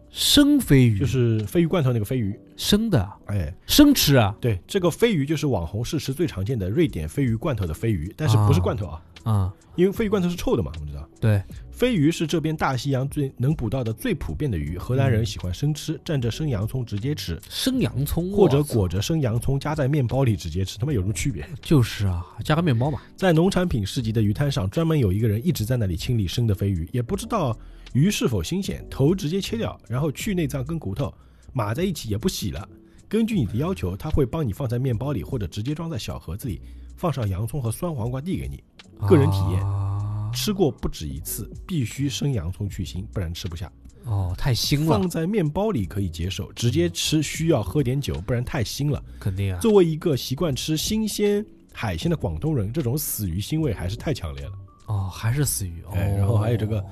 Speaker 2: 生鲱嗯鱼
Speaker 1: 就是鲱鱼罐头那个鲱鱼，
Speaker 2: 生的啊，
Speaker 1: 哎，
Speaker 2: 生吃啊
Speaker 1: 对，这个鲱鱼就是网红试吃最常见的瑞典鲱鱼罐头的鲱鱼，但是不是罐头啊，
Speaker 2: 啊，
Speaker 1: 因为鲱鱼罐头是臭的嘛，我们知道。
Speaker 2: 对，
Speaker 1: 鲱鱼是这边大西洋最能捕到的最普遍的鱼，荷兰人喜欢生吃，蘸着生洋葱直接吃，
Speaker 2: 生洋葱
Speaker 1: 或者
Speaker 2: 哇塞
Speaker 1: 裹着生洋葱夹在面包里直接吃，他们有什么区别？
Speaker 2: 就是啊，加个面包吧。
Speaker 1: 在农产品市集的鱼摊上，专门有一个人一直在那里清理生的鲱鱼，也不知道鱼是否新鲜，头直接切掉，然后去内脏跟骨头码在一起，也不洗了。根据你的要求，他会帮你放在面包里，或者直接装在小盒子里，放上洋葱和酸黄瓜递给你。个人体验
Speaker 2: 啊
Speaker 1: 吃过不止一次，必须生洋葱去腥，不然吃不下。
Speaker 2: 哦，太腥了
Speaker 1: 放，在面包里可以接受，直接吃需要喝点酒，不然太腥了。
Speaker 2: 肯定啊。
Speaker 1: 作为一个习惯吃新鲜海鲜的广东人，这种死鱼腥味还是太强烈了。
Speaker 2: 哦，还是死鱼。哦
Speaker 1: 哎，然后还有这个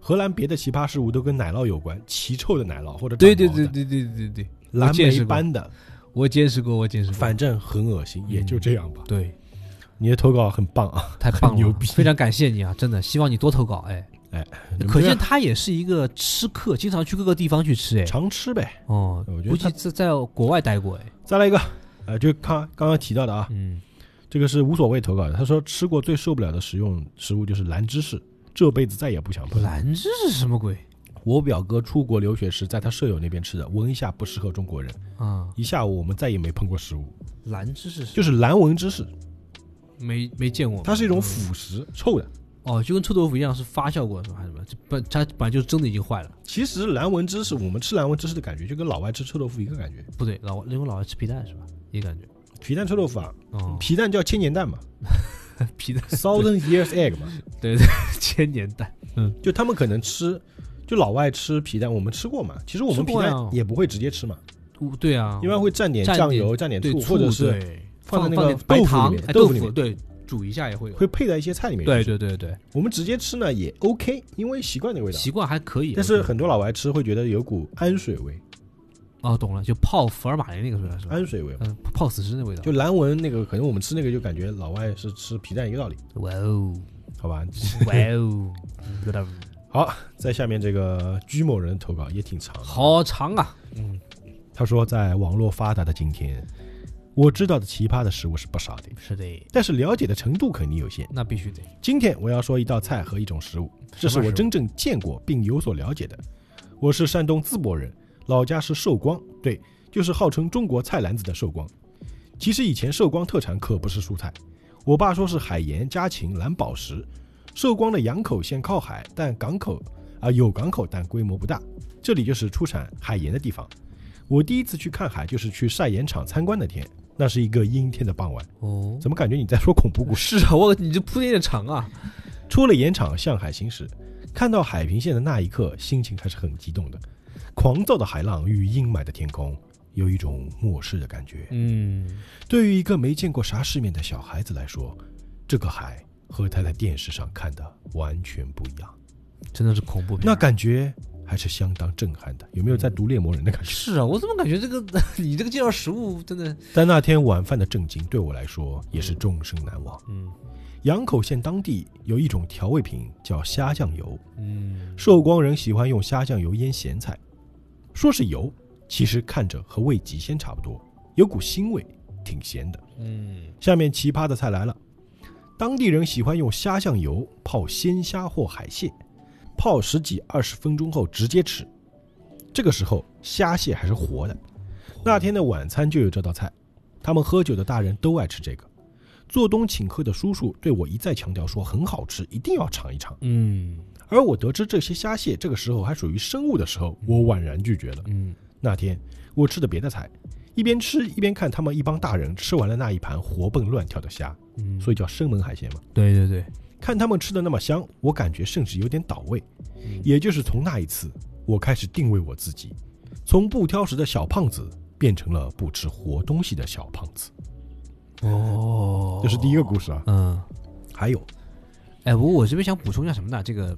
Speaker 1: 荷兰别的奇葩事物都跟奶酪有关，奇臭的奶酪或者
Speaker 2: 对
Speaker 1: 长
Speaker 2: 对
Speaker 1: 毛
Speaker 2: 对
Speaker 1: 的
Speaker 2: 对对对对，我
Speaker 1: 蓝
Speaker 2: 见识
Speaker 1: 莓
Speaker 2: 过
Speaker 1: 般的，
Speaker 2: 我见识过，我见识过。
Speaker 1: 反正很恶心，也就这样吧。
Speaker 2: 对，
Speaker 1: 你的投稿很棒啊，
Speaker 2: 嗯 (laughs) 太棒
Speaker 1: (laughs)
Speaker 2: 了，
Speaker 1: 牛逼
Speaker 2: 非常感谢你啊，真的，希望你多投稿。哎
Speaker 1: 哎，
Speaker 2: 可
Speaker 1: 你
Speaker 2: 见
Speaker 1: 们
Speaker 2: 他也是一个吃客，经常去各个地方去吃。哎，
Speaker 1: 常吃呗。
Speaker 2: 哦，
Speaker 1: 我觉得
Speaker 2: 估计
Speaker 1: 他
Speaker 2: 在在国外待过。哎，
Speaker 1: 再来一个，呃，就刚刚刚提到的啊，
Speaker 2: 嗯，
Speaker 1: 这个是无所谓投稿的。他说吃过最受不了的食用食物就是蓝芝士，这辈子再也不想碰。
Speaker 2: 兰芝是什么鬼
Speaker 1: 我表哥出国留学时在他舍友那边吃的，闻一下不适合中国人，
Speaker 2: 啊？
Speaker 1: 一下午我们再也没碰过食物，
Speaker 2: 兰芝是什
Speaker 1: 就是蓝纹芝士，
Speaker 2: 没没见过。
Speaker 1: 它是一种腐食，臭的。
Speaker 2: 哦，就跟臭豆腐一样是发酵过是吧？还是什么？这本它本来就真的已经坏了。
Speaker 1: 其实蓝纹芝士，我们吃蓝纹芝士的感觉，就跟老外吃臭豆腐一个感觉。
Speaker 2: 不对，老因为老爱吃皮蛋是吧？也感觉。
Speaker 1: 皮蛋臭豆腐啊，
Speaker 2: 哦，
Speaker 1: 皮蛋叫千年蛋嘛
Speaker 2: 皮蛋
Speaker 1: ，thousand years egg 嘛，
Speaker 2: (laughs) 千年蛋。
Speaker 1: 就他们可能吃，就老外吃皮蛋，我们吃过嘛。其实我们
Speaker 2: 吃
Speaker 1: 皮
Speaker 2: 过呀
Speaker 1: 蛋也不会直接吃嘛，
Speaker 2: 哦对啊，
Speaker 1: 一般会蘸点
Speaker 2: 蘸点
Speaker 1: 酱油、蘸点
Speaker 2: 对
Speaker 1: 醋，或者是
Speaker 2: 对
Speaker 1: 放在
Speaker 2: 放
Speaker 1: 那个
Speaker 2: 点白
Speaker 1: 豆腐
Speaker 2: 糖
Speaker 1: 里面
Speaker 2: 哎
Speaker 1: 豆
Speaker 2: 豆
Speaker 1: 腐里面
Speaker 2: 对煮一下也会有。
Speaker 1: 会配在一些菜里面。
Speaker 2: 对，对对对，
Speaker 1: 我们直接吃呢也 OK，因为习惯那个味道。
Speaker 2: 习惯还可以。
Speaker 1: 但
Speaker 2: 我
Speaker 1: 是
Speaker 2: 觉得
Speaker 1: 很多老外吃会觉得有股氨水味，
Speaker 2: 哦，懂了，就泡福尔马林那个味道是吧？
Speaker 1: 氨水味嘛。
Speaker 2: 嗯，泡死尸那味道。
Speaker 1: 哎就蓝纹那个，可能我们吃那个就感觉老外是吃皮蛋一个道理，
Speaker 2: 哇哦，
Speaker 1: 好吧？
Speaker 2: 哇
Speaker 1: (laughs)
Speaker 2: 哦，有点
Speaker 1: 好，在下面这个居某人投稿也挺长的，
Speaker 2: 好长啊。
Speaker 1: 他说，在网络发达的今天，我知道的奇葩的食物是不少的，
Speaker 2: 是的，
Speaker 1: 但是了解的程度肯定有限。
Speaker 2: 那必须得。
Speaker 1: 今天我要说一道菜和一种食物，这是
Speaker 2: 什么食
Speaker 1: 我
Speaker 2: 物
Speaker 1: 真正见过并有所了解的。我是山东淄博人，老家是寿光，对，就是号称中国菜篮子的寿光。其实以前寿光特产可不是蔬菜，我爸说是海盐、家禽、蓝宝石。寿光的洋口县靠海，但港口啊、有港口，但规模不大。这里就是出产海盐的地方。我第一次去看海就是去晒盐场参观那天，那是一个阴天的傍晚。
Speaker 2: 哦，
Speaker 1: 怎么感觉你在说恐怖故事？
Speaker 2: 是啊， (laughs) 我你这铺垫有点长啊。
Speaker 1: 出了盐场向海行驶，看到海平线的那一刻，心情还是很激动的。狂躁的海浪与阴霾的天空，有一种漠视的感觉。
Speaker 2: 嗯，
Speaker 1: 对于一个没见过啥世面的小孩子来说，这个海和他在电视上看的完全不一样，
Speaker 2: 真的是恐怖片啊
Speaker 1: 那
Speaker 2: 儿。
Speaker 1: 感觉还是相当震撼的。有没有在读猎魔人的感觉？
Speaker 2: 是啊，我怎么感觉这个你这个介绍食物真的，
Speaker 1: 但那天晚饭的震惊对我来说也是终生难忘。
Speaker 2: 嗯
Speaker 1: 阳口县当地有一种调味品叫虾酱油，
Speaker 2: 嗯，
Speaker 1: 寿光人喜欢用虾酱油腌咸菜，说是油，其实看着和味极鲜差不多，有股腥味，挺咸的。
Speaker 2: 嗯
Speaker 1: 下面奇葩的菜来了，当地人喜欢用虾酱油泡鲜虾或海蟹，泡十几二十分钟后直接吃。这个时候虾蟹还是活的。那天的晚餐就有这道菜，他们喝酒的大人都爱吃这个。做东请客的叔叔对我一再强调说很好吃，一定要尝一尝。
Speaker 2: 嗯
Speaker 1: 而我得知这些虾蟹这个时候还属于生物的时候，我婉然拒绝了。
Speaker 2: 嗯，
Speaker 1: 那天我吃的别的菜，一边吃一边看他们一帮大人吃完了那一盘活蹦乱跳的虾，
Speaker 2: 嗯
Speaker 1: 所以叫生猛海鲜嘛。
Speaker 2: 对对对，
Speaker 1: 看他们吃的那么香，我感觉甚至有点倒胃。
Speaker 2: 嗯
Speaker 1: 也就是从那一次，我开始定位我自己，从不挑食的小胖子变成了不吃活东西的小胖子。
Speaker 2: 哦，
Speaker 1: 这是第一个故事啊。
Speaker 2: 嗯，
Speaker 1: 还有，
Speaker 2: 哎，不过我这边想补充一下什么呢？这个，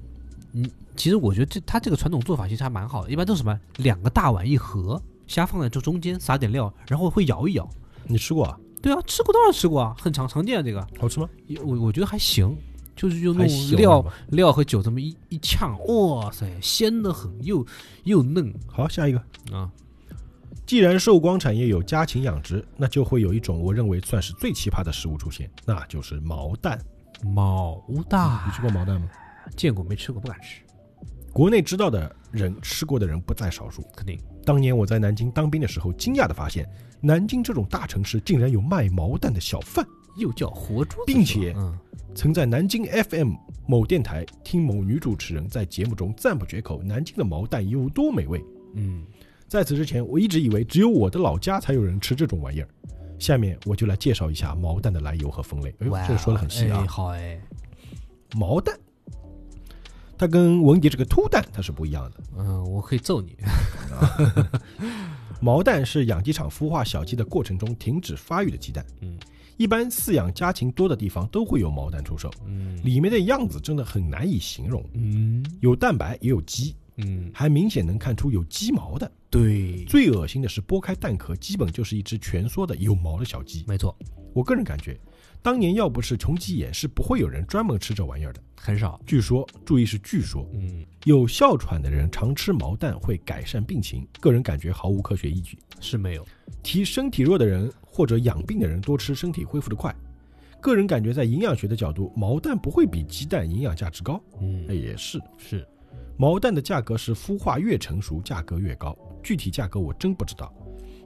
Speaker 2: 嗯，其实我觉得这他这个传统做法其实还蛮好的，一般都是什么两个大碗一盒，虾放在这中间，撒点料，然后会摇一摇。
Speaker 1: 你吃过啊？
Speaker 2: 对啊，吃过当然吃过啊，很常常见啊这个，
Speaker 1: 好吃吗？
Speaker 2: 我我觉得还行，就是用那
Speaker 1: 还
Speaker 2: 种
Speaker 1: 行
Speaker 2: 料
Speaker 1: 吧
Speaker 2: 料和酒这么一一呛，哇塞，鲜的很，又又嫩
Speaker 1: 好，下一个。
Speaker 2: 啊，
Speaker 1: 既然寿光产业有家禽养殖，那就会有一种我认为算是最奇葩的食物出现，那就是毛蛋。
Speaker 2: 毛
Speaker 1: 你
Speaker 2: 大
Speaker 1: 吃过毛蛋吗？
Speaker 2: 见过没吃过不敢吃，
Speaker 1: 国内知道的人吃过的人不在少数。
Speaker 2: 肯定
Speaker 1: 当年我在南京当兵的时候，惊讶地发现，南京这种大城市竟然有卖毛蛋的小贩。
Speaker 2: 又叫活珠子
Speaker 1: 并
Speaker 2: 是吧
Speaker 1: 且
Speaker 2: 嗯
Speaker 1: 曾在南京 FM 某电台听某女主持人在节目中赞不绝口南京的毛蛋有多美味。
Speaker 2: 嗯
Speaker 1: 在此之前，我一直以为只有我的老家才有人吃这种玩意儿。下面我就来介绍一下毛蛋的来由和分类。哎呦
Speaker 2: 哇，
Speaker 1: 这个说的很细啊
Speaker 2: 哎。好哎，
Speaker 1: 毛蛋，它跟文迪这个秃蛋它是不一样的。
Speaker 2: 嗯，我可以揍你，
Speaker 1: 毛蛋是养鸡场孵化小鸡的过程中停止发育的鸡蛋，
Speaker 2: 嗯
Speaker 1: 一般饲养家禽多的地方都会有毛蛋出售，
Speaker 2: 嗯
Speaker 1: 里面的样子真的很难以形容，
Speaker 2: 嗯
Speaker 1: 有蛋白也有鸡，
Speaker 2: 嗯，
Speaker 1: 还明显能看出有鸡毛的。
Speaker 2: 对，
Speaker 1: 最恶心的是剥开蛋壳，基本就是一只蜷缩的有毛的小鸡。
Speaker 2: 没错，
Speaker 1: 我个人感觉，当年要不是穷鸡眼，是不会有人专门吃这玩意儿的。
Speaker 2: 很少，
Speaker 1: 据说，注意是据说，
Speaker 2: 嗯，
Speaker 1: 有哮喘的人常吃毛蛋会改善病情，个人感觉毫无科学依据。
Speaker 2: 是没有，
Speaker 1: 提身体弱的人或者养病的人多吃，身体恢复的快。个人感觉，在营养学的角度，毛蛋不会比鸡蛋营养价值高。那
Speaker 2: 嗯，
Speaker 1: 也是，
Speaker 2: 是，
Speaker 1: 毛蛋的价格是孵化越成熟价格越高，具体价格我真不知道。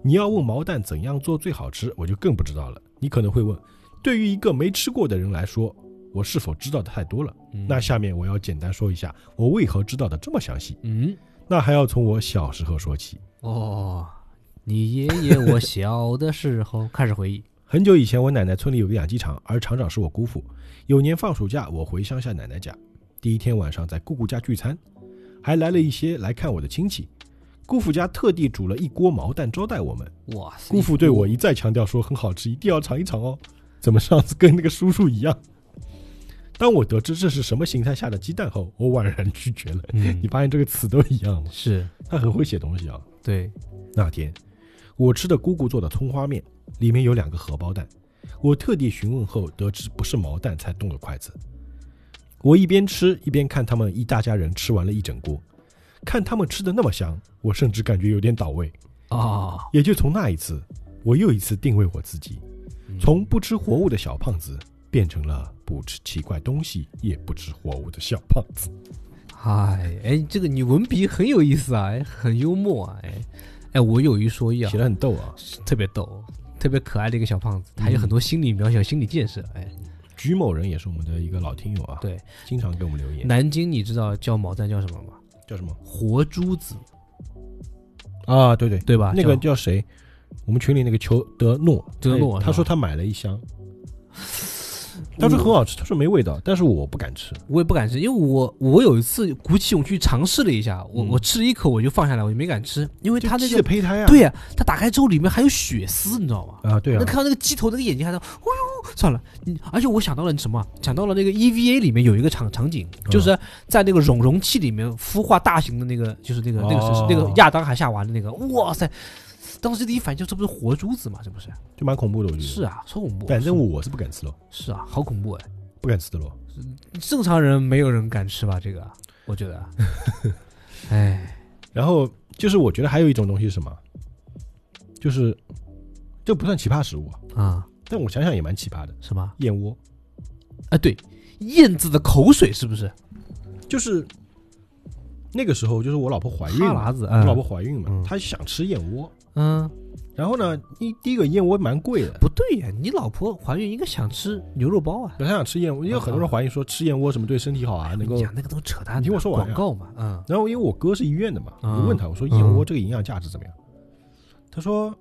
Speaker 1: 你要问毛蛋怎样做最好吃，我就更不知道了。你可能会问，对于一个没吃过的人来说，我是否知道的太多了？
Speaker 2: 嗯
Speaker 1: 那下面我要简单说一下我为何知道的这么详细。
Speaker 2: 嗯，
Speaker 1: 那还要从我小时候说起。
Speaker 2: 哦，你爷爷我小的时候开始回忆，
Speaker 1: 很久以前，我奶奶村里有个养鸡场，而厂长是我姑父。有年放暑假，我回乡下奶奶家，第一天晚上在姑姑家聚餐，还来了一些来看我的亲戚。姑父家特地煮了一锅毛蛋招待我们。
Speaker 2: 哇塞，
Speaker 1: 姑父对我一再强调说很好吃，一定要尝一尝哦。怎么上次跟那个叔叔一样？当我得知这是什么形态下的鸡蛋后，我宛然拒绝了。
Speaker 2: 嗯
Speaker 1: 你发现这个词都一样吗？
Speaker 2: 是
Speaker 1: 他很会写东西啊。
Speaker 2: 对，
Speaker 1: 那天，我吃的姑姑做的葱花面，里面有两个荷包蛋。我特地询问后得知不是毛蛋，才动了筷子。我一边吃一边看他们一大家人吃完了一整锅，看他们吃的那么香，我甚至感觉有点倒胃。
Speaker 2: 哦，
Speaker 1: 也就从那一次，我又一次定位我自己，
Speaker 2: 嗯
Speaker 1: 从不吃活物的小胖子变成了不吃奇怪东西也不吃活物的小胖子。
Speaker 2: 哎哎，这个你文笔很有意思啊，哎，很幽默啊，哎哎，我有一说一啊
Speaker 1: 写，的很逗啊！
Speaker 2: 特别逗。特别可爱的一个小胖子，他有很多心理描写、心理建设。哎，
Speaker 1: 菊某人也是我们的一个老听友啊，
Speaker 2: 对，
Speaker 1: 经常给我们留言，
Speaker 2: 南京你知道叫毛蛋叫什么吗？
Speaker 1: 叫什么？
Speaker 2: 活珠子，
Speaker 1: 啊，对对，
Speaker 2: 对吧？
Speaker 1: 那个
Speaker 2: 叫
Speaker 1: 叫谁？我们群里那个裘德诺，哎
Speaker 2: 德诺
Speaker 1: 他
Speaker 2: 是吧
Speaker 1: 说他买了一箱，他说很好吃，他说没味道，但是我不敢吃。
Speaker 2: 我也不敢吃，因为我我有一次鼓起勇气尝试了一下，我、
Speaker 1: 嗯
Speaker 2: 我吃了一口我就放下来，我就没敢吃，因为它那
Speaker 1: 鸡的
Speaker 2: 个
Speaker 1: 胚胎啊，
Speaker 2: 对呀、它打开之后里面还有血丝，你知道吗？
Speaker 1: 啊，对啊
Speaker 2: 能，看到那个鸡头那个眼睛还在，哎呦，算了，嗯，而且我想到了什么？
Speaker 1: 嗯
Speaker 2: 想到了那个 EVA 里面有一个场场景，就是在那个容容器里面孵化大型的那个，就是那个那个是
Speaker 1: 哦
Speaker 2: 那个亚当还夏娃的那个，哇塞！当时第一反应就这不是活珠子吗？这不是？
Speaker 1: 就蛮恐怖的，我觉得。
Speaker 2: 是啊，超恐怖。
Speaker 1: 嗯反正我是不敢吃喽，
Speaker 2: 是啊，好恐怖哎！
Speaker 1: 不敢吃的喽。
Speaker 2: 正常人没有人敢吃吧？
Speaker 1: (laughs)
Speaker 2: 这个，我觉得。哎，
Speaker 1: 然后就是我觉得还有一种东西是什么？就是这不算奇葩食物啊，
Speaker 2: 啊、
Speaker 1: 但我想想也蛮奇葩的，
Speaker 2: 什么？
Speaker 1: 燕窝。
Speaker 2: 啊，对，燕子的口水是不是？
Speaker 1: 就是那个时候，就是我老婆怀孕
Speaker 2: 哈
Speaker 1: 了，
Speaker 2: 喇子，
Speaker 1: 我
Speaker 2: 嗯，
Speaker 1: 老婆怀孕嘛
Speaker 2: 嗯，
Speaker 1: 她想吃燕窝。
Speaker 2: 嗯，
Speaker 1: 然后呢，一第一个燕窝蛮贵的，
Speaker 2: 不对呀，你老婆怀孕应该想吃牛肉包啊。
Speaker 1: 本来想吃燕窝，因为很多人怀疑说吃燕窝什么对身体好啊，能够
Speaker 2: 你。讲那个都扯淡的，
Speaker 1: 你听我说完
Speaker 2: 广
Speaker 1: 呀
Speaker 2: 告嘛，嗯，
Speaker 1: 然后因为我哥是医院的嘛，
Speaker 2: 嗯
Speaker 1: 我就问他，我说
Speaker 2: 嗯
Speaker 1: 燕窝这个营养价值怎么样？他说，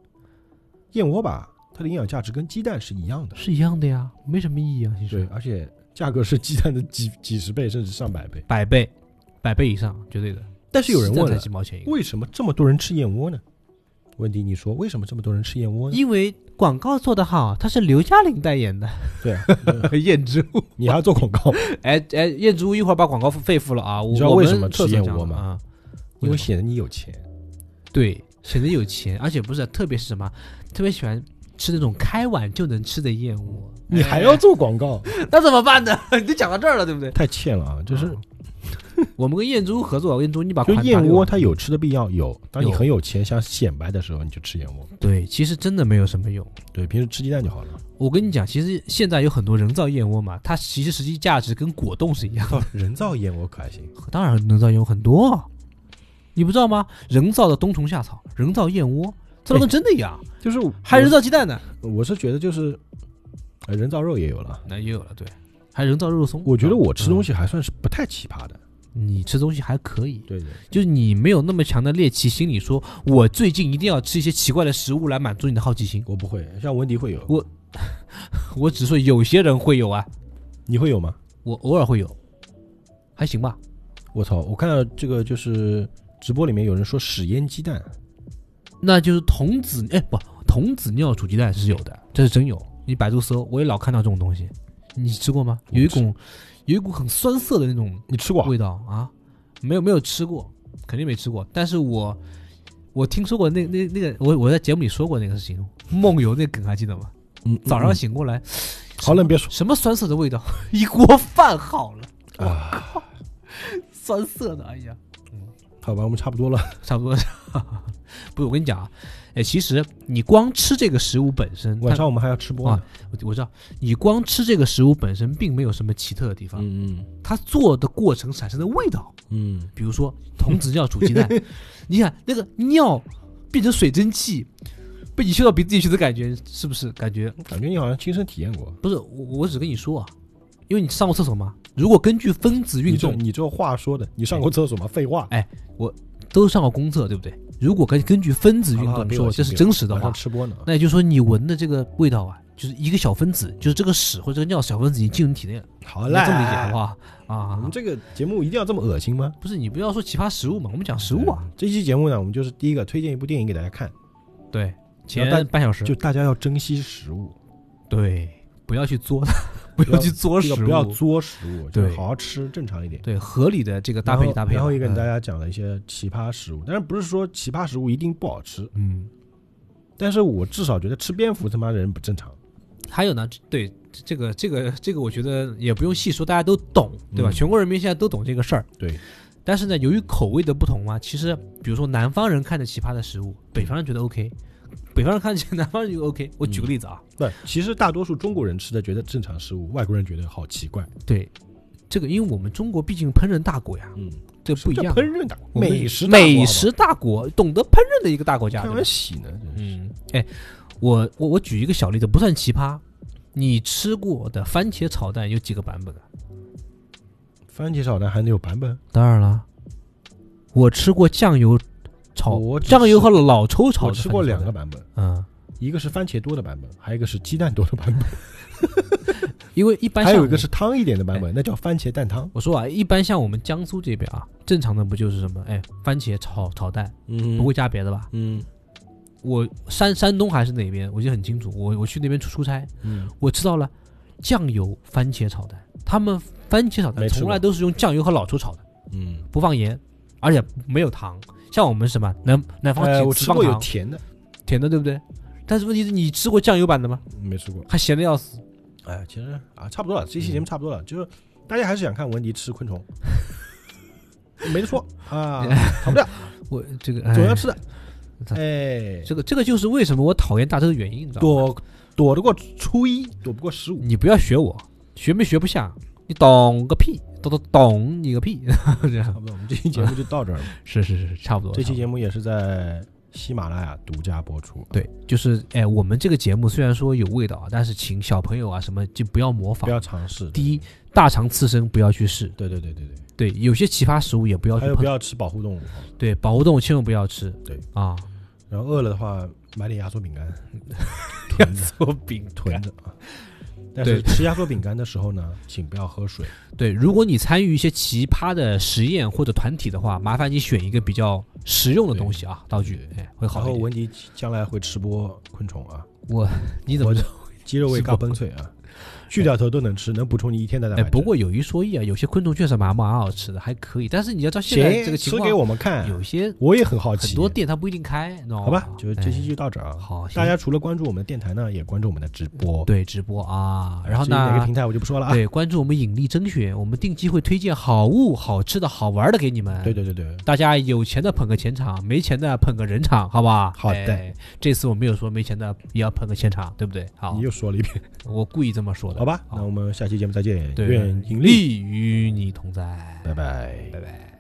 Speaker 1: 燕窝吧，它的营养价值跟鸡蛋是一样的，
Speaker 2: 是一样的呀，没什么意义啊，其
Speaker 1: 对
Speaker 2: 实，
Speaker 1: 而且价格是鸡蛋的几几十倍甚至上百倍。
Speaker 2: 百倍，百倍以上，绝对的。
Speaker 1: 但是有人
Speaker 2: 鸡蛋
Speaker 1: 问
Speaker 2: 才
Speaker 1: 了，
Speaker 2: 几毛钱一个，
Speaker 1: 为什么这么多人吃燕窝呢？问题你说为什么这么多人吃燕窝呢？
Speaker 2: 因为广告做得好，它是刘嘉玲代言的
Speaker 1: 对
Speaker 2: (laughs)
Speaker 1: 啊，
Speaker 2: 燕之屋，
Speaker 1: 你还要做广告，
Speaker 2: 哎哎，燕之屋一会儿把广告费付了啊，我
Speaker 1: 你知道
Speaker 2: 我
Speaker 1: 为
Speaker 2: 们
Speaker 1: 什么
Speaker 2: 特
Speaker 1: 吃
Speaker 2: 色
Speaker 1: 燕
Speaker 2: 讲
Speaker 1: 窝
Speaker 2: 了
Speaker 1: 吗
Speaker 2: 啊，
Speaker 1: 因
Speaker 2: 为
Speaker 1: 为
Speaker 2: 什
Speaker 1: 显得你有钱。
Speaker 2: 哎么对显得有钱，而且不是特别是什么，特别喜欢吃那种开碗就能吃的燕窝，
Speaker 1: 你还要
Speaker 2: 哎
Speaker 1: 做广告，
Speaker 2: 那怎么办呢？ (laughs) 你都讲到这儿了，对不对？
Speaker 1: 太欠了啊！就是
Speaker 2: 嗯我们跟燕之屋合作，燕之屋你把
Speaker 1: 就
Speaker 2: 啊款打
Speaker 1: 燕
Speaker 2: 给我
Speaker 1: 窝，
Speaker 2: 们
Speaker 1: 它有吃的必要有。当你
Speaker 2: 有
Speaker 1: 很有钱想显摆的时候，你就吃燕窝。
Speaker 2: 对，其实真的没有什么用。
Speaker 1: 对，平时吃鸡蛋就好了。
Speaker 2: 我跟你讲，其实现在有很多人造燕窝嘛，它其实实际价值跟果冻是一样的。
Speaker 1: 人造燕窝可还行？
Speaker 2: 当然，人造燕窝很多啊，你不知道吗？人造的冬虫夏草，人造燕窝，造的
Speaker 1: 哎
Speaker 2: 跟真的一样，
Speaker 1: (laughs) 就是
Speaker 2: 还人
Speaker 1: 是
Speaker 2: 造鸡蛋呢。
Speaker 1: 我是觉得就是，呃人造肉也有了。
Speaker 2: 那也有了，对，还人造肉松。
Speaker 1: 我觉得我吃东
Speaker 2: 西，
Speaker 1: 西还算是不太奇葩的。
Speaker 2: 你吃东西还可以，
Speaker 1: 对对，
Speaker 2: 就是你没有那么强的猎奇心理说，我最近一定要吃一些奇怪的食物来满足你的好奇心。
Speaker 1: 我不会，像文迪会有，
Speaker 2: 我我只说有些人会有啊，
Speaker 1: 你会有吗？
Speaker 2: 我偶尔会有，还行吧。
Speaker 1: 我操！我看到这个就是直播里面有人说屎腌鸡蛋，
Speaker 2: 那就是童子，哎，不，童子尿煮鸡蛋是有的，这是真有。你百度搜，我也老看到这种东西。你吃过吗？
Speaker 1: 我不
Speaker 2: 有一
Speaker 1: 吃
Speaker 2: 股，有一股很酸涩的那种
Speaker 1: 你吃过啊？
Speaker 2: 味道啊，没有没有吃过，肯定没吃过。但是我我听说过那那那个，我我在节目里说过那个事情，梦游那梗还记得吗？
Speaker 1: 嗯，
Speaker 2: 早上
Speaker 1: 嗯
Speaker 2: 醒过来，
Speaker 1: 好了，你别说
Speaker 2: 什么酸涩的味道， (laughs) 一锅饭好了，
Speaker 1: 啊。
Speaker 2: 酸涩的，哎呀。
Speaker 1: 好吧，我们差不多了。
Speaker 2: 差不多。 (laughs) 不是，我跟你讲啊，哎，其实你光吃这个食物本身，
Speaker 1: 晚
Speaker 2: 它啊
Speaker 1: 上我们还要吃播呢。
Speaker 2: 我我知道，你光吃这个食物本身并没有什么奇特的地方，
Speaker 1: 嗯
Speaker 2: 它做的过程产生的味道，
Speaker 1: 嗯
Speaker 2: 比如说童子尿煮鸡
Speaker 1: (laughs)
Speaker 2: 蛋，你看那个尿变成水蒸气。被你嗅到鼻子里去的感觉，是不是感觉
Speaker 1: 嗯，感觉你好像亲身体验过。
Speaker 2: 不是？我我只跟你说啊，因为你上过厕所吗？如果根据分子运
Speaker 1: 你这
Speaker 2: 动，哎
Speaker 1: 你这话说的，你上过厕所吗？废话，
Speaker 2: 都上过公厕，对不对？如果根根据分子运
Speaker 1: 好了
Speaker 2: 动
Speaker 1: 别
Speaker 2: 说
Speaker 1: 恶
Speaker 2: 这
Speaker 1: 心
Speaker 2: 是
Speaker 1: 别
Speaker 2: 真实的
Speaker 1: 晚
Speaker 2: 话
Speaker 1: 上，吃播呢。
Speaker 2: 那也就是说，你闻的这个味道啊，就是一个小分子，就是这个屎或者这个尿小分子已经进入你体内了。
Speaker 1: 好
Speaker 2: 你
Speaker 1: 嘞，
Speaker 2: 要这么理解好不好？
Speaker 1: 我
Speaker 2: 啊
Speaker 1: 们，这个节目一定要这么恶心吗？
Speaker 2: 不是你不要说奇葩食物嘛，我们讲食物啊。
Speaker 1: 对！这期节目呢，我们就是第一个推荐一部电影给大家看，
Speaker 2: 对，
Speaker 1: 然后
Speaker 2: 前
Speaker 1: 大
Speaker 2: 半小时
Speaker 1: 就大家要珍惜食物，
Speaker 2: 对，不要
Speaker 1: (laughs)
Speaker 2: 去作，不
Speaker 1: 要
Speaker 2: 要去作
Speaker 1: 这
Speaker 2: 食
Speaker 1: 个
Speaker 2: 物，
Speaker 1: 不要作食物，就
Speaker 2: 对
Speaker 1: 好好吃，正常一点。
Speaker 2: 对合理的这个搭
Speaker 1: 然
Speaker 2: 配
Speaker 1: 后
Speaker 2: 搭配吧。
Speaker 1: 然后一个给大
Speaker 2: 嗯
Speaker 1: 家讲了一些奇葩食物，但是不是说奇葩食物一定不好吃？
Speaker 2: 嗯，
Speaker 1: 但是我至少觉得吃蝙蝠他妈的人不正常。
Speaker 2: 还有呢，对这个这个这个，我觉得也不用细说，大家都懂，对吧？
Speaker 1: 嗯
Speaker 2: 全国人民现在都懂这个事儿。
Speaker 1: 对。
Speaker 2: 但是呢，由于口味的不同嘛，其实比如说南方人看着奇葩的食
Speaker 1: 嗯
Speaker 2: 物，北方人觉得 OK，北方人看见南方人就 OK。我
Speaker 1: 嗯
Speaker 2: 举个例子啊，
Speaker 1: 不，其实大多数中国人吃的觉得正常食物，外国人觉得好奇怪。
Speaker 2: 对，这个因为我们中国毕竟烹饪大国呀，
Speaker 1: 嗯，
Speaker 2: 这不一样啊
Speaker 1: 叫。烹饪大
Speaker 2: 我们
Speaker 1: 美食大国啊
Speaker 2: 美食大国，懂得烹饪的一个大国家。
Speaker 1: 好不好开
Speaker 2: 对吧
Speaker 1: 玩喜呢，真是
Speaker 2: 嗯，哎，我我我举一个小例子，不算奇葩。你吃过的番茄炒蛋有几个版本啊？
Speaker 1: 番茄炒蛋还能有版本？
Speaker 2: 当然了，我吃过酱油炒
Speaker 1: 我只
Speaker 2: 酱油和老抽炒
Speaker 1: 我
Speaker 2: 的，
Speaker 1: 吃过两个，版本，
Speaker 2: 嗯，
Speaker 1: 一个是番茄多的版本，还有一个是鸡蛋多的版本，
Speaker 2: 因为一般
Speaker 1: 还
Speaker 2: 像
Speaker 1: 有
Speaker 2: 我
Speaker 1: 一个是汤一点的版本，那叫番茄蛋汤。
Speaker 2: 我说啊，一般像我们江苏这边啊，正常的不就是什么哎，番茄炒炒蛋，
Speaker 1: 嗯
Speaker 2: 不会，加别的吧？
Speaker 1: 嗯
Speaker 2: 我山山东还是哪边，我记得很清楚。我我去那边出出差，
Speaker 1: 嗯，
Speaker 2: 我吃到了酱油番茄炒蛋，他们番茄炒蛋
Speaker 1: 没吃过
Speaker 2: 从来都是用酱油和老抽炒的，
Speaker 1: 嗯，
Speaker 2: 不放盐，而且没有糖。像我们什么南南方
Speaker 1: 哎，我
Speaker 2: 只只
Speaker 1: 吃
Speaker 2: 放
Speaker 1: 过有
Speaker 2: 糖，
Speaker 1: 甜的，
Speaker 2: 甜的对不对？但是问题是你吃过酱油版的吗？
Speaker 1: 没吃过。
Speaker 2: 还咸的要死。
Speaker 1: 哎，其实啊，差不多了，这期节目差不多了，就是大家还是想看文迪吃昆 (laughs) 虫，没得说啊，逃不掉，
Speaker 2: 我这个哎
Speaker 1: 总要吃的。
Speaker 2: 哎
Speaker 1: 哎，
Speaker 2: 这个这个就是为什么我讨厌大车的原因，你知道吗？
Speaker 1: 躲躲得过初一，躲不过十五。
Speaker 2: 你不要学我，学没学不像，你懂个屁，懂懂懂你个屁， (laughs) 这
Speaker 1: 差
Speaker 2: 样
Speaker 1: 不多，我们这期节目就到这儿 (laughs) 了。
Speaker 2: 是是是，差不多。
Speaker 1: 这期
Speaker 2: 目
Speaker 1: 节目也是在喜马拉雅独家播出。
Speaker 2: 对，就是哎，我们这个节目虽然说有味道啊，但是请小朋友啊什么就不要模仿
Speaker 1: 不。要尝试。
Speaker 2: 第一，大肠刺身不要去试，
Speaker 1: 对，对对对对
Speaker 2: 对，有些奇葩食物也不
Speaker 1: 对，
Speaker 2: 要
Speaker 1: 还
Speaker 2: 去
Speaker 1: 有不
Speaker 2: 碰，
Speaker 1: 要吃保护动物。
Speaker 2: 对，保护动物千万不要吃。
Speaker 1: 对
Speaker 2: 啊，
Speaker 1: 然后饿了的话，买点压缩
Speaker 2: (laughs)
Speaker 1: 饼干，囤着
Speaker 2: 做饼
Speaker 1: 囤着啊。但是吃压缩饼干的时候呢，请不要喝水。
Speaker 2: 对，如果你参与一些奇葩的实验或者团体的话，麻烦你选一个比较实用的东西啊，道具，哎，会
Speaker 1: 然
Speaker 2: 好
Speaker 1: 后
Speaker 2: 一点。
Speaker 1: 文迪将来会吃播昆虫啊，
Speaker 2: 我，你怎么
Speaker 1: 我鸡肉味
Speaker 2: 吃
Speaker 1: 嘎
Speaker 2: 播
Speaker 1: 嘣脆啊，锯掉头都能吃，能补充你一天的蛋
Speaker 2: 哎，
Speaker 1: 白质。
Speaker 2: 不过有一说一啊，有些昆虫确实蛮蛮好吃的，还可以。但是你要知道现在这
Speaker 1: 行，
Speaker 2: 个情
Speaker 1: 吃
Speaker 2: 况，
Speaker 1: 给我们看，
Speaker 2: 有些
Speaker 1: 我也很好奇。
Speaker 2: 很多店它不一定开，你知道吗
Speaker 1: 好吧，就这期
Speaker 2: 哎
Speaker 1: 就到这儿啊。
Speaker 2: 好，行
Speaker 1: 大家除了关注我们的电台呢，也关注我们的直播。
Speaker 2: 对直播啊，然后
Speaker 1: 至于哪个
Speaker 2: 呢
Speaker 1: 平，台我就不说了啊。
Speaker 2: 对关注我们引力甄选，我们定期会推荐好物、好吃的好玩的给你们。
Speaker 1: 对对对对，
Speaker 2: 大家有钱的捧个钱场，没钱的捧个人场，好吧？
Speaker 1: 好的
Speaker 2: 哎这次我没有说没钱的也要捧个现场，对不对？好
Speaker 1: 你，又说了一遍，
Speaker 2: 我故意这么说的。
Speaker 1: 好吧？
Speaker 2: 好
Speaker 1: 那我们下期节目再见，
Speaker 2: 对，
Speaker 1: 愿引力，
Speaker 2: 力与你同在，
Speaker 1: 拜拜。
Speaker 2: 拜拜。